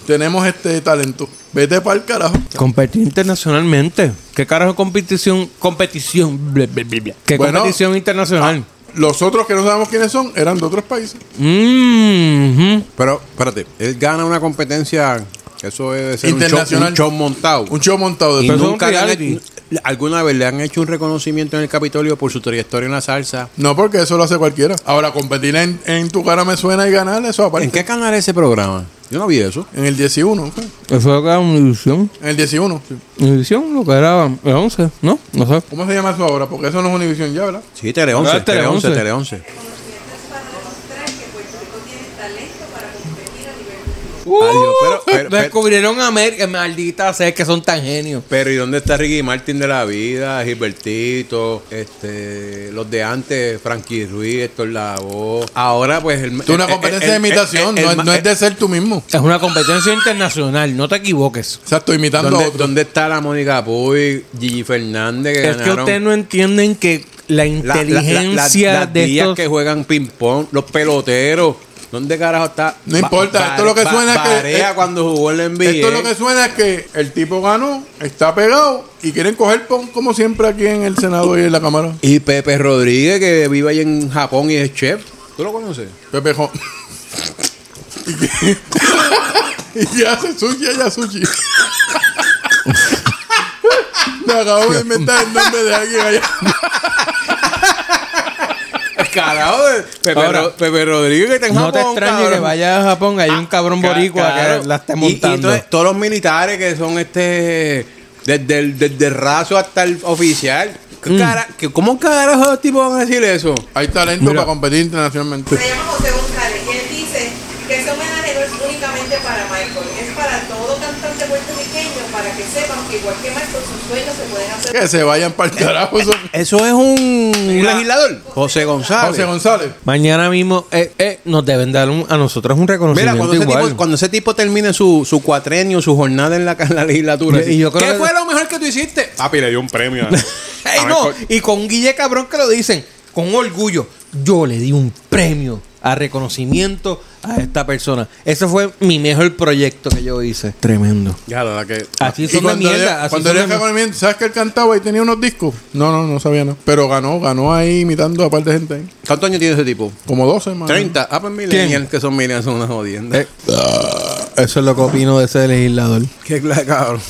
Speaker 2: tenemos este talento. Vete para el carajo.
Speaker 1: Competir internacionalmente. ¿Qué carajo es competición? Competición. Ble, ble, ble, ble. ¿Qué
Speaker 2: Bueno.
Speaker 1: competición internacional?
Speaker 3: ah.
Speaker 2: Los otros que no sabemos quiénes son eran de otros países.
Speaker 1: Mm, ujú.
Speaker 3: Pero, espérate, él gana una competencia, eso es ser un show-
Speaker 2: Internacional.
Speaker 3: un show montado.
Speaker 2: Un show montado de
Speaker 3: Y
Speaker 1: Pero eso es un
Speaker 3: nunca le han
Speaker 1: reality.
Speaker 3: hecho- alguna vez le han hecho un reconocimiento en el Capitolio por su trayectoria en la salsa.
Speaker 2: No, porque eso lo hace cualquiera. Ahora, competir en, en tu cara me suena y ganar, eso aparte.
Speaker 3: ¿En qué canal es ese programa? Yo no vi eso.
Speaker 2: En el 11, fue.
Speaker 1: Eso lo que era Univision.
Speaker 2: En el 11. sí.
Speaker 1: Univision lo que era el 11, ¿no? No sé.
Speaker 2: ¿Cómo se llama eso ahora? Porque eso no es Univision ya, ¿verdad?
Speaker 3: Sí, Tele 11,
Speaker 1: Ah, Tele
Speaker 3: Tele 11,
Speaker 1: 11.
Speaker 3: Tele 11. Adiós,
Speaker 1: [laughs]
Speaker 3: pero-
Speaker 1: Uh,
Speaker 3: pero- pero-
Speaker 1: Descubrieron a América. Maldita sea que son tan genios.
Speaker 3: Pero ¿y dónde está Ricky Martin de la vida? Gilbertito, este, los de antes, Frankie Ruiz, Héctor Lavoe. Ahora pues el
Speaker 2: Es una competencia de imitación, no, es- no es de ser tú mismo.
Speaker 1: Es una competencia internacional, no te equivoques.
Speaker 2: Exacto, imitando a
Speaker 3: ¿Dónde,
Speaker 2: otro.
Speaker 3: dónde está la Mónica Puy, Gigi Fernández que
Speaker 1: Es que
Speaker 3: ganaron?
Speaker 1: ustedes no entienden que la
Speaker 3: La- la- la- la-
Speaker 1: inteligencia
Speaker 3: las
Speaker 1: de
Speaker 3: días
Speaker 1: estos...
Speaker 3: que juegan ping pong, los peloteros. ¿Dónde carajo está?
Speaker 2: No importa, esto es lo que suena que-
Speaker 3: Barea
Speaker 2: eh,
Speaker 3: cuando jugó el NBA.
Speaker 2: Esto lo que suena es que el tipo ganó, está pegado y quieren coger pon como siempre aquí en el Senado y en la Cámara.
Speaker 3: Y Pepe Rodríguez que vive ahí en Japón y es chef.
Speaker 2: [laughs]
Speaker 3: ¿Tú lo conoces?
Speaker 2: Pepe [laughs] Jo- [laughs] ¿Y qué? y hace sushi allá sushi. [laughs] Me acabo de inventar el nombre de alguien allá.
Speaker 3: Carajo, Pepe,
Speaker 1: Ahora,
Speaker 3: Ro- Pepe Rodríguez que está en
Speaker 1: No te
Speaker 3: Japón.
Speaker 1: extrañe
Speaker 3: cabrón. Ah,
Speaker 1: que vaya a Japón, hay un cabrón
Speaker 3: Ca-
Speaker 1: boricua
Speaker 3: claro.
Speaker 1: que la esté
Speaker 3: Y-
Speaker 1: montando.
Speaker 3: Y, entonces, todos los militares que son este. Desde el, desde el raso hasta el oficial.
Speaker 1: Mm.
Speaker 3: cara- que- ¿Cómo carajo los tipos van a decir eso?
Speaker 2: Hay talento para competir internacionalmente.
Speaker 4: Se llama José González y él dice que ese homenaje no es únicamente para Michael, es para todo cantante puertorriqueño para que sepan que igual que Michael sus sueños se pueden hacer.
Speaker 2: Que se vayan para el carajo. son-
Speaker 3: Eso es un legislador. José González.
Speaker 2: José González.
Speaker 1: Mañana mismo eh, eh, nos deben dar un- a nosotros un
Speaker 3: Mira,
Speaker 1: reconocimiento
Speaker 3: cuando ese,
Speaker 1: igual.
Speaker 3: tipo, cuando ese tipo termine su, su cuatrenio, su jornada en la, en la legislatura.
Speaker 1: Y-
Speaker 3: así,
Speaker 1: y yo creo
Speaker 3: ¿Qué
Speaker 1: que-
Speaker 3: fue lo mejor que tú hiciste? Papi, le dio un premio.
Speaker 1: Ey, no, y con Guille Cabrón que lo dicen con orgullo. Yo le di un premio a reconocimiento a esta persona. Ese fue mi mejor proyecto que yo hice. Tremendo.
Speaker 3: [laughs] Ya, la verdad que...
Speaker 1: Así
Speaker 2: Y
Speaker 1: son de
Speaker 2: cuando
Speaker 1: mierda.
Speaker 2: era,
Speaker 1: así
Speaker 2: cuando
Speaker 1: son
Speaker 2: era
Speaker 1: de mierda.
Speaker 2: Cabrón, ¿sabes que él cantaba y tenía unos discos? No, no, no sabía nada. Pero ganó, ganó ahí imitando a par de gente ahí.
Speaker 3: ¿Cuántos años tiene ese tipo?
Speaker 2: Como 12, más.
Speaker 3: 30. Ah, pues millennials que son millennials son unas jodiendas.
Speaker 1: Eh, Eso es lo que opino de ese legislador.
Speaker 3: Qué claro, cabrón.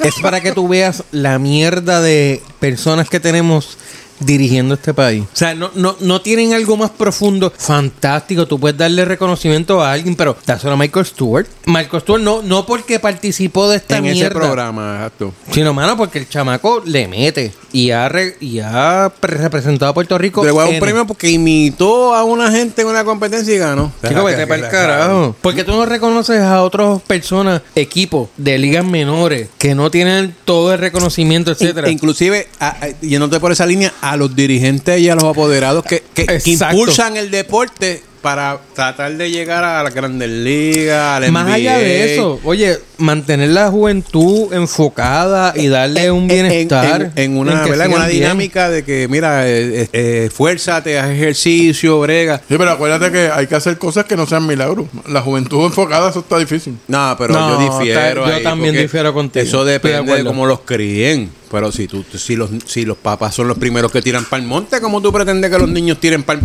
Speaker 1: es para que tú veas la mierda de personas que tenemos dirigiendo este país. O sea, no, no, no tienen algo más profundo. Fantástico, tú puedes darle reconocimiento a alguien, pero dáselo a Michael Stewart. Michael Stewart no, no porque participó de esta
Speaker 3: en
Speaker 1: mierda.
Speaker 3: ese programa, exacto.
Speaker 1: Sino, mano, porque el chamaco le mete y ha, re- y ha pre- representado a Puerto Rico.
Speaker 3: Le voy a dar un
Speaker 1: en-
Speaker 3: premio porque imitó a una gente en una competencia y ganó.
Speaker 1: Chico, vete para el carajo. Porque tú no reconoces a otras personas, equipos de ligas menores, que no tienen todo el reconocimiento, etcétera.
Speaker 3: In- E Inclusive, a- a- yéndote por esa línea, a los dirigentes y a los apoderados que, que- que
Speaker 1: Exacto.
Speaker 3: impulsan el deporte para tratar de llegar a la Grandes Ligas, al
Speaker 1: Más allá de eso, oye, mantener la juventud enfocada y darle un
Speaker 3: en- en-
Speaker 1: bienestar.
Speaker 3: En, en una,
Speaker 1: que
Speaker 3: ¿verdad? En una
Speaker 1: sigan bien.
Speaker 3: dinámica de que, mira, eh, eh, eh, esfuérzate, haz ejercicio, brega.
Speaker 2: Sí, pero acuérdate que hay que hacer cosas que no sean milagros. La juventud enfocada, eso está difícil.
Speaker 3: No, pero
Speaker 1: No,
Speaker 3: yo difiero.
Speaker 1: ta- yo
Speaker 3: ahí,
Speaker 1: también
Speaker 3: porque
Speaker 1: difiero contigo.
Speaker 3: Eso
Speaker 1: Estoy de
Speaker 3: depende de
Speaker 1: acuerdo.
Speaker 3: cómo los críen. Pero si tú, si los, si los papás son los primeros que tiran para el monte, ¿cómo tú pretendes que los niños tiren para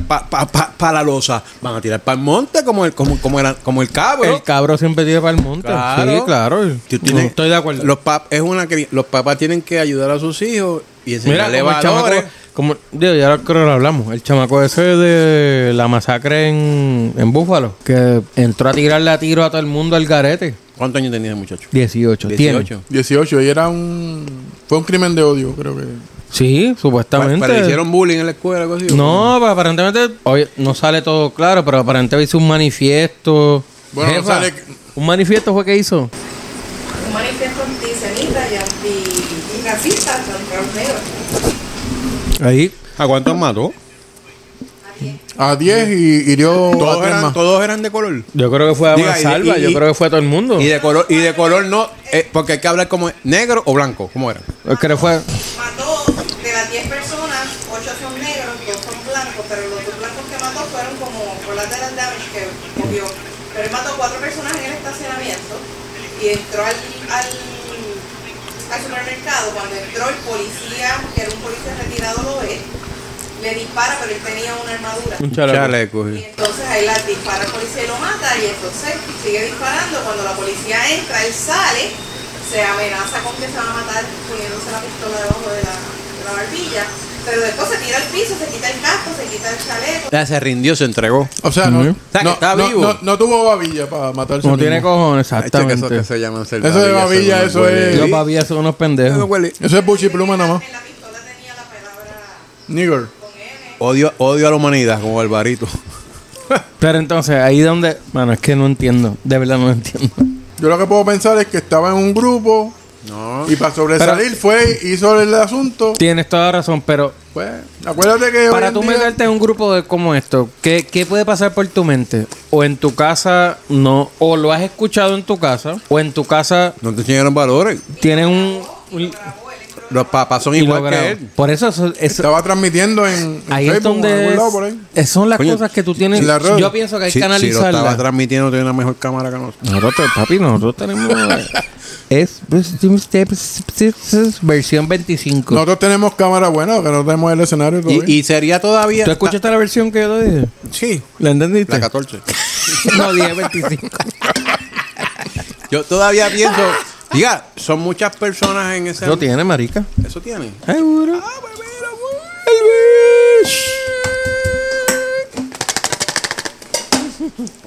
Speaker 3: la losa? Van a tirar para el monte como el, como, como el, como el cabo.
Speaker 1: El cabro siempre tiene para el monte.
Speaker 3: Claro.
Speaker 1: Sí, claro.
Speaker 3: Tú tienes-
Speaker 1: No, estoy de acuerdo.
Speaker 3: Los, pap- es una, cri- los papás tienen que ayudar a sus hijos y
Speaker 1: Mira,
Speaker 3: enseñarle
Speaker 1: como el
Speaker 3: valores.
Speaker 1: chamaco, como, digo, ya creo que lo hablamos. El chamaco ese de la masacre en, en Búfalo, que entró a tirarle a tiro a todo el mundo al garete.
Speaker 3: ¿Cuántos años tenía ese muchacho?
Speaker 1: 18. tiene.
Speaker 3: 18.
Speaker 2: 18, y era un. Fue un crimen de odio, creo que.
Speaker 1: Sí,
Speaker 3: Pa-
Speaker 1: supuestamente.
Speaker 3: ¿Para le hicieron bullying en la escuela? algo así?
Speaker 1: No, pues, aparentemente, oye, no sale todo claro, pero aparentemente hizo un manifiesto.
Speaker 2: Bueno, no
Speaker 1: Jefa,
Speaker 2: sale-
Speaker 1: ¿Un manifiesto fue que hizo?
Speaker 4: Un manifiesto antisemita y anti y racista contra los negros.
Speaker 1: Ahí.
Speaker 3: ¿A cuántos mató?
Speaker 2: A 10 y hirió a
Speaker 3: Todos
Speaker 2: tres
Speaker 3: eran,
Speaker 2: más.
Speaker 3: todos eran de color.
Speaker 1: Yo creo que fue a
Speaker 3: Diga,
Speaker 1: una
Speaker 3: y-
Speaker 1: salva,
Speaker 3: y-
Speaker 1: yo
Speaker 3: y-
Speaker 1: creo que fue a todo el mundo.
Speaker 3: Y de color, y de color no, eh, porque hay que hablar como negro o blanco, ¿cómo era?
Speaker 1: Yo creo que fue.
Speaker 4: Mató de las 10 personas, 8 son negros, 2 son blancos, pero los dos blancos que mató fueron como collateral damage que movió. Pero él mató 4 personas en el estacionamiento y entró al, al, al supermercado. Cuando entró el policía, que era un policía retirado, lo ve, le dispara, pero él tenía una armadura.
Speaker 1: Un chaleco.
Speaker 4: Y entonces ahí la dispara el policía y lo mata y entonces sigue disparando. Cuando la policía entra, él sale, se amenaza con que se va a matar poniéndose la pistola debajo de la, de la barbilla. Pero después se tira al piso, se quita el casco, se quita el chaleco.
Speaker 3: Ya Ah, se rindió, se entregó.
Speaker 2: O sea, no,
Speaker 1: Ujú.
Speaker 2: no,
Speaker 3: sea, que está
Speaker 2: no-
Speaker 3: vivo.
Speaker 2: no- no tuvo babilla para matarse.
Speaker 1: No
Speaker 2: a
Speaker 1: tiene
Speaker 2: ninguno.
Speaker 1: cojones,
Speaker 3: Ay, checa
Speaker 1: exactamente.
Speaker 3: se llama ser
Speaker 2: Eso de babilla,
Speaker 3: no
Speaker 2: eso
Speaker 3: huele.
Speaker 2: es-
Speaker 1: Los
Speaker 2: Sí.
Speaker 1: babillas son unos pendejos.
Speaker 3: Eso no huele.
Speaker 2: Eso es buchipluma nada más.
Speaker 4: En la pistola tenía la palabra
Speaker 2: Nigger.
Speaker 4: con N.
Speaker 3: Odio, odio a la humanidad, como Barbarito. [laughs]
Speaker 1: Pero entonces, ahí donde. Mano, es que no entiendo. De verdad no entiendo. [laughs]
Speaker 2: Yo lo que puedo pensar es que estaba en un grupo
Speaker 3: No.
Speaker 2: y para sobresalir fue, hizo el asunto.
Speaker 1: Tienes toda razón, pero
Speaker 2: Pues, acuérdate que. hoy
Speaker 1: Para
Speaker 2: en
Speaker 1: tú
Speaker 2: día-
Speaker 1: meterte en un grupo de como esto, ¿qué, qué puede pasar por tu mente? O en tu casa, no, o lo has escuchado en tu casa, o en tu casa
Speaker 3: No te enseñaron valores.
Speaker 1: tienes un... un-
Speaker 3: Los papás son
Speaker 1: y lo
Speaker 3: igual
Speaker 1: grabó.
Speaker 3: que él.
Speaker 1: Por eso, eso- eso-
Speaker 2: Estaba transmitiendo en, en
Speaker 1: ahí es
Speaker 2: Facebook, en
Speaker 1: donde...
Speaker 2: algún
Speaker 1: es-
Speaker 2: lado por ahí.
Speaker 1: es- son las
Speaker 3: Coño,
Speaker 1: cosas que tú tienes...
Speaker 2: en la red.
Speaker 1: Yo pienso que hay
Speaker 3: Si-
Speaker 1: que
Speaker 3: si lo estaba
Speaker 1: analizarlas.
Speaker 3: transmitiendo, tenía una mejor cámara que nosotros.
Speaker 1: Nosotros, papi, nosotros tenemos... eh, es pues, versión 25.
Speaker 2: Nosotros tenemos cámara buena, que no tenemos el escenario todavía.
Speaker 3: Y, y sería todavía.
Speaker 1: ¿Tú escuchaste la versión que yo te dije?
Speaker 3: Sí.
Speaker 1: ¿La entendiste?
Speaker 3: La 14.
Speaker 1: [laughs] no, dije 25.
Speaker 3: [laughs] Yo todavía pienso. Diga, son muchas personas en ese.
Speaker 1: Lo tiene, marica.
Speaker 3: Eso tiene.
Speaker 1: Seguro.
Speaker 2: Ah, pues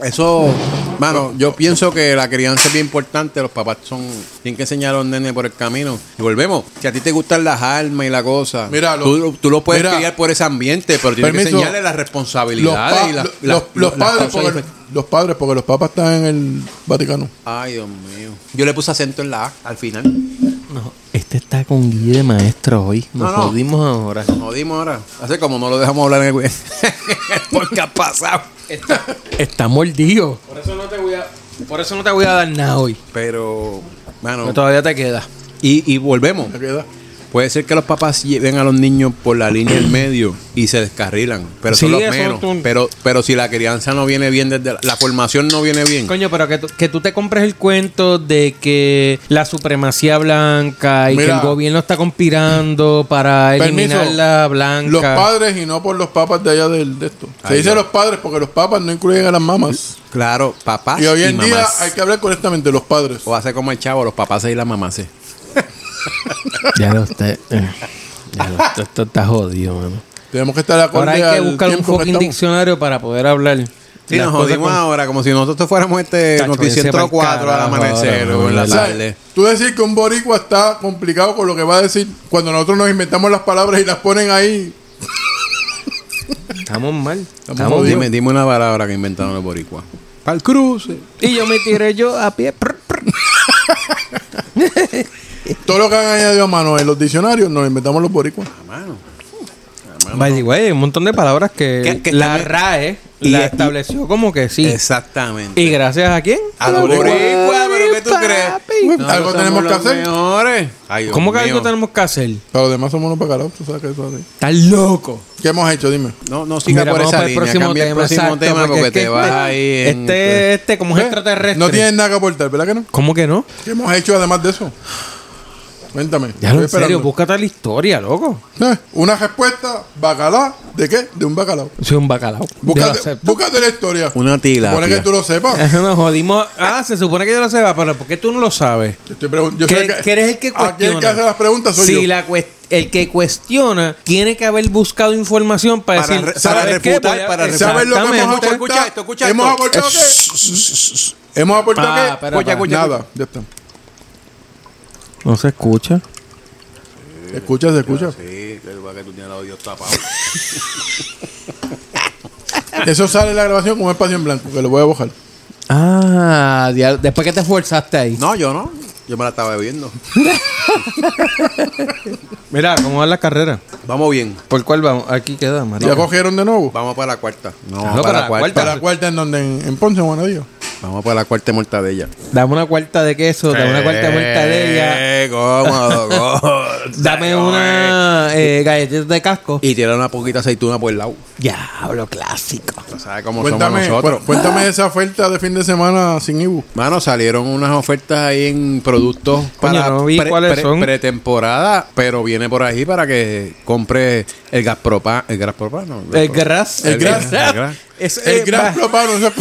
Speaker 3: Eso, mano, yo pienso que la crianza es bien importante. Los papás son, tienen que enseñar a los nenes por el camino. Y volvemos. Si a ti te gustan las armas y la cosa,
Speaker 2: Mira,
Speaker 3: tú,
Speaker 2: lo-
Speaker 3: tú lo puedes
Speaker 2: mira.
Speaker 3: criar por ese ambiente, pero tienes que
Speaker 2: Permiso.
Speaker 3: enseñarle las
Speaker 2: Los,
Speaker 3: responsabilidades
Speaker 2: pa-
Speaker 3: y las,
Speaker 2: los-
Speaker 3: las-
Speaker 2: los
Speaker 3: las
Speaker 2: padres,
Speaker 3: cosas
Speaker 2: porque,
Speaker 3: diferentes.
Speaker 2: los padres, porque los papas están en el Vaticano.
Speaker 3: Ay, Dios mío. Yo le puse acento en la A al final.
Speaker 1: No, este está con guía de maestro hoy. Nos
Speaker 3: No, no.
Speaker 1: jodimos ahora.
Speaker 3: Jodimos ahora. Hace como no lo dejamos hablar en el [laughs] porque ha pasado.
Speaker 1: Está mordido. Por eso no te voy a, por eso no te voy a dar nada hoy.
Speaker 3: Pero, mano.
Speaker 1: Todavía te queda.
Speaker 3: Y, y volvemos.
Speaker 2: ¿Qué edad?
Speaker 3: Puede ser que los papás lleven a los niños por la línea del medio y se descarrilan, pero
Speaker 1: Sí,
Speaker 3: son los
Speaker 1: eso es
Speaker 3: menos.
Speaker 1: un-
Speaker 3: Pero, pero si la crianza no viene bien, desde la, la formación no viene bien.
Speaker 1: Coño, pero que, tú- que tú te compres el cuento de que la supremacía blanca y que
Speaker 2: Mira.
Speaker 1: el gobierno está conspirando para eliminar
Speaker 2: Permiso.
Speaker 1: la blanca.
Speaker 2: Los padres y no por los papas de allá del, de esto. Se
Speaker 3: Ay,
Speaker 2: dice
Speaker 3: Dios.
Speaker 2: los padres porque los papas no incluyen a las mamas.
Speaker 3: Claro, papás
Speaker 2: Y
Speaker 3: y,
Speaker 2: hoy en día
Speaker 3: mamás.
Speaker 2: hay que hablar correctamente los padres.
Speaker 3: O hace como el chavo, los papás y las mamás. sí.
Speaker 1: Ya lo usted. eh, Ya lo, esto, esto está jodido, mano.
Speaker 2: Tenemos que estar
Speaker 1: Ahora
Speaker 2: acorde
Speaker 1: hay que
Speaker 2: al
Speaker 1: buscar un
Speaker 2: tiempo que
Speaker 1: fucking
Speaker 2: estamos.
Speaker 1: diccionario para poder hablar.
Speaker 3: Sí,
Speaker 1: las
Speaker 3: nos
Speaker 1: cosas
Speaker 3: jodimos
Speaker 1: como-
Speaker 3: ahora, como si nosotros fuéramos este
Speaker 1: Chacho,
Speaker 3: noticiero
Speaker 1: váyanse pa'l
Speaker 3: 4 al
Speaker 1: carajo
Speaker 3: amanecer
Speaker 1: ahora,
Speaker 3: o en la
Speaker 2: O sea,
Speaker 3: tarde.
Speaker 2: tú decir que un boricua está complicado con lo que va a decir cuando nosotros nos inventamos las palabras y las ponen ahí.
Speaker 1: Estamos mal.
Speaker 2: jodidos.
Speaker 1: Estamos
Speaker 3: Dime, dime una palabra que inventaron los boricuas. Pa'l cruce.
Speaker 1: y yo me tiré yo a pie. Prr, prr.
Speaker 2: Todo lo que han añadido a mano en los diccionarios nos lo inventamos los boricuas.
Speaker 3: Ah, mano.
Speaker 1: By the way, hay un montón de palabras que,
Speaker 3: Que- que
Speaker 1: la
Speaker 3: están-
Speaker 1: RAE
Speaker 3: y-
Speaker 1: la
Speaker 3: y-
Speaker 1: estableció como que sí.
Speaker 3: Exactamente.
Speaker 1: ¿Y gracias a quién?
Speaker 3: A los boricuas, pero ¿qué tú
Speaker 1: Papi.
Speaker 3: crees?
Speaker 2: Algo tenemos que hacer.
Speaker 1: ¿Cómo que algo tenemos que hacer?
Speaker 2: Pero los demás somos unos bacalaos, tú sabes que eso es así.
Speaker 1: Estás loco.
Speaker 2: ¿Qué hemos hecho? Dime.
Speaker 3: No, no siga
Speaker 1: Mira,
Speaker 3: por
Speaker 1: vamos
Speaker 3: esa
Speaker 1: para
Speaker 3: línea. Cambia el próximo
Speaker 1: exacto,
Speaker 3: tema porque,
Speaker 1: es
Speaker 3: te
Speaker 1: que
Speaker 3: vas
Speaker 1: este-
Speaker 3: ahí en... pues,
Speaker 1: Este, este, como es
Speaker 2: ¿Eh?
Speaker 1: extraterrestre.
Speaker 2: No tienes nada que aportar, ¿verdad que no?
Speaker 1: ¿Cómo que no?
Speaker 2: ¿Qué hemos hecho además de eso? Cuéntame.
Speaker 1: Ya lo en
Speaker 2: Estoy
Speaker 1: serio,
Speaker 2: esperando.
Speaker 1: búscate la historia, loco.
Speaker 2: Eh, Una respuesta, bacalao. ¿De qué? De un bacalao.
Speaker 1: Soy un bacalao. Yo lo
Speaker 2: Búscate,
Speaker 1: acepto. Eh.
Speaker 2: búscate la historia.
Speaker 3: Una tila.
Speaker 2: Supone que tú lo sepas.
Speaker 1: [laughs] Nos jodimos. Ah, se supone que yo lo sé, pero ¿por qué tú no lo sabes?
Speaker 2: Yo estoy pregun- yo sé
Speaker 1: que, que eres el que cuestiona.
Speaker 2: Aquí el que hace las preguntas soy
Speaker 1: si
Speaker 2: yo.
Speaker 1: La cues- el que cuestiona tiene que haber buscado información para,
Speaker 3: Para
Speaker 1: decir,
Speaker 3: re- para
Speaker 1: ¿sabes qué?
Speaker 3: refutar,
Speaker 1: Voy a-
Speaker 3: para refutar.
Speaker 2: ¿Sabes lo que hemos
Speaker 1: Exactamente.
Speaker 2: aportado?
Speaker 3: Escucha esto, escucha
Speaker 2: ¿Hemos
Speaker 3: esto.
Speaker 2: aportado qué? ¿Hemos aportado
Speaker 1: Ah,
Speaker 2: qué?
Speaker 1: espera,
Speaker 2: Escucha,
Speaker 1: espera.
Speaker 2: escucha, Nada, ya está.
Speaker 1: No se escucha.
Speaker 2: Escucha, se escucha.
Speaker 3: Sí, que tú tienes los oídos tapados.
Speaker 2: Eso sale en la grabación con un espacio en blanco, que lo voy a bajar.
Speaker 1: Ah, dia- después que te esforzaste ahí.
Speaker 3: No, yo no. Yo me la estaba bebiendo.
Speaker 1: Mira, ¿cómo va la carrera?
Speaker 3: Vamos bien.
Speaker 1: ¿Por cuál vamos? Aquí queda, María.
Speaker 2: ¿Ya cogieron de nuevo?
Speaker 3: Vamos para la cuarta. No,
Speaker 1: para la cuarta.
Speaker 2: Para la cuarta en donde, en, en Ponce, en Juanadillo.
Speaker 3: Vamos para la cuarta mortadella.
Speaker 1: Dame una cuarta de queso, dame una cuarta de mortadella,
Speaker 3: Eh, cómodo,
Speaker 1: [laughs]
Speaker 3: cómodo.
Speaker 1: dame una eh, galletita de casco.
Speaker 3: Y tira una poquita aceituna por el lado.
Speaker 1: Diablo clásico.
Speaker 3: Tú sabes cómo
Speaker 2: Cuéntame,
Speaker 3: somos nosotros.
Speaker 2: cu- cuéntame esa oferta de fin de semana sin Ibu.
Speaker 3: Mano, salieron unas ofertas ahí en productos para
Speaker 1: no vi cuáles son.
Speaker 3: pretemporada, pero viene por ahí para que compre el gas propano. El gas propano.
Speaker 1: El gras.
Speaker 2: El gras.
Speaker 1: Es,
Speaker 2: El
Speaker 1: eh,
Speaker 2: gran
Speaker 1: va-
Speaker 2: propano. ese-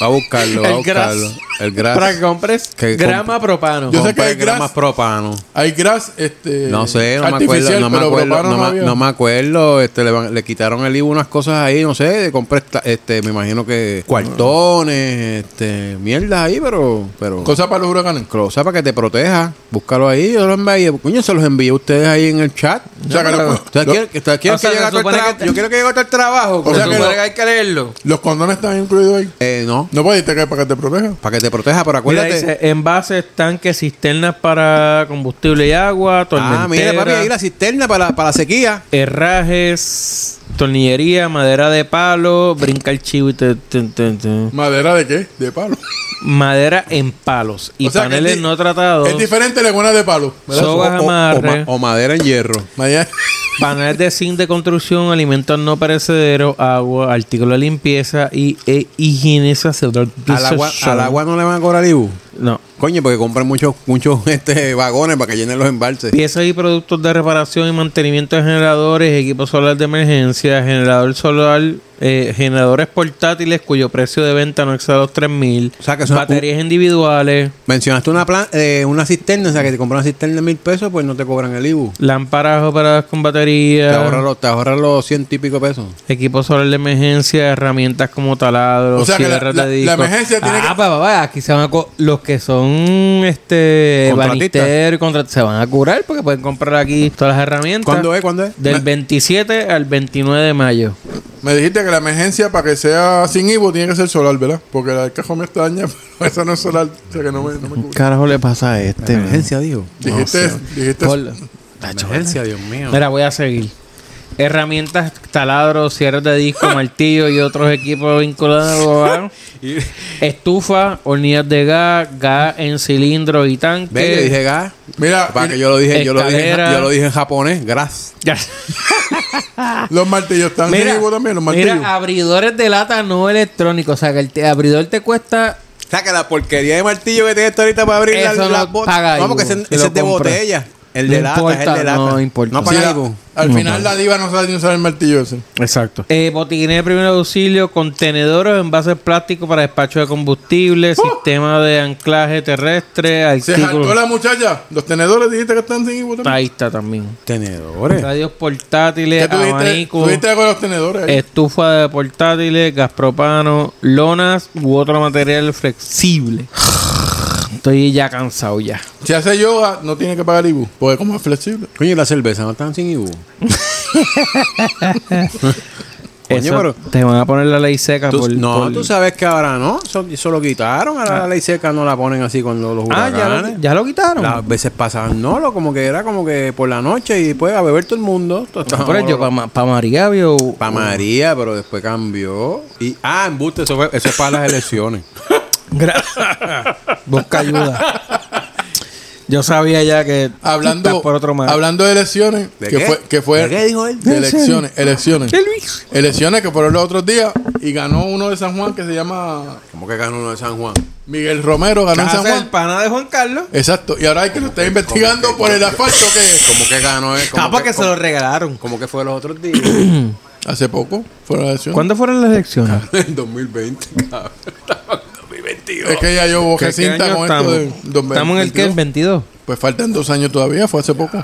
Speaker 3: Va
Speaker 2: [laughs]
Speaker 3: a buscarlo, va a
Speaker 1: El gras.
Speaker 3: buscarlo. El gras.
Speaker 1: Para que compres
Speaker 3: Que
Speaker 1: grama propano.
Speaker 2: Yo sé
Speaker 3: Compre
Speaker 2: que hay
Speaker 3: gramas
Speaker 2: gras.
Speaker 3: propano.
Speaker 2: Hay gras, este.
Speaker 3: No sé, no
Speaker 2: artificial,
Speaker 3: me acuerdo, no me
Speaker 2: pero
Speaker 3: acuerdo,
Speaker 2: propano
Speaker 3: no, me-
Speaker 2: había.
Speaker 3: no me acuerdo, este, le, van- le quitaron el IVA unas cosas ahí, no sé, compré, esta- este, me imagino que cuartones, este, mierdas ahí, pero, pero,
Speaker 2: Cosa para los huracanes.
Speaker 3: Closa para que te proteja. Búscalo ahí. Yo los envié. Coño, se los envié a ustedes ahí en el chat.
Speaker 2: O sea, que
Speaker 1: No,
Speaker 2: lo-
Speaker 1: pero-
Speaker 3: Ustedes
Speaker 2: lo-
Speaker 3: quieren- ustedes quieren
Speaker 1: O sea,
Speaker 3: que
Speaker 1: se
Speaker 3: llegue a todo el
Speaker 1: supone
Speaker 3: tra-
Speaker 1: que te-
Speaker 3: Yo quiero que llegue a todo el trabajo.
Speaker 2: O sea
Speaker 1: Se
Speaker 2: que
Speaker 1: supone
Speaker 2: lo-
Speaker 1: que hay que leerlo.
Speaker 2: los condones están incluidos ahí.
Speaker 3: Eh, no.
Speaker 2: No puedes irte que para que te proteja.
Speaker 3: Para que te proteja, pero
Speaker 1: Mira,
Speaker 3: acuérdate.
Speaker 1: dice, envases, tanques, cisternas para combustible y agua,
Speaker 3: ah, mira, papi, ahí la
Speaker 1: tormenteras,
Speaker 3: cisterna para la, para la sequía.
Speaker 1: herrajes, tornillería, madera de palo, brinca el chivo y te- te- te- te-
Speaker 2: ¿Madera de qué? De palo.
Speaker 1: madera en palos y
Speaker 2: O sea, que
Speaker 1: paneles
Speaker 2: es di-
Speaker 1: no tratados,
Speaker 2: Es diferente la buena de palo. ¿verdad?
Speaker 1: So- Sogas,
Speaker 3: O- o- o,
Speaker 1: amarre.
Speaker 3: ma- o madera en hierro.
Speaker 2: Madera-
Speaker 1: paneles de zinc de construcción, alimentos no perecederos, agua, artículos de limpieza y e, higienización.
Speaker 3: Al agua, al agua no le van a cobrar IBU.
Speaker 1: No.
Speaker 3: Coño, porque compran muchos muchos [laughs] este, vagones para que llenen los embalses.
Speaker 1: Piezas y productos de reparación y mantenimiento de generadores, equipo solar de emergencia, generador solar eh, generadores portátiles cuyo precio de venta no excede los 3.000,
Speaker 3: O sea, que son-
Speaker 1: baterías individuales,
Speaker 3: Mencionaste una, plan- eh, una cisterna, o sea, que te compras una cisterna de mil pesos, pues no te cobran el IBU.
Speaker 1: lámparas operadas con
Speaker 3: Te ahorras
Speaker 1: batería,
Speaker 3: los, te ahorras los ciento y pico pesos.
Speaker 1: equipo solar de emergencia, herramientas como taladros,
Speaker 2: O sea, que la-
Speaker 1: sierras
Speaker 2: la-
Speaker 1: de
Speaker 2: la
Speaker 1: disco.
Speaker 2: emergencia tiene
Speaker 1: ah,
Speaker 2: que-
Speaker 1: pa, pa, pa, aquí se van a co- los que son este
Speaker 3: Contratistas.
Speaker 1: banisteros y contrat- se van a curar porque pueden comprar aquí todas las herramientas.
Speaker 3: ¿Cuándo es? ¿Cuándo es?
Speaker 1: Del
Speaker 3: Me-
Speaker 1: 27 al 29 de mayo.
Speaker 2: Me dijiste que la emergencia para que sea sin Ivo tiene que ser solar, ¿verdad? Porque la del cajón me extraña, [laughs] pero esa no es solar, o sea que no me, no me cubre.
Speaker 1: carajo le pasa a este?
Speaker 3: Emergencia, digo.
Speaker 2: Dijiste, dijiste
Speaker 3: Emergencia, Dios mío.
Speaker 1: Mira, voy a seguir. Herramientas, taladros, cierres de disco, martillo y otros equipos vinculados. a- Estufa, hornillas de gas, gas en cilindro y tanque.
Speaker 3: Ve, yo dije gas.
Speaker 2: Mira,
Speaker 3: Para
Speaker 2: y-
Speaker 3: que yo lo dije, yo lo dije, en ja-
Speaker 1: Escalera.
Speaker 3: yo lo dije en japonés, gas.
Speaker 1: Ya.
Speaker 2: los martillos están sin
Speaker 1: Mira, ah,
Speaker 2: Ivo también, los martillos.
Speaker 1: mira, abridores de lata no electrónicos. O sea, que el te- abridor te cuesta
Speaker 3: Saca la porquería de martillo que tienes tú ahorita para abrir
Speaker 1: Eso
Speaker 3: las
Speaker 1: no
Speaker 3: las botas.
Speaker 1: paga
Speaker 3: no, porque
Speaker 1: IVU,
Speaker 3: ese,
Speaker 1: si
Speaker 3: ese
Speaker 1: lo
Speaker 3: es de
Speaker 1: compras.
Speaker 3: botella. El
Speaker 1: No
Speaker 3: de lata, es el
Speaker 1: importa,
Speaker 3: de lata.
Speaker 1: no importa.
Speaker 3: No
Speaker 2: Sí,
Speaker 3: paga
Speaker 2: la-
Speaker 3: IVU.
Speaker 2: al final la diva no sabe ni usar el martillo ese.
Speaker 1: Exacto. Eh, botines de primer auxilio, contenedores, envases plásticos para despacho de combustible, sistema de anclaje terrestre,
Speaker 2: Se jaltó
Speaker 1: artículos.
Speaker 2: la muchacha. Los tenedores dijiste que están sin Ivo también.
Speaker 1: Ahí está también.
Speaker 3: Tenedores.
Speaker 1: Radios
Speaker 2: ¿Qué
Speaker 1: portátiles,
Speaker 2: tú dijiste? ¿Tú
Speaker 1: abanicos,
Speaker 2: dijiste algo de los tenedores? ahí?
Speaker 1: estufa de portátiles, gas propano, lonas u otro material flexible. Estoy ya cansado ya.
Speaker 2: Si hace yoga, no tiene que pagar Ivo, porque como es flexible.
Speaker 3: Coño, ¿y la cerveza no están sin IBU. Coño,
Speaker 1: Eso,
Speaker 3: pero-
Speaker 1: te van a poner la ley seca
Speaker 3: Tú-
Speaker 1: Ah, por,
Speaker 3: no,
Speaker 1: por-
Speaker 3: tú sabes que ahora no. Eso, eso lo quitaron. Ahora la ley seca no la ponen así cuando los
Speaker 1: Ah,
Speaker 3: huracanes.
Speaker 1: ya lo, ya lo quitaron. Ah,
Speaker 3: Las veces pasaban, no, lo, como que era como que por la noche y después a beber todo el mundo. Todo
Speaker 1: No,
Speaker 3: estaba
Speaker 1: pero yo
Speaker 3: molo-
Speaker 1: para María vio.
Speaker 3: pa' María, pero después cambió. Y, ah, embuste, eso, fue- eso es para las
Speaker 2: [laughs]
Speaker 3: elecciones.
Speaker 1: Gra- Busca ayuda. Yo sabía ya que
Speaker 2: Hablando,
Speaker 1: estás por otro mar.
Speaker 2: hablando de elecciones,
Speaker 3: ¿De
Speaker 2: que
Speaker 3: qué?
Speaker 2: fue, que fue
Speaker 3: ¿De qué dijo él?
Speaker 2: de elecciones, elecciones.
Speaker 1: ¿Qué, Luis?
Speaker 2: Elecciones que fueron los otros días y ganó uno de San Juan que se llama
Speaker 3: como que ganó uno de San Juan?
Speaker 2: Miguel Romero, ganó en San Juan.
Speaker 1: pana de Juan Carlos.
Speaker 2: Exacto, y ahora hay que lo está investigando por el asfalto que
Speaker 3: Como que ganó él. Como,
Speaker 1: Ah, porque
Speaker 3: que,
Speaker 1: se
Speaker 3: como,
Speaker 1: lo regalaron.
Speaker 3: como que fue los otros días.
Speaker 2: hace poco fueron las elecciones.
Speaker 1: ¿Cuándo fueron las elecciones?
Speaker 3: en 2020, cabrón. Estaba en 2022.
Speaker 2: Es que ya yo
Speaker 1: ¿Qué-
Speaker 2: bojé
Speaker 1: qué
Speaker 2: cinta
Speaker 1: año
Speaker 2: con esto
Speaker 1: estamos?
Speaker 2: de
Speaker 1: ¿Estamos en el qué?
Speaker 2: 2022.
Speaker 1: 22.
Speaker 2: Pues faltan dos años todavía, fue hace poco.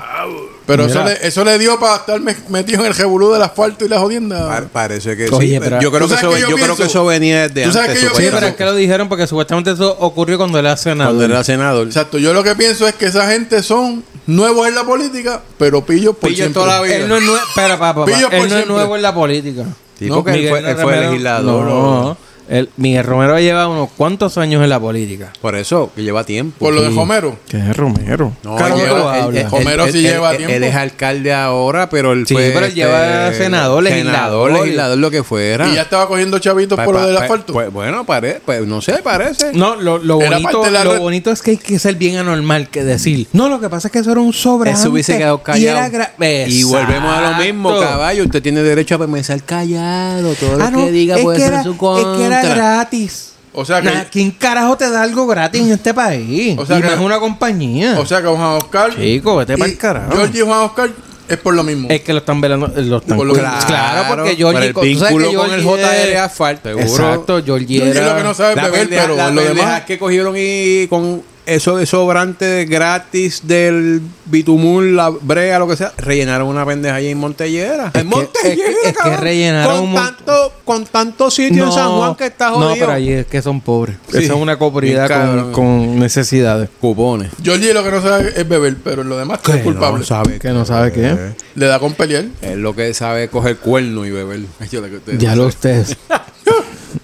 Speaker 2: Pero eso
Speaker 1: Mira.
Speaker 2: le, eso le dio para estar me- metido en el jebulú del asfalto y la jodienda.
Speaker 3: [coughs] Pa- Parece que
Speaker 1: Oye,
Speaker 3: sí.
Speaker 1: pero-
Speaker 3: Yo, creo
Speaker 2: ¿Tú sabes
Speaker 3: que eso,
Speaker 2: qué yo
Speaker 3: yo creo que
Speaker 2: pienso?
Speaker 3: eso venía desde
Speaker 2: ¿Tú
Speaker 3: antes.
Speaker 2: sabes qué yo
Speaker 1: Sí,
Speaker 2: pienso?
Speaker 1: pero es
Speaker 3: supuestamente.
Speaker 1: que lo dijeron porque supuestamente eso ocurrió cuando él era senador.
Speaker 3: Cuando era senador.
Speaker 2: Exacto, yo lo que pienso es que esa gente son nuevos en la política, pero pillos por
Speaker 3: Pillos
Speaker 2: siempre.
Speaker 3: toda la vida.
Speaker 1: Él no es, nue- espera, pa, pa, pa.
Speaker 2: Pillo por
Speaker 1: Él no es
Speaker 2: siempre.
Speaker 1: nuevo en la política.
Speaker 3: Sí, porque él
Speaker 1: Miguel
Speaker 3: fue- él fue
Speaker 1: Romero-
Speaker 3: legislador.
Speaker 1: No, él- Miguel Romero lleva unos cuantos años en la política.
Speaker 3: Por eso, que lleva tiempo.
Speaker 2: Por lo de Homero.
Speaker 1: ¿Qué es Romero?
Speaker 3: No,
Speaker 2: Claro,
Speaker 3: él
Speaker 2: tú
Speaker 3: lleva- él-
Speaker 1: hablas.
Speaker 3: él-
Speaker 2: Homero
Speaker 3: él-
Speaker 2: sí
Speaker 3: él-
Speaker 2: lleva
Speaker 3: él-
Speaker 2: tiempo.
Speaker 3: Él es alcalde ahora, pero él
Speaker 1: Sí,
Speaker 3: fue. este,
Speaker 1: pero él lleva senador,
Speaker 3: Senador,
Speaker 1: legislador.
Speaker 3: legislador, lo que
Speaker 1: Ah.
Speaker 3: fuera.
Speaker 2: Y ya estaba cogiendo chavitos
Speaker 3: Pa-
Speaker 2: por lo
Speaker 3: pa-
Speaker 2: del
Speaker 3: pa-
Speaker 2: asfalto.
Speaker 3: pues, bueno, parece. Pues, no sé, parece.
Speaker 1: No, lo, lo
Speaker 2: Era parte
Speaker 1: bonito,
Speaker 2: de la
Speaker 1: lo
Speaker 2: red.
Speaker 1: bonito es que hay que ser bien anormal que decir. No, lo que pasa es que eso era un sobrante.
Speaker 3: Eso hubiese quedado
Speaker 1: y era
Speaker 3: callado.
Speaker 1: gra-
Speaker 3: Y volvemos a lo mismo,
Speaker 1: Exacto.
Speaker 3: caballo. Usted tiene derecho a permanecer callado. Todo
Speaker 1: Ah,
Speaker 3: lo
Speaker 1: no,
Speaker 3: que diga
Speaker 1: es
Speaker 3: puede
Speaker 1: que
Speaker 3: ser
Speaker 1: era-
Speaker 3: su contra.
Speaker 1: Es que era gratis.
Speaker 2: O sea que-
Speaker 1: Nah, ¿Quién carajo te da algo gratis en este país?
Speaker 2: O sea
Speaker 1: y
Speaker 2: que-
Speaker 1: más una compañía.
Speaker 2: O sea que Juan Oscar.
Speaker 1: Chico, vete
Speaker 2: y
Speaker 1: pa'l carajo.
Speaker 2: Georgie y Juan Oscar es por lo mismo.
Speaker 1: es que lo están velando. eh, Lo están
Speaker 2: Por lo-
Speaker 1: claro, porque
Speaker 3: por
Speaker 1: Georgie.
Speaker 3: el
Speaker 1: tú sabes que
Speaker 3: vínculo con el
Speaker 1: Georgie
Speaker 3: JR
Speaker 1: es-
Speaker 3: asfalto. seguro.
Speaker 1: Exacto, Georgie
Speaker 2: Georgie
Speaker 1: era.
Speaker 2: lo que no sabe es
Speaker 3: La
Speaker 2: beber,
Speaker 3: pendeja-
Speaker 2: pero
Speaker 3: la
Speaker 2: en lo
Speaker 3: pendeja
Speaker 2: demás.
Speaker 3: que cogieron y con eso de sobrante gratis del bitumul, la brea, lo que sea, rellenaron una pendeja allí en Montellera.
Speaker 1: Es
Speaker 3: en
Speaker 1: que-
Speaker 3: Montellera,
Speaker 1: es que- es que
Speaker 3: cabrón.
Speaker 1: rellenaron
Speaker 3: con
Speaker 1: un mon-
Speaker 3: tanto, con tanto sitio en San Juan que está jodido.
Speaker 1: No, pero ahí es que son pobres.
Speaker 3: Sí.
Speaker 1: Esa es una comunidad
Speaker 3: Bien
Speaker 1: con,
Speaker 3: cabrón.
Speaker 1: con necesidades.
Speaker 3: Cupones.
Speaker 2: Georgie lo que no sabe es beber, pero en lo demás es culpable.
Speaker 3: No sabe
Speaker 1: Que no sabe qué.
Speaker 3: Eh.
Speaker 2: Le da con pelear.
Speaker 3: Es lo que sabe es coger cuerno y beber. [laughs] Yo le-
Speaker 1: Ya lo
Speaker 3: [laughs]
Speaker 1: ustedes.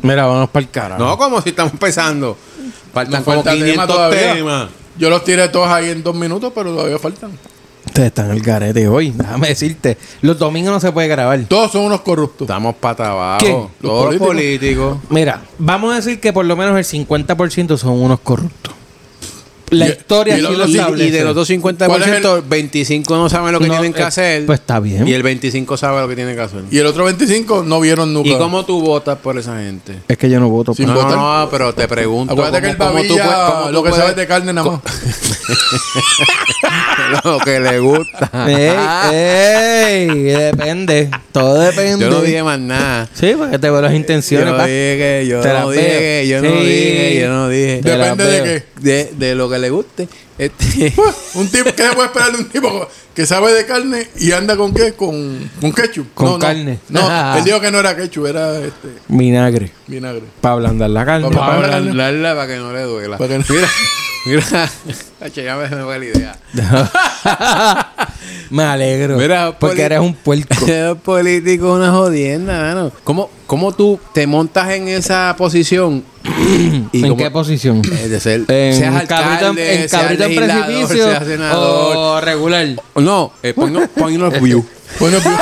Speaker 1: Mira, vamos para el carajo.
Speaker 3: No, como si estamos empezando. Faltan
Speaker 2: Nos
Speaker 3: como
Speaker 2: falta tema
Speaker 3: 500
Speaker 2: todavía.
Speaker 3: temas.
Speaker 2: Yo los tiré todos ahí en dos minutos, pero todavía faltan.
Speaker 1: Ustedes están al garete hoy. Déjame decirte. Los domingos no se puede grabar.
Speaker 2: Todos son unos corruptos.
Speaker 3: Estamos para abajo.
Speaker 1: ¿Quién?
Speaker 3: Todos los políticos.
Speaker 1: Mira, vamos a decir que por lo menos el 50% son unos corruptos. la
Speaker 2: Y-
Speaker 1: historia
Speaker 2: y
Speaker 1: aquí
Speaker 2: los-
Speaker 1: lo
Speaker 2: y- y
Speaker 1: establece.
Speaker 3: Y de los dos 50%,
Speaker 2: ¿Cuál es el-
Speaker 3: 25 no saben lo que
Speaker 1: No,
Speaker 3: tienen que
Speaker 1: eh,
Speaker 3: hacer.
Speaker 1: pues está bien.
Speaker 3: Y el 25 sabe lo que tienen que hacer.
Speaker 2: Y el otro 25 no vieron nunca.
Speaker 3: ¿Y cómo tú votas por esa gente?
Speaker 1: Es que yo no voto.
Speaker 2: Sí,
Speaker 1: por-
Speaker 3: No,
Speaker 2: votar?
Speaker 3: no, no, pero te pregunto.
Speaker 2: Acuérdate que el babilla lo que sabe es de carne nada más. [laughs]
Speaker 3: carne. [laughs] lo que le gusta.
Speaker 1: [laughs] Ey, ey, depende. Todo depende.
Speaker 3: Yo no dije más nada.
Speaker 1: Sí, porque te veo las
Speaker 3: Yo
Speaker 1: intenciones.
Speaker 3: no
Speaker 1: pa.
Speaker 3: dije, yo
Speaker 1: Te
Speaker 3: no
Speaker 1: las veo.
Speaker 3: dije, yo no
Speaker 1: Sí.
Speaker 3: dije, yo no
Speaker 1: Te
Speaker 3: dije.
Speaker 1: la
Speaker 2: Depende de
Speaker 1: veo.
Speaker 2: qué.
Speaker 3: De, de lo que le guste. [laughs] Este,
Speaker 2: Un tipo, ¿qué puede esperar de un tipo que sabe de carne y anda con qué? Con, con ketchup.
Speaker 1: Con
Speaker 2: No, no.
Speaker 1: carne.
Speaker 2: No, él dijo que no era ketchup, era este
Speaker 1: Vinagre.
Speaker 2: vinagre.
Speaker 1: Para ablandar la carne.
Speaker 2: Pa'
Speaker 3: para
Speaker 2: hablarle.
Speaker 3: hablarla para que no le duela. [laughs]
Speaker 2: Para que no- [laughs]
Speaker 3: Mira, mira. Cacho, ya me, me fue la [laughs] idea.
Speaker 1: [laughs] Me alegro.
Speaker 3: Mira,
Speaker 1: porque
Speaker 3: Poli-
Speaker 1: eres un puerco.
Speaker 3: Ser político es una jodienda, mano. ¿Cómo, ¿Cómo tú te montas en esa posición? [laughs] [clears throat] y
Speaker 1: ¿En
Speaker 3: cómo-
Speaker 1: qué posición?
Speaker 3: Eh, de ser- seas
Speaker 1: En cabrito en,
Speaker 3: alcalde,
Speaker 1: en
Speaker 3: seas
Speaker 1: cabrito en
Speaker 3: legislador,
Speaker 1: precipicio
Speaker 3: seas senador.
Speaker 1: o regular.
Speaker 3: No, eh, ponnos, ponnos view.
Speaker 2: Bueno, pues,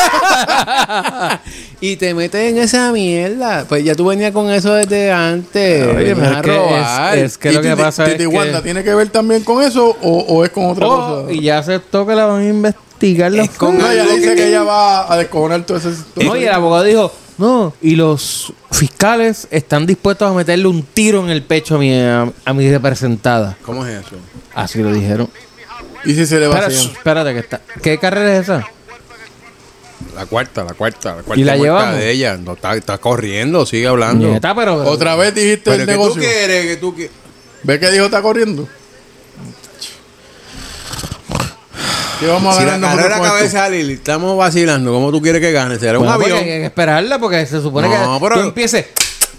Speaker 3: [laughs] Y te metes en esa mierda. Pues ya tú venías con eso desde antes.
Speaker 1: Oye,
Speaker 3: Venías
Speaker 1: pero
Speaker 3: a
Speaker 1: es que
Speaker 3: robar.
Speaker 1: es- es que-
Speaker 2: ¿y
Speaker 1: lo
Speaker 2: Titi-
Speaker 1: pasa
Speaker 2: Titi
Speaker 1: es que-
Speaker 2: Wanda tiene que ver también con eso o, o es con otra
Speaker 1: Oh,
Speaker 2: cosa?
Speaker 1: y ya aceptó que la van a investigar. la
Speaker 3: Es con-
Speaker 2: No, ella
Speaker 3: algo
Speaker 2: dice
Speaker 3: que-
Speaker 2: que ella va a descojonar todo ese... todo
Speaker 1: No,
Speaker 2: ese-
Speaker 1: y el abogado dijo, no, y los fiscales están dispuestos a meterle un tiro en el pecho a mi, a, a mi representada.
Speaker 3: ¿Cómo es eso?
Speaker 1: Así lo dijeron.
Speaker 2: y si se le va
Speaker 1: Espera,
Speaker 2: haciendo.
Speaker 1: espérate, que está. ¿Qué carrera es esa?
Speaker 3: La cuarta, la cuarta, la cuarta
Speaker 1: ¿Y la
Speaker 3: vuelta
Speaker 1: llevamos?
Speaker 3: de ella. No, está, está corriendo, sigue hablando.
Speaker 1: Nieta, pero.
Speaker 2: Otra vez dijiste
Speaker 3: Pero
Speaker 2: el
Speaker 3: que tú
Speaker 2: negocio.
Speaker 3: quieres, que tú quieres.
Speaker 2: ¿Ves que dijo está corriendo? ¿Qué vamos a
Speaker 3: Si la
Speaker 2: ganar nosotros
Speaker 3: carrera
Speaker 2: con
Speaker 3: acaba de
Speaker 2: esto?
Speaker 3: salir y estamos vacilando, ¿cómo tú quieres que gane? ¿Será un
Speaker 1: Bueno, porque
Speaker 3: avión?
Speaker 1: Hay que esperarla porque se supone
Speaker 3: No,
Speaker 1: que
Speaker 3: pero-
Speaker 1: tú empieces.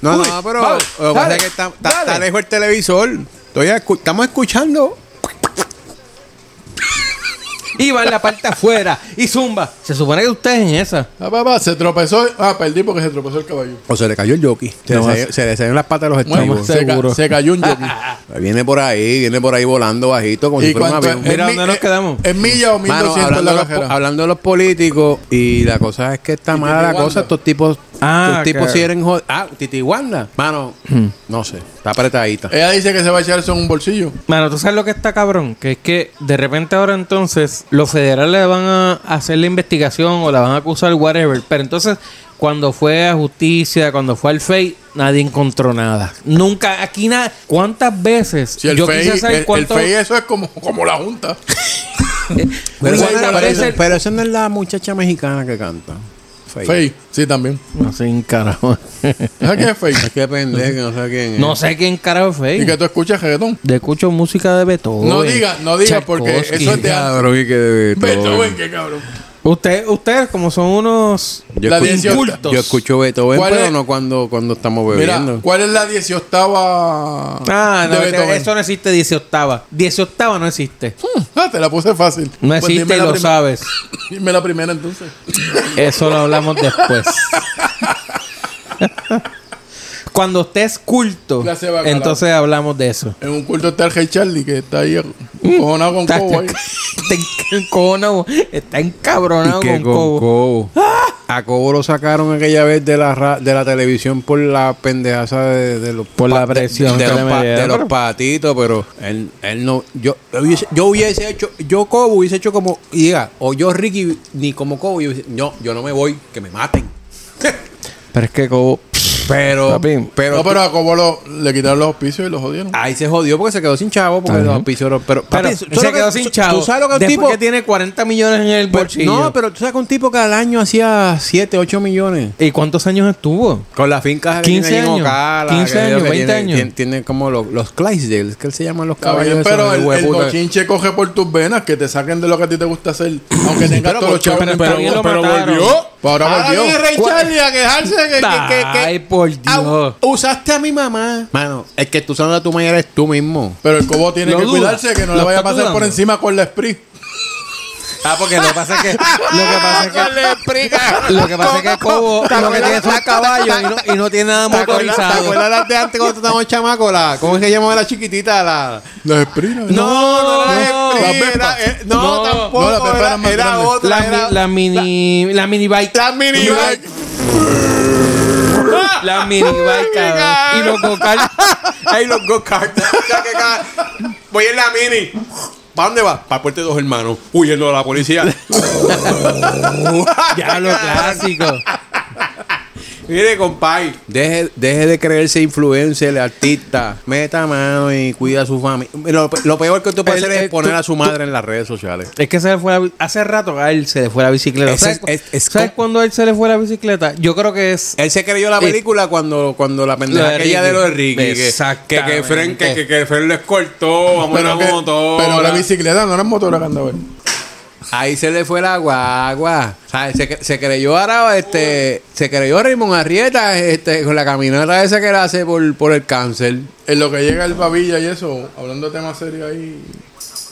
Speaker 3: No,
Speaker 1: Uy,
Speaker 3: no, pero
Speaker 1: vamos,
Speaker 3: lo que pasa
Speaker 1: dale,
Speaker 3: es que está, está- está
Speaker 1: dale.
Speaker 3: lejos el televisor. Estoy escu- estamos escuchando.
Speaker 1: Y va en la parte [laughs] afuera y zumba. Se supone que usted es en esa.
Speaker 2: Ah, papá, se tropezó. Ah, perdí porque se tropezó el caballo.
Speaker 3: O se le cayó el jockey. Se,
Speaker 1: No,
Speaker 3: le, salió- se le salieron las patas de los
Speaker 2: Bueno,
Speaker 3: estribos.
Speaker 2: se, ca-
Speaker 1: seguro.
Speaker 2: se cayó
Speaker 1: [laughs]
Speaker 2: un jockey.
Speaker 3: Viene por ahí, viene por ahí volando bajito como si
Speaker 2: ¿Y
Speaker 3: fuera un
Speaker 2: cuánto
Speaker 3: avión.
Speaker 2: es?
Speaker 1: Mira,
Speaker 2: ¿En
Speaker 1: ¿dónde
Speaker 2: mi-
Speaker 1: nos
Speaker 2: eh,
Speaker 1: quedamos?
Speaker 2: En milla o
Speaker 3: Mano,
Speaker 2: 1200 en
Speaker 3: hablando,
Speaker 2: la
Speaker 3: de los, po-
Speaker 2: cajera.
Speaker 3: hablando de los políticos y la cosa es que está mala la
Speaker 2: Wanda?
Speaker 3: cosa. Estos tipos,
Speaker 1: Ah, Hmm.
Speaker 3: estos tipos
Speaker 1: que-
Speaker 3: quieren joder. Ah, Titi Wanda. Mano, no sé, está apretadita.
Speaker 2: Ella dice que se va a echar eso en un bolsillo.
Speaker 1: Mano, tú sabes lo que está cabrón, que es que de repente ahora entonces los federales van a hacer la investigación o la van a acusar, whatever. Pero entonces, cuando fue a justicia, cuando fue al FEI, nadie encontró nada. Nunca, aquí nada. ¿Cuántas veces?
Speaker 2: Si el
Speaker 1: yo
Speaker 2: FEI,
Speaker 1: quise saber
Speaker 2: el- el,
Speaker 1: cuánto-
Speaker 2: FEI eso es como, como la Junta.
Speaker 3: Pero,
Speaker 2: Uy,
Speaker 3: esa
Speaker 2: guay,
Speaker 3: no es-
Speaker 2: parece-
Speaker 3: pero- pero esa no es la muchacha mexicana que canta. Fake.
Speaker 2: FEI, sí, también.
Speaker 1: No sé quién
Speaker 2: [laughs]
Speaker 1: carajo.
Speaker 2: ¿Sabes qué es
Speaker 1: [laughs]
Speaker 2: FEI?
Speaker 3: Es que pendeja, que no sé quién es.
Speaker 1: no sé quién carajo es
Speaker 2: Y que
Speaker 1: FEI.
Speaker 2: tú escuchas reggaetón.
Speaker 1: De escucho música de Beethoven.
Speaker 2: No diga, no diga, porque
Speaker 1: Tchaikovsky.
Speaker 2: eso es de-
Speaker 3: Cabrón, y que de
Speaker 2: Beethoven,
Speaker 3: Beethoven.
Speaker 2: qué cabrón.
Speaker 1: Usted- ustedes como son unos...
Speaker 3: Yo,
Speaker 2: La
Speaker 3: escucho,
Speaker 2: 18.
Speaker 3: yo escucho Beethoven,
Speaker 2: ¿Cuál
Speaker 3: pero
Speaker 2: es?
Speaker 3: no cuando, cuando estamos
Speaker 2: Mira,
Speaker 3: bebiendo.
Speaker 2: ¿cuál es la 18
Speaker 1: Ah, no,
Speaker 2: de Beethoven?
Speaker 1: eso no existe 18. 18 no existe.
Speaker 2: Ah, te la puse fácil.
Speaker 1: No
Speaker 2: Pues
Speaker 1: existe
Speaker 2: dime
Speaker 1: y
Speaker 2: la
Speaker 1: lo
Speaker 2: prim-
Speaker 1: sabes.
Speaker 2: Dime la primera entonces.
Speaker 1: Eso lo hablamos después. Cuando usted es culto,
Speaker 2: Ya se va a acabar.
Speaker 1: entonces hablamos de eso.
Speaker 2: En un culto está el Hey Charlie que está ahí cojonado con
Speaker 1: Está,
Speaker 2: Cowboy.
Speaker 1: está en- [laughs] encojonado, está encabronado
Speaker 3: Y que
Speaker 1: con
Speaker 3: con
Speaker 1: Cobo. ¡Ah!
Speaker 3: Cobo. A Cobo lo sacaron aquella vez de la ra- de la televisión por la pendejaza de, de los
Speaker 1: Por la
Speaker 3: pa- de-
Speaker 1: presión
Speaker 3: de,
Speaker 1: que
Speaker 3: los,
Speaker 1: le
Speaker 3: pa-
Speaker 1: metieron,
Speaker 3: de los
Speaker 1: pero-
Speaker 3: patitos, pero él, él no yo yo hubiese, yo hubiese hecho yo Cobo hubiese hecho como y diga, o yo Ricky ni como Cobo yo hubiese- no, yo no me voy, que me maten.
Speaker 1: Pero es que Cobo.
Speaker 3: Pero
Speaker 1: Papi,
Speaker 3: pero,
Speaker 2: no, pero a Cobo lo- le quitaron los auspicios y lo jodieron.
Speaker 1: Ah,
Speaker 3: ahí se jodió porque se quedó sin chavo porque los auspicios pero,
Speaker 1: Pero
Speaker 3: papi, ¿tú
Speaker 1: se
Speaker 3: sabes
Speaker 1: quedó
Speaker 3: que-
Speaker 1: sin
Speaker 3: tú-
Speaker 1: chavo.
Speaker 3: ¿Tú sabes lo que un
Speaker 1: Después
Speaker 3: tipo
Speaker 1: que tiene 40 millones en el
Speaker 3: pero-
Speaker 1: bolsillo.
Speaker 3: No, pero tú sabes que un tipo que al año hacía 7, 8 millones.
Speaker 1: ¿Y cuántos años estuvo?
Speaker 3: Con las fincas
Speaker 1: 15
Speaker 3: tiene ahí en
Speaker 1: años,
Speaker 3: Ocala,
Speaker 1: 15
Speaker 3: que
Speaker 1: años,
Speaker 3: que
Speaker 1: 20
Speaker 3: tiene,
Speaker 1: años.
Speaker 3: Tiene, tiene como los, los Clydesdales, que él se llaman los
Speaker 2: Está bien,
Speaker 3: caballos.
Speaker 2: pero
Speaker 3: esos
Speaker 2: el, el
Speaker 3: hueputas.
Speaker 2: bochinche coge por tus venas que te saquen de lo que a ti te gusta hacer, aunque tengas todos los chavos.
Speaker 1: pero
Speaker 2: en-
Speaker 1: está bien, lo mataron.
Speaker 2: Pues ahora volvió.
Speaker 1: ¿Cuál?
Speaker 3: a quejarse que,
Speaker 1: Ay, por Dios.
Speaker 3: Au, usaste a mi mamá. Mano, es que tú usando a tu mamá eres tú mismo.
Speaker 2: Pero el Cobo tiene
Speaker 1: Lo
Speaker 2: que
Speaker 1: duda.
Speaker 2: cuidarse que no le
Speaker 1: Lo
Speaker 2: vaya a
Speaker 1: está
Speaker 2: pasar por
Speaker 1: dudando.
Speaker 2: encima con la Spree.
Speaker 1: Ah, porque lo que pasa es que. Lo que pasa es que. Lo que pasa es que Cobo
Speaker 3: ¿Te
Speaker 1: lo que tiene
Speaker 3: acuerdas?
Speaker 1: son caballos y no, y no tiene nada
Speaker 3: ¿Te acuerdas, ¿Te
Speaker 1: motorizado.
Speaker 3: acuerdas las de antes cuando estábamos chamacos? La, ¿Cómo es que llamaba la chiquitita? La...
Speaker 2: La Spree. No,
Speaker 3: No, no, era
Speaker 1: No,
Speaker 3: Spree,
Speaker 2: la Peppa.
Speaker 3: era- eh, no,
Speaker 1: No,
Speaker 2: no,
Speaker 3: tampoco.
Speaker 2: la Peppa
Speaker 3: era,
Speaker 2: era más
Speaker 3: era
Speaker 2: grande.
Speaker 3: otra.
Speaker 1: La,
Speaker 3: era,
Speaker 1: mi- la mini. La, mini bike.
Speaker 3: la mini
Speaker 2: Mira,
Speaker 1: La
Speaker 3: Oh
Speaker 1: ah, mini bike, cabrón. Y los gocal.
Speaker 3: [laughs] Ahí los go-karts. Ya que cada- voy en la mini. ¿Para dónde vas? Para Puerto de dos hermanos. Huyendo a la [laughs] policía.
Speaker 1: Uh, Ya
Speaker 3: [laughs]
Speaker 1: lo clásico.
Speaker 3: Mire, compay. Deje, deje de creerse influencer, artista. Meta mano y cuida a su familia. Lo, lo peor que usted puede
Speaker 1: El-
Speaker 3: hacer
Speaker 1: el-
Speaker 3: es poner
Speaker 1: tú-
Speaker 3: a su madre en las redes sociales.
Speaker 1: Es que se le fue la bi- hace rato a él se le fue la bicicleta.
Speaker 3: Ese
Speaker 1: ¿Sabes,
Speaker 3: es- es- Eh, es
Speaker 1: sabes
Speaker 3: como-
Speaker 1: cuándo a él se le fue la bicicleta? Yo creo que es
Speaker 3: Él se creyó la
Speaker 1: Sí.
Speaker 3: película cuando, cuando la pendeja
Speaker 1: Lo de
Speaker 3: aquella de
Speaker 1: Ricky.
Speaker 3: lo de Ricky. que- Que, que,
Speaker 1: Exactamente.
Speaker 3: Fren, que, que, que Fren les cortó, vamos a
Speaker 2: Pero,
Speaker 3: una
Speaker 2: que-
Speaker 3: motora.
Speaker 2: pero la bicicleta no era motora que andaba él.
Speaker 3: Ahí se le fue la guagua. O sea, se, cre- se creyó ahora, este, se creyó Raymond Arrieta, este, con la caminata esa que él hace por, por el cáncer.
Speaker 2: En lo que llega el Babilla y eso, hablando de temas serios ahí,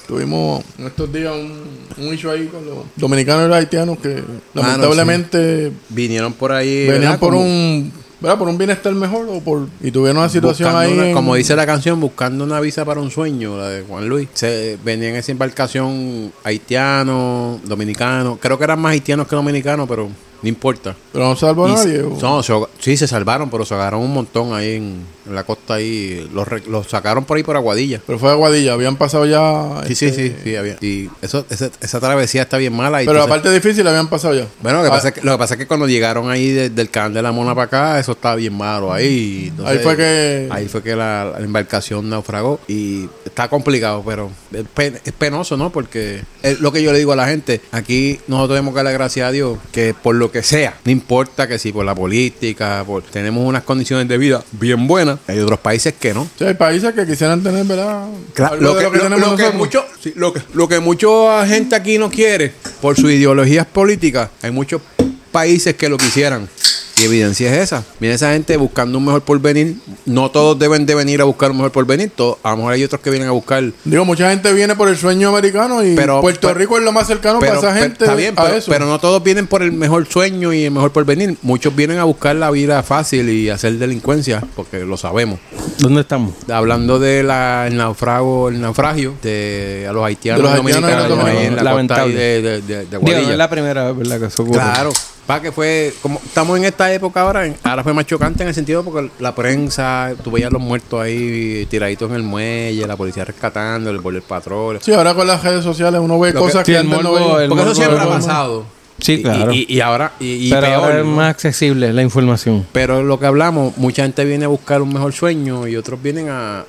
Speaker 2: tuvimos en estos días un, un issue ahí con los dominicanos y los haitianos que
Speaker 3: Ah,
Speaker 2: lamentablemente
Speaker 3: Vinieron por ahí.
Speaker 2: venían
Speaker 3: ¿verdad?
Speaker 2: por
Speaker 3: Como-
Speaker 2: un ¿verdad? por un bienestar mejor o por y tuvieron una situación
Speaker 3: buscando
Speaker 2: ahí
Speaker 3: una-
Speaker 2: en-
Speaker 3: Como dice la canción, buscando una visa para un sueño, la de Juan Luis. Se venía en esa embarcación haitianos, dominicanos. Creo que eran más haitianos que dominicanos, pero no importa.
Speaker 2: pero no salvó a
Speaker 3: Y-
Speaker 2: nadie o-
Speaker 3: no, se ahoga- sí, se salvaron, pero se agarraron un montón ahí en, en la costa. ahí Los, re- los sacaron por ahí por Aguadilla.
Speaker 2: pero fue Aguadilla habían pasado ya
Speaker 3: Sí, sí,
Speaker 2: este,
Speaker 3: sí, sí, había. Y eso, esa, esa travesía está bien mala. Y
Speaker 2: pero la
Speaker 3: entonces-
Speaker 2: parte difícil habían pasado ya
Speaker 3: bueno, lo que,
Speaker 2: Ah,
Speaker 3: pasa es que, lo que pasa es que cuando llegaron ahí de- del canal de la Mona para acá, eso estaba bien malo ahí. entonces-
Speaker 2: Ahí fue que-
Speaker 3: Ahí fue que la, la embarcación naufragó y está complicado, pero es, pen- es penoso, ¿no? Porque es lo que yo le digo a la gente, aquí nosotros tenemos que darle gracias a Dios que por lo que sea, no importa que si por la política, por tenemos unas condiciones de vida bien buenas, hay otros países que no.
Speaker 2: sí, hay países que quisieran tener verdad
Speaker 3: Claro,
Speaker 2: Algo
Speaker 3: lo
Speaker 2: de
Speaker 3: que, lo, lo que
Speaker 2: nosotros.
Speaker 3: mucho, sí, lo que, lo que mucha gente aquí no quiere por sus ideologías políticas, hay muchos países que lo quisieran. Y evidencia es esa. Viene esa gente buscando un mejor porvenir. No todos deben de venir a buscar un mejor porvenir. Todos, a lo mejor hay otros que vienen a buscar.
Speaker 2: digo mucha gente viene por el sueño americano y
Speaker 3: Pero-
Speaker 2: Puerto
Speaker 3: pero-
Speaker 2: Rico es lo más cercano
Speaker 3: Pero,
Speaker 2: para esa
Speaker 3: pero-
Speaker 2: gente
Speaker 3: está bien,
Speaker 2: a
Speaker 3: pero,
Speaker 2: eso.
Speaker 3: pero no todos vienen por el mejor sueño y el mejor porvenir. Muchos vienen a buscar la vida fácil y hacer delincuencia, porque lo sabemos.
Speaker 1: ¿Dónde estamos?
Speaker 3: Hablando del naufrago, el naufragio de a los haitianos,
Speaker 2: De los haitianos y
Speaker 3: dominicanos,
Speaker 2: los
Speaker 3: ahí en la costa ahí
Speaker 1: Lamentable.
Speaker 3: de, de, de- de
Speaker 1: Digo,
Speaker 3: Aguadilla.
Speaker 1: no es la primera vez ¿verdad? que eso ocurre.
Speaker 3: Claro, para que fue, como estamos en esta época ahora, en- ahora fue más chocante en el sentido porque la prensa, tú veías los muertos ahí tiraditos en el muelle, la policía rescatando, el el patrón.
Speaker 2: sí ahora con las redes sociales uno ve
Speaker 3: Lo que-
Speaker 2: cosas
Speaker 1: sí,
Speaker 2: que
Speaker 1: el
Speaker 2: antes no
Speaker 1: morbo,
Speaker 2: veía
Speaker 1: el
Speaker 3: Porque eso
Speaker 1: morbo,
Speaker 3: siempre ha
Speaker 1: el morbo.
Speaker 3: pasado.
Speaker 1: Sí,
Speaker 3: Y-
Speaker 1: claro.
Speaker 3: Y, y ahora, y, y
Speaker 1: Pero
Speaker 3: peor,
Speaker 1: ahora es
Speaker 3: ¿no?
Speaker 1: más accesible la información.
Speaker 3: Pero lo que hablamos, mucha gente viene a buscar un mejor sueño y otros vienen a, a-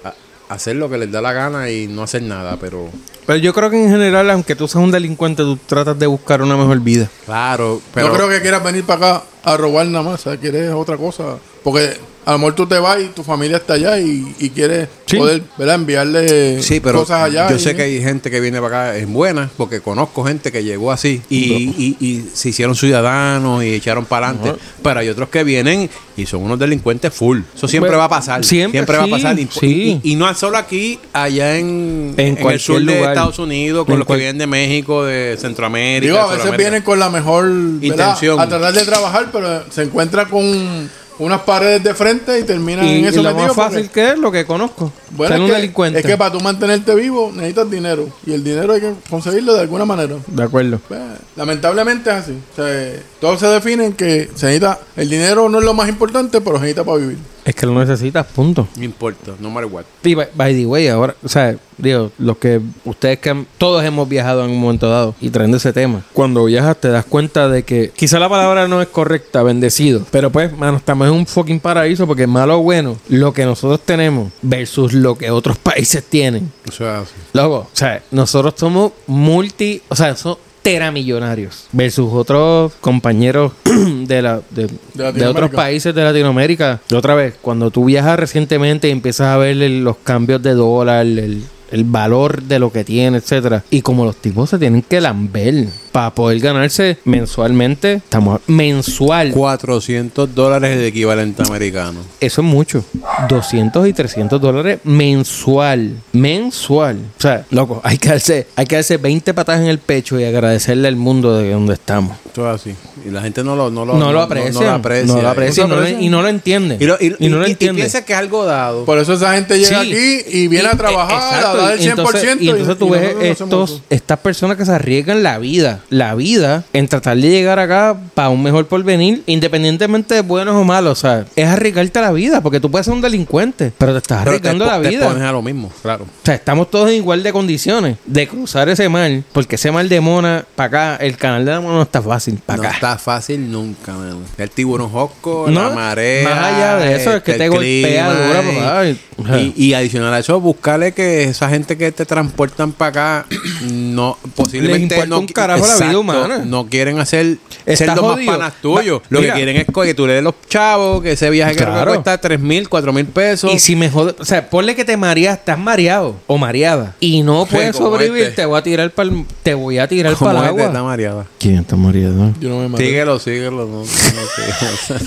Speaker 3: a hacer lo que les da la gana y no hacer nada, pero...
Speaker 1: Pero yo creo que en general, aunque tú seas un delincuente, tú tratas de buscar una mejor vida.
Speaker 3: Claro, pero...
Speaker 2: No creo que quieras venir para acá a robar nada más, o sea, quieres otra cosa. Porque a lo mejor tú te vas y tu familia está allá y, y quieres
Speaker 1: Sí.
Speaker 2: poder ¿verdad? enviarle
Speaker 3: Sí, pero
Speaker 2: cosas allá.
Speaker 3: yo
Speaker 2: y-
Speaker 3: sé que hay gente que viene para acá en buenas, porque conozco gente que llegó así y, y- y se hicieron ciudadanos y echaron para adelante. Pero hay otros que vienen y son unos delincuentes full. Eso siempre
Speaker 1: Bueno,
Speaker 3: va a pasar.
Speaker 1: siempre,
Speaker 3: va a
Speaker 1: sí,
Speaker 3: pasar. Y,
Speaker 1: sí.
Speaker 3: y- y no solo aquí, allá en,
Speaker 1: En
Speaker 3: en el
Speaker 1: cualquier
Speaker 3: sur de
Speaker 1: lugar.
Speaker 3: Estados Unidos, con
Speaker 1: En
Speaker 3: los que
Speaker 1: cual-
Speaker 3: vienen de México, de Centroamérica.
Speaker 2: Digo, a veces
Speaker 3: Sudamérica.
Speaker 2: vienen con la mejor ¿verdad?
Speaker 3: Intención.
Speaker 2: a tratar de trabajar, pero se encuentra con unas paredes de frente y terminan
Speaker 1: Y,
Speaker 2: en
Speaker 1: y
Speaker 2: eso
Speaker 1: lo
Speaker 2: metido
Speaker 1: más
Speaker 2: porque-
Speaker 1: fácil que es lo que conozco.
Speaker 2: Bueno,
Speaker 1: ser
Speaker 2: es
Speaker 1: un
Speaker 2: que-
Speaker 1: delincuente.
Speaker 2: Es que para tú mantenerte vivo necesitas dinero y el dinero hay que conseguirlo de alguna manera.
Speaker 1: De acuerdo.
Speaker 2: Pues, Lamentablemente es así. O sea, todos se definen que se necesita, el dinero no es lo más importante, pero se necesita para vivir.
Speaker 1: Es que lo necesitas, punto.
Speaker 3: No importa, no matter what.
Speaker 1: Y by, by the way, ahora, o sea, digo, los que ustedes que han- todos hemos viajado en un momento dado y trayendo ese tema. Cuando viajas te das cuenta de que quizá la palabra no es correcta, bendecido, pero pues, mano, estamos en un fucking paraíso porque malo o bueno, lo que nosotros tenemos versus lo que otros [laughs] países tienen.
Speaker 3: O sea,
Speaker 1: Loco, o sea, nosotros somos multi, o sea, son teramillonarios versus otros compañeros [clears throat] de, la, de, de
Speaker 2: Latinoamérica.
Speaker 1: otros países de Latinoamérica. Y otra vez, cuando tú viajas recientemente y empiezas a ver el- los cambios de dólar, el, el valor de lo que tiene, etcétera, y como los tipos se tienen que lamber para poder ganarse mensualmente, estamos mensual,
Speaker 3: 400 dólares de equivalente americano.
Speaker 1: eso es mucho. 200 y 300 dólares mensual. Mensual. O sea, loco, hay que darse, hay que darse 20 patadas en el pecho y agradecerle al mundo de donde estamos.
Speaker 3: Todo así. Y la gente no lo, no lo,
Speaker 1: No, lo aprecian.
Speaker 3: No, lo aprecia.
Speaker 1: No lo aprecian,
Speaker 2: No lo
Speaker 1: no le-
Speaker 2: aprecian.
Speaker 1: y no lo entienden.
Speaker 3: Y, lo- y-
Speaker 1: no lo
Speaker 3: y- y
Speaker 1: entienden.
Speaker 3: piensa que es algo dado.
Speaker 2: Por eso esa gente llega
Speaker 1: Sí.
Speaker 2: aquí y viene
Speaker 1: Y- e
Speaker 2: a trabajar,
Speaker 1: exacto,
Speaker 2: a dar el 100%.
Speaker 1: y entonces, y entonces tú
Speaker 2: y
Speaker 1: ves
Speaker 2: nosotros no hacemos
Speaker 1: estos,
Speaker 2: eso.
Speaker 1: estas personas que se arriesgan la vida la vida en tratar de llegar acá para un mejor porvenir, independientemente de buenos o malos. O sea, es arriesgarte la vida, porque tú puedes ser un delincuente, pero te estás
Speaker 3: Pero te
Speaker 1: arriesgando
Speaker 3: po-
Speaker 1: la
Speaker 3: te
Speaker 1: vida.
Speaker 3: pones a lo mismo, claro.
Speaker 1: O sea, estamos todos en igual de condiciones de cruzar ese mar, porque ese mar de Mona para acá, el canal de la Mona no está fácil, para
Speaker 3: No
Speaker 1: acá.
Speaker 3: está fácil nunca, mano. El tiburón hosco,
Speaker 1: No,
Speaker 3: la marea.
Speaker 1: más allá de eso, es que
Speaker 3: el
Speaker 1: te golpea
Speaker 3: clima,
Speaker 1: dura, papá, y-
Speaker 3: y- Y, y adicional a eso, buscarle que esa gente que te transportan para acá, no, posiblemente
Speaker 1: importa
Speaker 3: no,
Speaker 1: un carajo la vida humana.
Speaker 3: No quieren hacer
Speaker 1: Está
Speaker 3: ser los más
Speaker 1: jodido.
Speaker 3: panas tuyos.
Speaker 1: Va-
Speaker 3: Lo
Speaker 1: mira.
Speaker 3: que quieren es co- que tú le des los chavos, que ese viaje que
Speaker 1: Claro.
Speaker 3: cuesta 3 mil, 4 mil pesos.
Speaker 1: Y si me jode, o sea, ponle que te mareas, estás mareado o mareada y no puedes
Speaker 3: como
Speaker 1: sobrevivir,
Speaker 3: este.
Speaker 1: te voy a tirar para te voy a tirar
Speaker 3: Como
Speaker 1: para el
Speaker 3: gente está
Speaker 1: agua.
Speaker 3: mareada.
Speaker 1: este, ¿Quién está mareado?
Speaker 2: Yo no me maté.
Speaker 3: Síguelo, síguelo. no- no sé.
Speaker 1: [laughs]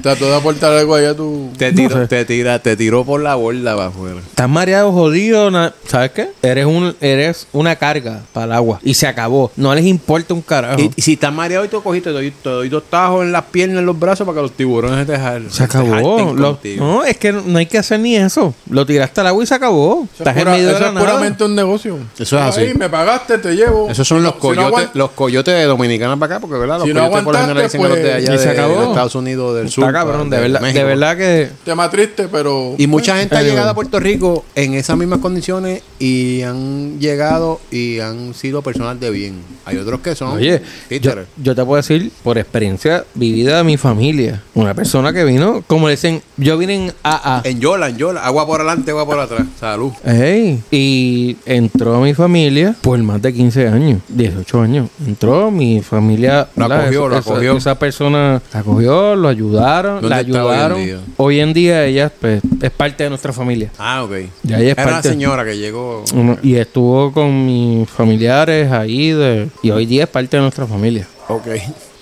Speaker 2: Trató de aportar algo allá a tu.
Speaker 3: te,
Speaker 1: No
Speaker 3: tiro,
Speaker 1: sé.
Speaker 3: te, tira, te tiró por la borda para afuera.
Speaker 1: Estás mareado, jodido, na- ¿sabes qué? Eres un eres una carga para el agua y se acabó. No les importa un carajo.
Speaker 3: Y, y si estás mareado y te cogiste, te doy, te doy dos tajos en las piernas, en los brazos para que los tiburones te jalen.
Speaker 1: se acabó. Lo- no, es que no hay que hacer ni eso. Lo tiraste al agua y se acabó.
Speaker 2: Eso es,
Speaker 1: Estás en
Speaker 2: pura-
Speaker 1: medio de
Speaker 2: eso
Speaker 1: la
Speaker 2: es
Speaker 1: nada.
Speaker 2: puramente un negocio.
Speaker 3: Eso es así.
Speaker 2: Ahí me pagaste, te llevo.
Speaker 3: Esos son los
Speaker 2: Si no
Speaker 3: coyotes,
Speaker 2: aguant-
Speaker 3: los coyotes de Dominicana para acá, porque verdad, los
Speaker 2: Si no
Speaker 3: coyotes por lo general
Speaker 2: aguantaste,
Speaker 3: dicen que los de
Speaker 2: pues,
Speaker 3: allá
Speaker 1: y se
Speaker 3: de,
Speaker 1: acabó.
Speaker 3: de Estados Unidos del sur.
Speaker 1: Está cabrón, de
Speaker 3: para-
Speaker 1: verdad, de
Speaker 3: México.
Speaker 1: verdad que
Speaker 2: Tema triste, pero.
Speaker 3: Y mucha gente ha
Speaker 1: Anyway.
Speaker 3: llegado a Puerto Rico en esas mismas condiciones y han llegado y han sido personas de bien. Hay otros que son
Speaker 1: Oye, yo,
Speaker 3: títeres.
Speaker 1: yo te puedo decir por experiencia vivida de mi familia, una persona que vino, como le dicen, yo vine en AA.
Speaker 3: En Yola, en Yola. Agua por adelante, agua por atrás. Salud.
Speaker 1: Ey, y entró mi familia por más de 15 años, 18 años. Entró mi familia.
Speaker 3: Lo
Speaker 1: ¿verdad?
Speaker 3: acogió, lo
Speaker 1: Esa-
Speaker 3: acogió.
Speaker 1: Esa persona la acogió, lo ayudaron,
Speaker 3: ¿Dónde
Speaker 1: la
Speaker 3: está hoy en
Speaker 1: ayudaron. Hoy en día,
Speaker 3: día?
Speaker 1: ella pues, es parte de nuestra familia.
Speaker 3: Ah, ok.
Speaker 1: Ya ahí es
Speaker 3: Era una
Speaker 1: parte.
Speaker 3: señora que llegó.
Speaker 1: Uno- Y estuvo con mis familiares ahí de- y hoy día es parte de nuestra familia.
Speaker 3: Ok.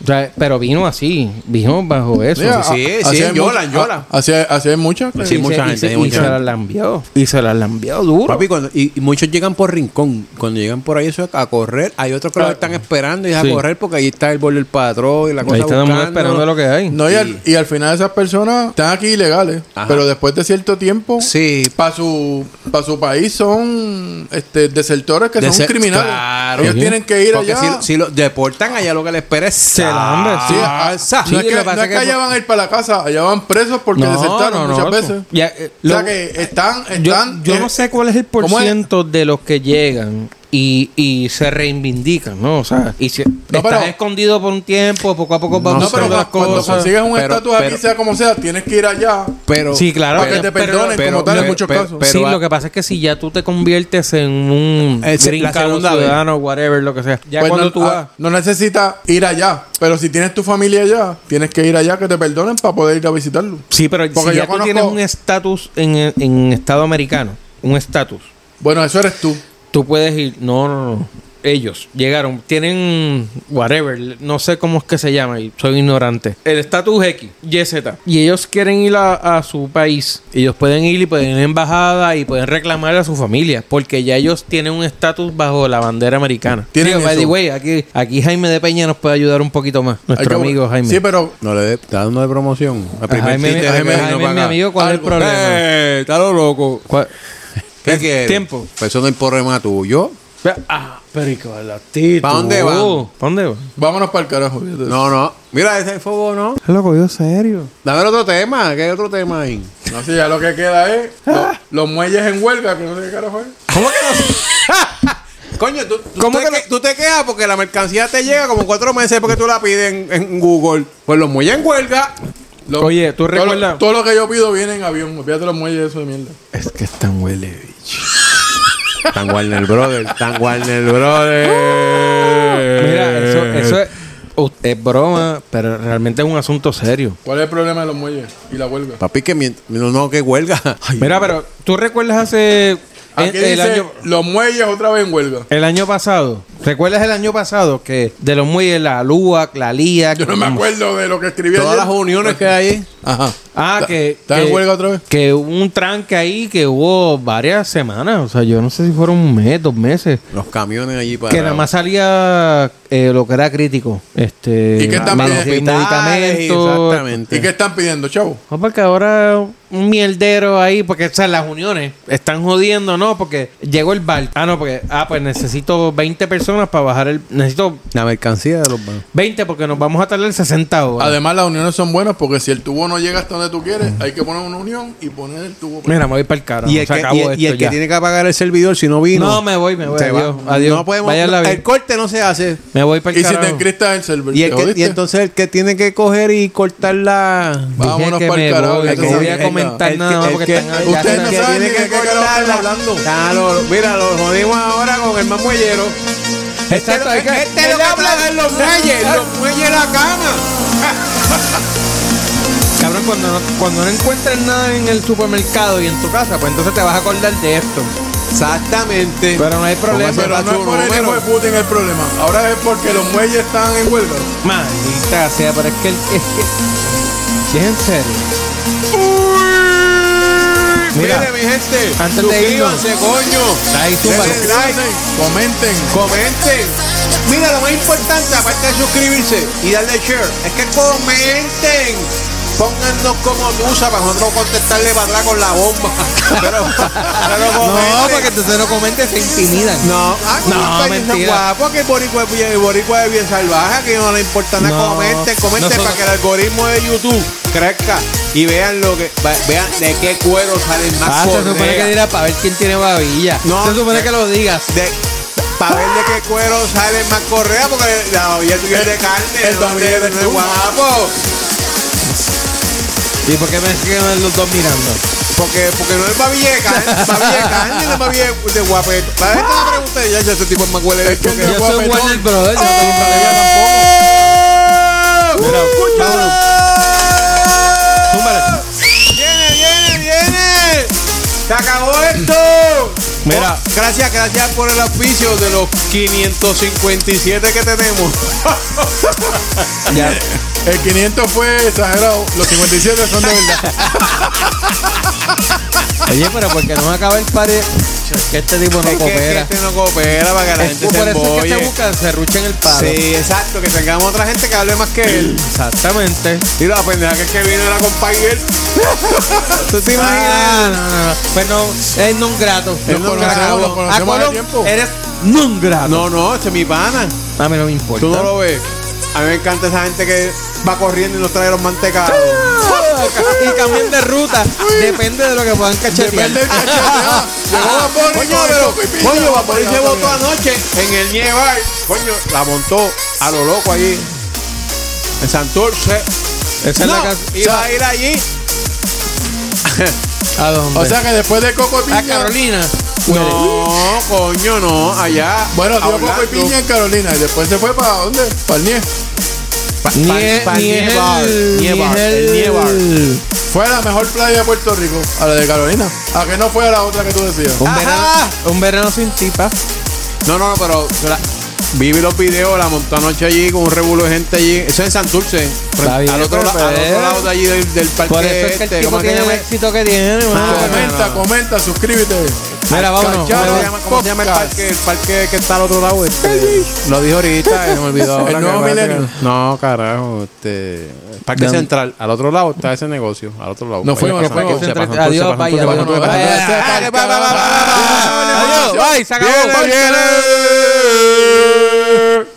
Speaker 1: O sea, pero vino así, vino bajo eso.
Speaker 2: Mira,
Speaker 3: Sí, sí,
Speaker 2: a- así
Speaker 3: en
Speaker 2: hay
Speaker 3: Yola,
Speaker 2: mucha-
Speaker 3: en Yola.
Speaker 2: a- Así, hay- así hay muchas.
Speaker 3: Sí,
Speaker 1: Y
Speaker 3: mucha
Speaker 1: se-
Speaker 3: gente,
Speaker 1: y se-
Speaker 3: hay
Speaker 1: Y,
Speaker 3: mucha
Speaker 1: se
Speaker 3: gente.
Speaker 1: la lambió. Y se la lambió duro.
Speaker 3: Papi, cuando- y, y muchos llegan por rincón. Cuando llegan por ahí, eso es a correr. Hay otros que los están esperando y es
Speaker 1: Sí.
Speaker 3: a correr porque ahí está el bol del patrón y la cosa.
Speaker 1: Ahí estamos
Speaker 3: buscando.
Speaker 1: esperando lo que hay.
Speaker 2: No, y, al, y al final esas personas están aquí ilegales,
Speaker 3: Ajá.
Speaker 2: pero después de cierto tiempo,
Speaker 3: Sí.
Speaker 2: para su, pa' su país son este, desertores que
Speaker 3: De
Speaker 2: son
Speaker 3: ser-
Speaker 2: criminales.
Speaker 3: Claro.
Speaker 2: Ellos
Speaker 1: Sí.
Speaker 2: tienen que ir
Speaker 3: Porque
Speaker 2: allá. Ah,
Speaker 3: si, si los deportan, allá lo que les espera es
Speaker 1: Se la hambre, sí. ah,
Speaker 3: salsa.
Speaker 1: Sí,
Speaker 2: no es que,
Speaker 1: lo que pasa
Speaker 2: no es
Speaker 1: que
Speaker 2: que allá
Speaker 1: por-
Speaker 2: van a ir para la casa, allá van presos porque desertaron muchas veces.
Speaker 1: Ya, eh,
Speaker 2: o sea
Speaker 1: lo-
Speaker 2: que están,
Speaker 1: yo,
Speaker 2: están
Speaker 1: yo
Speaker 2: eh,
Speaker 1: no sé cuál es el
Speaker 2: ¿cómo es?
Speaker 1: porciento de los que llegan y, y se reivindican, ¿no? O sea, y si estás
Speaker 2: pero-
Speaker 1: escondido por un tiempo, poco a poco van
Speaker 2: No, pero
Speaker 1: buscando las
Speaker 2: cuando- cuando
Speaker 1: cosas.
Speaker 2: consigues un
Speaker 3: Pero-
Speaker 2: estatus aquí,
Speaker 3: pero-
Speaker 2: sea como sea, tienes que ir allá.
Speaker 3: Pero,
Speaker 1: Sí, claro.
Speaker 2: Para que te
Speaker 1: pero-
Speaker 2: perdonen
Speaker 3: pero-
Speaker 2: como tal en
Speaker 3: pero-
Speaker 2: muchos
Speaker 3: pero-
Speaker 2: casos.
Speaker 3: pero-
Speaker 1: sí,
Speaker 3: a-
Speaker 1: lo que pasa es que si ya tú te conviertes en un
Speaker 3: Eh, sí,
Speaker 1: green
Speaker 3: la
Speaker 1: card, un
Speaker 3: segunda vez.
Speaker 1: ciudadano, whatever, lo que sea. Ya
Speaker 2: Pues
Speaker 1: cuando
Speaker 2: no,
Speaker 1: tú vas...
Speaker 2: ah, no necesitas ir allá, pero si tienes tu familia allá, tienes que ir allá que te perdonen para poder ir a visitarlo.
Speaker 1: Sí, pero
Speaker 2: Porque
Speaker 1: si
Speaker 2: yo
Speaker 1: ya tú
Speaker 2: conozco-
Speaker 1: tienes un estatus en, en estado americano, un estatus,
Speaker 2: Bueno, eso eres tú.
Speaker 1: tú puedes ir. No, no, no. Ellos llegaron, tienen whatever, no sé cómo es que se llama y soy ignorante. El estatus X, YZ. Y ellos quieren ir a, a su país. Ellos pueden ir y pueden ir a embajada y pueden reclamar a su familia porque ya ellos tienen un estatus bajo la bandera americana.
Speaker 2: Tienen
Speaker 1: Digo, by
Speaker 2: eso.
Speaker 1: the way, aquí, aquí Jaime de Peña nos puede ayudar un poquito más. Nuestro
Speaker 2: Hay que-
Speaker 1: amigo Jaime.
Speaker 2: Sí, pero
Speaker 3: No le dé- está dando de promoción. A
Speaker 1: Ah, Jaime, Jaime- Jaime es mi amigo, ¿cuál es el problema?
Speaker 2: Eh.
Speaker 3: está lo loco.
Speaker 1: ¿Cuál-
Speaker 3: ¿Qué
Speaker 1: Es
Speaker 3: quieres?
Speaker 1: tiempo.
Speaker 3: Pues eso no es problema tuyo.
Speaker 1: Ah, pero y con la actitud.
Speaker 3: ¿Pa' dónde van?
Speaker 1: ¿Para Oh, dónde van?
Speaker 2: vámonos para el carajo. fíjate.
Speaker 3: No, no. Mira, ese fuego no.
Speaker 1: Loco, yo serio.
Speaker 3: Dame otro tema. ¿Qué hay otro tema ahí?
Speaker 2: No sé, ya lo que queda es lo- los muelles en huelga, que no sé qué carajo es.
Speaker 3: ¿Cómo que no? Coño, tú, tú
Speaker 1: ¿Cómo
Speaker 3: te
Speaker 1: que no?
Speaker 3: que- tú te quejas porque la mercancía te llega como cuatro meses porque tú la pides en, en Google. Pues los muelles en huelga.
Speaker 2: Los-
Speaker 1: Oye, ¿tú
Speaker 2: todo lo-
Speaker 1: recuerdas?
Speaker 2: Todo lo que yo pido viene en avión. Olvídate los muelles de eso de mierda.
Speaker 1: Es que están huele, bicho.
Speaker 3: Tan Warner Brothers, tan Warner Brothers.
Speaker 1: Mira,
Speaker 2: Eh,
Speaker 1: eso, eso es, u- es broma, pero realmente es un asunto serio.
Speaker 2: ¿Cuál es el problema de los muelles y la
Speaker 1: Eh,
Speaker 2: huelga?
Speaker 3: Papi, que mientras. No, no, que huelga. Ay,
Speaker 1: Mira, pero tú recuerdas hace.
Speaker 2: Aquí
Speaker 1: el- el,
Speaker 2: Ah, dice
Speaker 1: año,
Speaker 2: los muelles otra vez en huelga.
Speaker 1: el año pasado. ¿Recuerdas el año pasado que de los muelles, la LUAC, la LIA?
Speaker 2: Yo no me acuerdo de lo que escribí
Speaker 3: Todas
Speaker 2: ayer.
Speaker 3: las uniones que hay ahí.
Speaker 2: Ajá.
Speaker 1: Ah,
Speaker 2: Ta-
Speaker 1: que.
Speaker 2: ¿Está en
Speaker 1: que-
Speaker 2: huelga otra vez?
Speaker 1: Que hubo un tranque ahí que hubo varias semanas. O sea, yo no sé si fueron un mes, dos meses.
Speaker 3: Los camiones allí para.
Speaker 1: Que nada más salía eh, lo que era crítico. Este,
Speaker 2: Y que también-
Speaker 1: malos de medicamentos.
Speaker 3: Exactamente.
Speaker 2: ¿Y qué están pidiendo, chavo?
Speaker 1: No, porque ahora un mierdero ahí, porque o sea, las uniones están jodiendo, ¿no? Porque llegó el bar. Ah, no, porque, ah, pues necesito 20 personas para bajar el. Necesito
Speaker 3: La mercancía de los bancos.
Speaker 1: 20 porque nos vamos a tardar 60 horas.
Speaker 2: Además, las uniones son buenas porque si el tubo no llega hasta donde tú quieres, hay que poner una unión y poner el tubo.
Speaker 1: Mira, me voy para el carajo.
Speaker 3: Y el,
Speaker 1: se
Speaker 3: que,
Speaker 1: acabó
Speaker 3: y el- y
Speaker 1: esto
Speaker 3: el que
Speaker 1: ya.
Speaker 3: tiene que pagar el servidor, si no vino.
Speaker 1: No, me voy, me voy,
Speaker 3: se va.
Speaker 1: adiós, adiós.
Speaker 3: No podemos.
Speaker 1: Vaya la vida.
Speaker 3: el corte no se hace.
Speaker 1: Me voy para el
Speaker 2: Y si
Speaker 1: carajo.
Speaker 2: te encristas el server,
Speaker 3: Y,
Speaker 2: te
Speaker 3: el que-
Speaker 2: jodiste.
Speaker 3: y entonces el que tiene que coger y cortar la.
Speaker 1: Dije
Speaker 2: Vámonos
Speaker 1: que
Speaker 2: pa'l
Speaker 1: me
Speaker 2: carajo,
Speaker 1: voy,
Speaker 2: ya
Speaker 1: que
Speaker 2: tú
Speaker 1: no voy
Speaker 2: sabes.
Speaker 1: a comentar
Speaker 3: El
Speaker 1: nada
Speaker 3: que-
Speaker 1: más
Speaker 3: el
Speaker 1: porque
Speaker 3: que-
Speaker 1: están ya
Speaker 2: ustedes no
Speaker 1: están-
Speaker 3: que
Speaker 2: saben
Speaker 3: tiene
Speaker 2: ni
Speaker 3: que
Speaker 2: de qué carajo están
Speaker 3: cortarla.
Speaker 2: hablando.
Speaker 3: Ya, lo- mira, lo jodimos ahora con el más muellero.
Speaker 1: Exacto, hay que-
Speaker 3: Este lo que habla en los muelles, en los muelles de la cama.
Speaker 1: Cabrón, cuando no, cuando no encuentres nada en el supermercado y en tu casa, pues entonces te vas a acordar de esto.
Speaker 3: Exactamente.
Speaker 1: Pero no hay problema.
Speaker 3: Póngase
Speaker 2: Pero no es
Speaker 3: Tachuno,
Speaker 2: por el
Speaker 3: Homero.
Speaker 2: hijo de Putin el problema. Ahora es porque los muelles están en huelga.
Speaker 1: Maldita sea, pero es que el- es que. Si es en serio. Mira.
Speaker 3: Mire, mi gente,
Speaker 1: Antes de irnos.
Speaker 3: suscríbanse, coño.
Speaker 1: Ahí tú
Speaker 3: Denle
Speaker 1: vas.
Speaker 3: like,
Speaker 2: Comenten.
Speaker 3: comenten. Mira, lo más importante, aparte de suscribirse y darle share, es que comenten. Pónganos como tusa para nosotros contestarle para atrás con la bomba. [laughs] Pero, pero
Speaker 1: No,
Speaker 3: comenten.
Speaker 1: porque entonces no comentes, se intimidan.
Speaker 3: No, ah,
Speaker 1: No,
Speaker 3: no,
Speaker 1: mentira.
Speaker 3: guapo, que el boricua, es bien- el boricua es bien salvaje, que no le importa nada,
Speaker 1: No,
Speaker 3: comenten, comenten
Speaker 1: nosotros-
Speaker 3: para que el algoritmo de YouTube crezca y vean lo que, va- vean de qué cuero salen más
Speaker 1: Ah, se supone que
Speaker 3: correas.
Speaker 1: dirá para ver quién tiene babilla.
Speaker 3: No. eh.
Speaker 1: se supone que lo digas.
Speaker 3: de, para ver de qué cuero salen más correas, porque la babilla tuya es de carne,
Speaker 2: el
Speaker 3: no es
Speaker 2: babilla
Speaker 3: de-
Speaker 2: eres
Speaker 3: no es
Speaker 2: tú.
Speaker 3: guapo,
Speaker 1: ¿Y por qué me quedan los dos mirando?
Speaker 3: porque, porque no es ¿eh? babilla de carne, babilla de carne, no es babilla de, de guapeto. Para esto la pregunta, ya ya ese tipo es más huele de
Speaker 2: que-
Speaker 1: Yo soy
Speaker 2: guapetón.
Speaker 1: Warner Brothers, yo no tengo problema tampoco.
Speaker 3: tampoco.
Speaker 1: Mira, vámonos. Zúmbale.
Speaker 3: Viene, viene, viene. Se acabó esto.
Speaker 1: Mira.
Speaker 3: Oh, gracias, gracias por el auspicio de los 557 que tenemos. Oh,
Speaker 1: Ya.
Speaker 2: El 500 fue exagerado. Los 57 son de verdad.
Speaker 1: Oye, pero porque no acaba el par que este tipo no
Speaker 3: Es que-
Speaker 1: coopera.
Speaker 3: es que este no coopera para que la
Speaker 1: Es
Speaker 3: gente
Speaker 1: por
Speaker 3: se
Speaker 1: eso es que te
Speaker 3: embolle.
Speaker 1: buscan, se ruchen el palo.
Speaker 3: Sí, exacto, que tengamos otra gente que hable más que él.
Speaker 1: Exactamente.
Speaker 3: Y la pendeja que, es que vino era con Paiguel. [laughs] ¿Tú te imaginas?
Speaker 1: Ah, no, no, no. Pues no, es non grato.
Speaker 2: Nos
Speaker 1: Es non
Speaker 2: conocemos,
Speaker 1: grato.
Speaker 2: nos conocemos
Speaker 1: A
Speaker 2: hace
Speaker 1: Colón,
Speaker 2: tiempo.
Speaker 1: Eres non grato.
Speaker 3: No, no, este es mi pana.
Speaker 1: A mí no me importa.
Speaker 3: Tú no lo ves. A mí me encanta esa gente que va corriendo y nos trae los [laughs] mantecados.
Speaker 1: y cambian de ruta. Depende de lo que puedan cachetear.
Speaker 2: Depende del
Speaker 3: [laughs]
Speaker 2: cacheteo. Llegó la Bunny
Speaker 3: Coño,
Speaker 2: con el
Speaker 3: pero,
Speaker 2: coco y piña.
Speaker 3: coño, va se
Speaker 2: Vamos
Speaker 3: votó anoche en el Nievar. Coño, la montó a lo loco allí. En Santurce.
Speaker 1: Esa
Speaker 3: No,
Speaker 1: es la canción.
Speaker 3: iba a ir allí.
Speaker 1: ¿A dónde?
Speaker 2: O sea que después de Coco y
Speaker 1: a
Speaker 2: Piña.
Speaker 1: Carolina.
Speaker 3: No, coño, no. Allá.
Speaker 2: Bueno, dio Coco y
Speaker 3: Orlando.
Speaker 2: Piña en Carolina. Y después se fue para dónde? Para el Nie.
Speaker 3: Pa-
Speaker 1: Ni,
Speaker 3: pa-
Speaker 1: es-
Speaker 3: pa-
Speaker 1: ni es
Speaker 3: Nievar,
Speaker 1: el, ni
Speaker 3: Nievar,
Speaker 1: es
Speaker 3: el Nievar.
Speaker 1: el-
Speaker 2: Fue a la mejor playa de Puerto Rico. A la de Carolina. A que no fue a la otra que tú decías.
Speaker 1: Un
Speaker 3: Ajá.
Speaker 1: verano, un verano sin tipa.
Speaker 3: No, no, no, pero la- vi los videos, la montó anoche allí con un revuelo de gente allí. Eso es en Santurce.
Speaker 1: Está bien,
Speaker 3: al, otro, la-
Speaker 1: pero-
Speaker 3: al otro lado de allí del, del parque.
Speaker 1: Por eso es que el
Speaker 3: este,
Speaker 1: tipo
Speaker 3: ¿cómo es que Ah,
Speaker 1: tiene el
Speaker 3: llama?
Speaker 1: éxito que tiene, mano.
Speaker 3: no, no,
Speaker 2: Comenta,
Speaker 3: no.
Speaker 2: comenta, suscríbete.
Speaker 1: Mira, vámonos.
Speaker 2: Chao,
Speaker 1: vámonos.
Speaker 3: ¿Cómo se llama, cómo se llama el
Speaker 2: Podcast.
Speaker 3: parque? El parque que está al otro lado. Este, lo dije ahorita, y se me olvidó. ahora
Speaker 2: El
Speaker 3: que
Speaker 2: nuevo
Speaker 3: parece que-
Speaker 2: milenio.
Speaker 3: No, carajo. Este, el parque
Speaker 1: ¿Dónde?
Speaker 3: central. Al otro lado está ese negocio. Al otro lado.
Speaker 2: No fue,
Speaker 3: Vaya,
Speaker 2: no
Speaker 3: pasan
Speaker 2: fue.
Speaker 3: por- se pasan por- se
Speaker 1: Adiós,
Speaker 3: pasan por-
Speaker 1: bye,
Speaker 3: se
Speaker 1: adiós.
Speaker 3: pasan por- se pasan por-
Speaker 1: Bye, bye, bye, bye,
Speaker 3: se pasan por-
Speaker 1: bye, bye.
Speaker 3: Adiós, bye, se acabó.
Speaker 1: Viene, viene.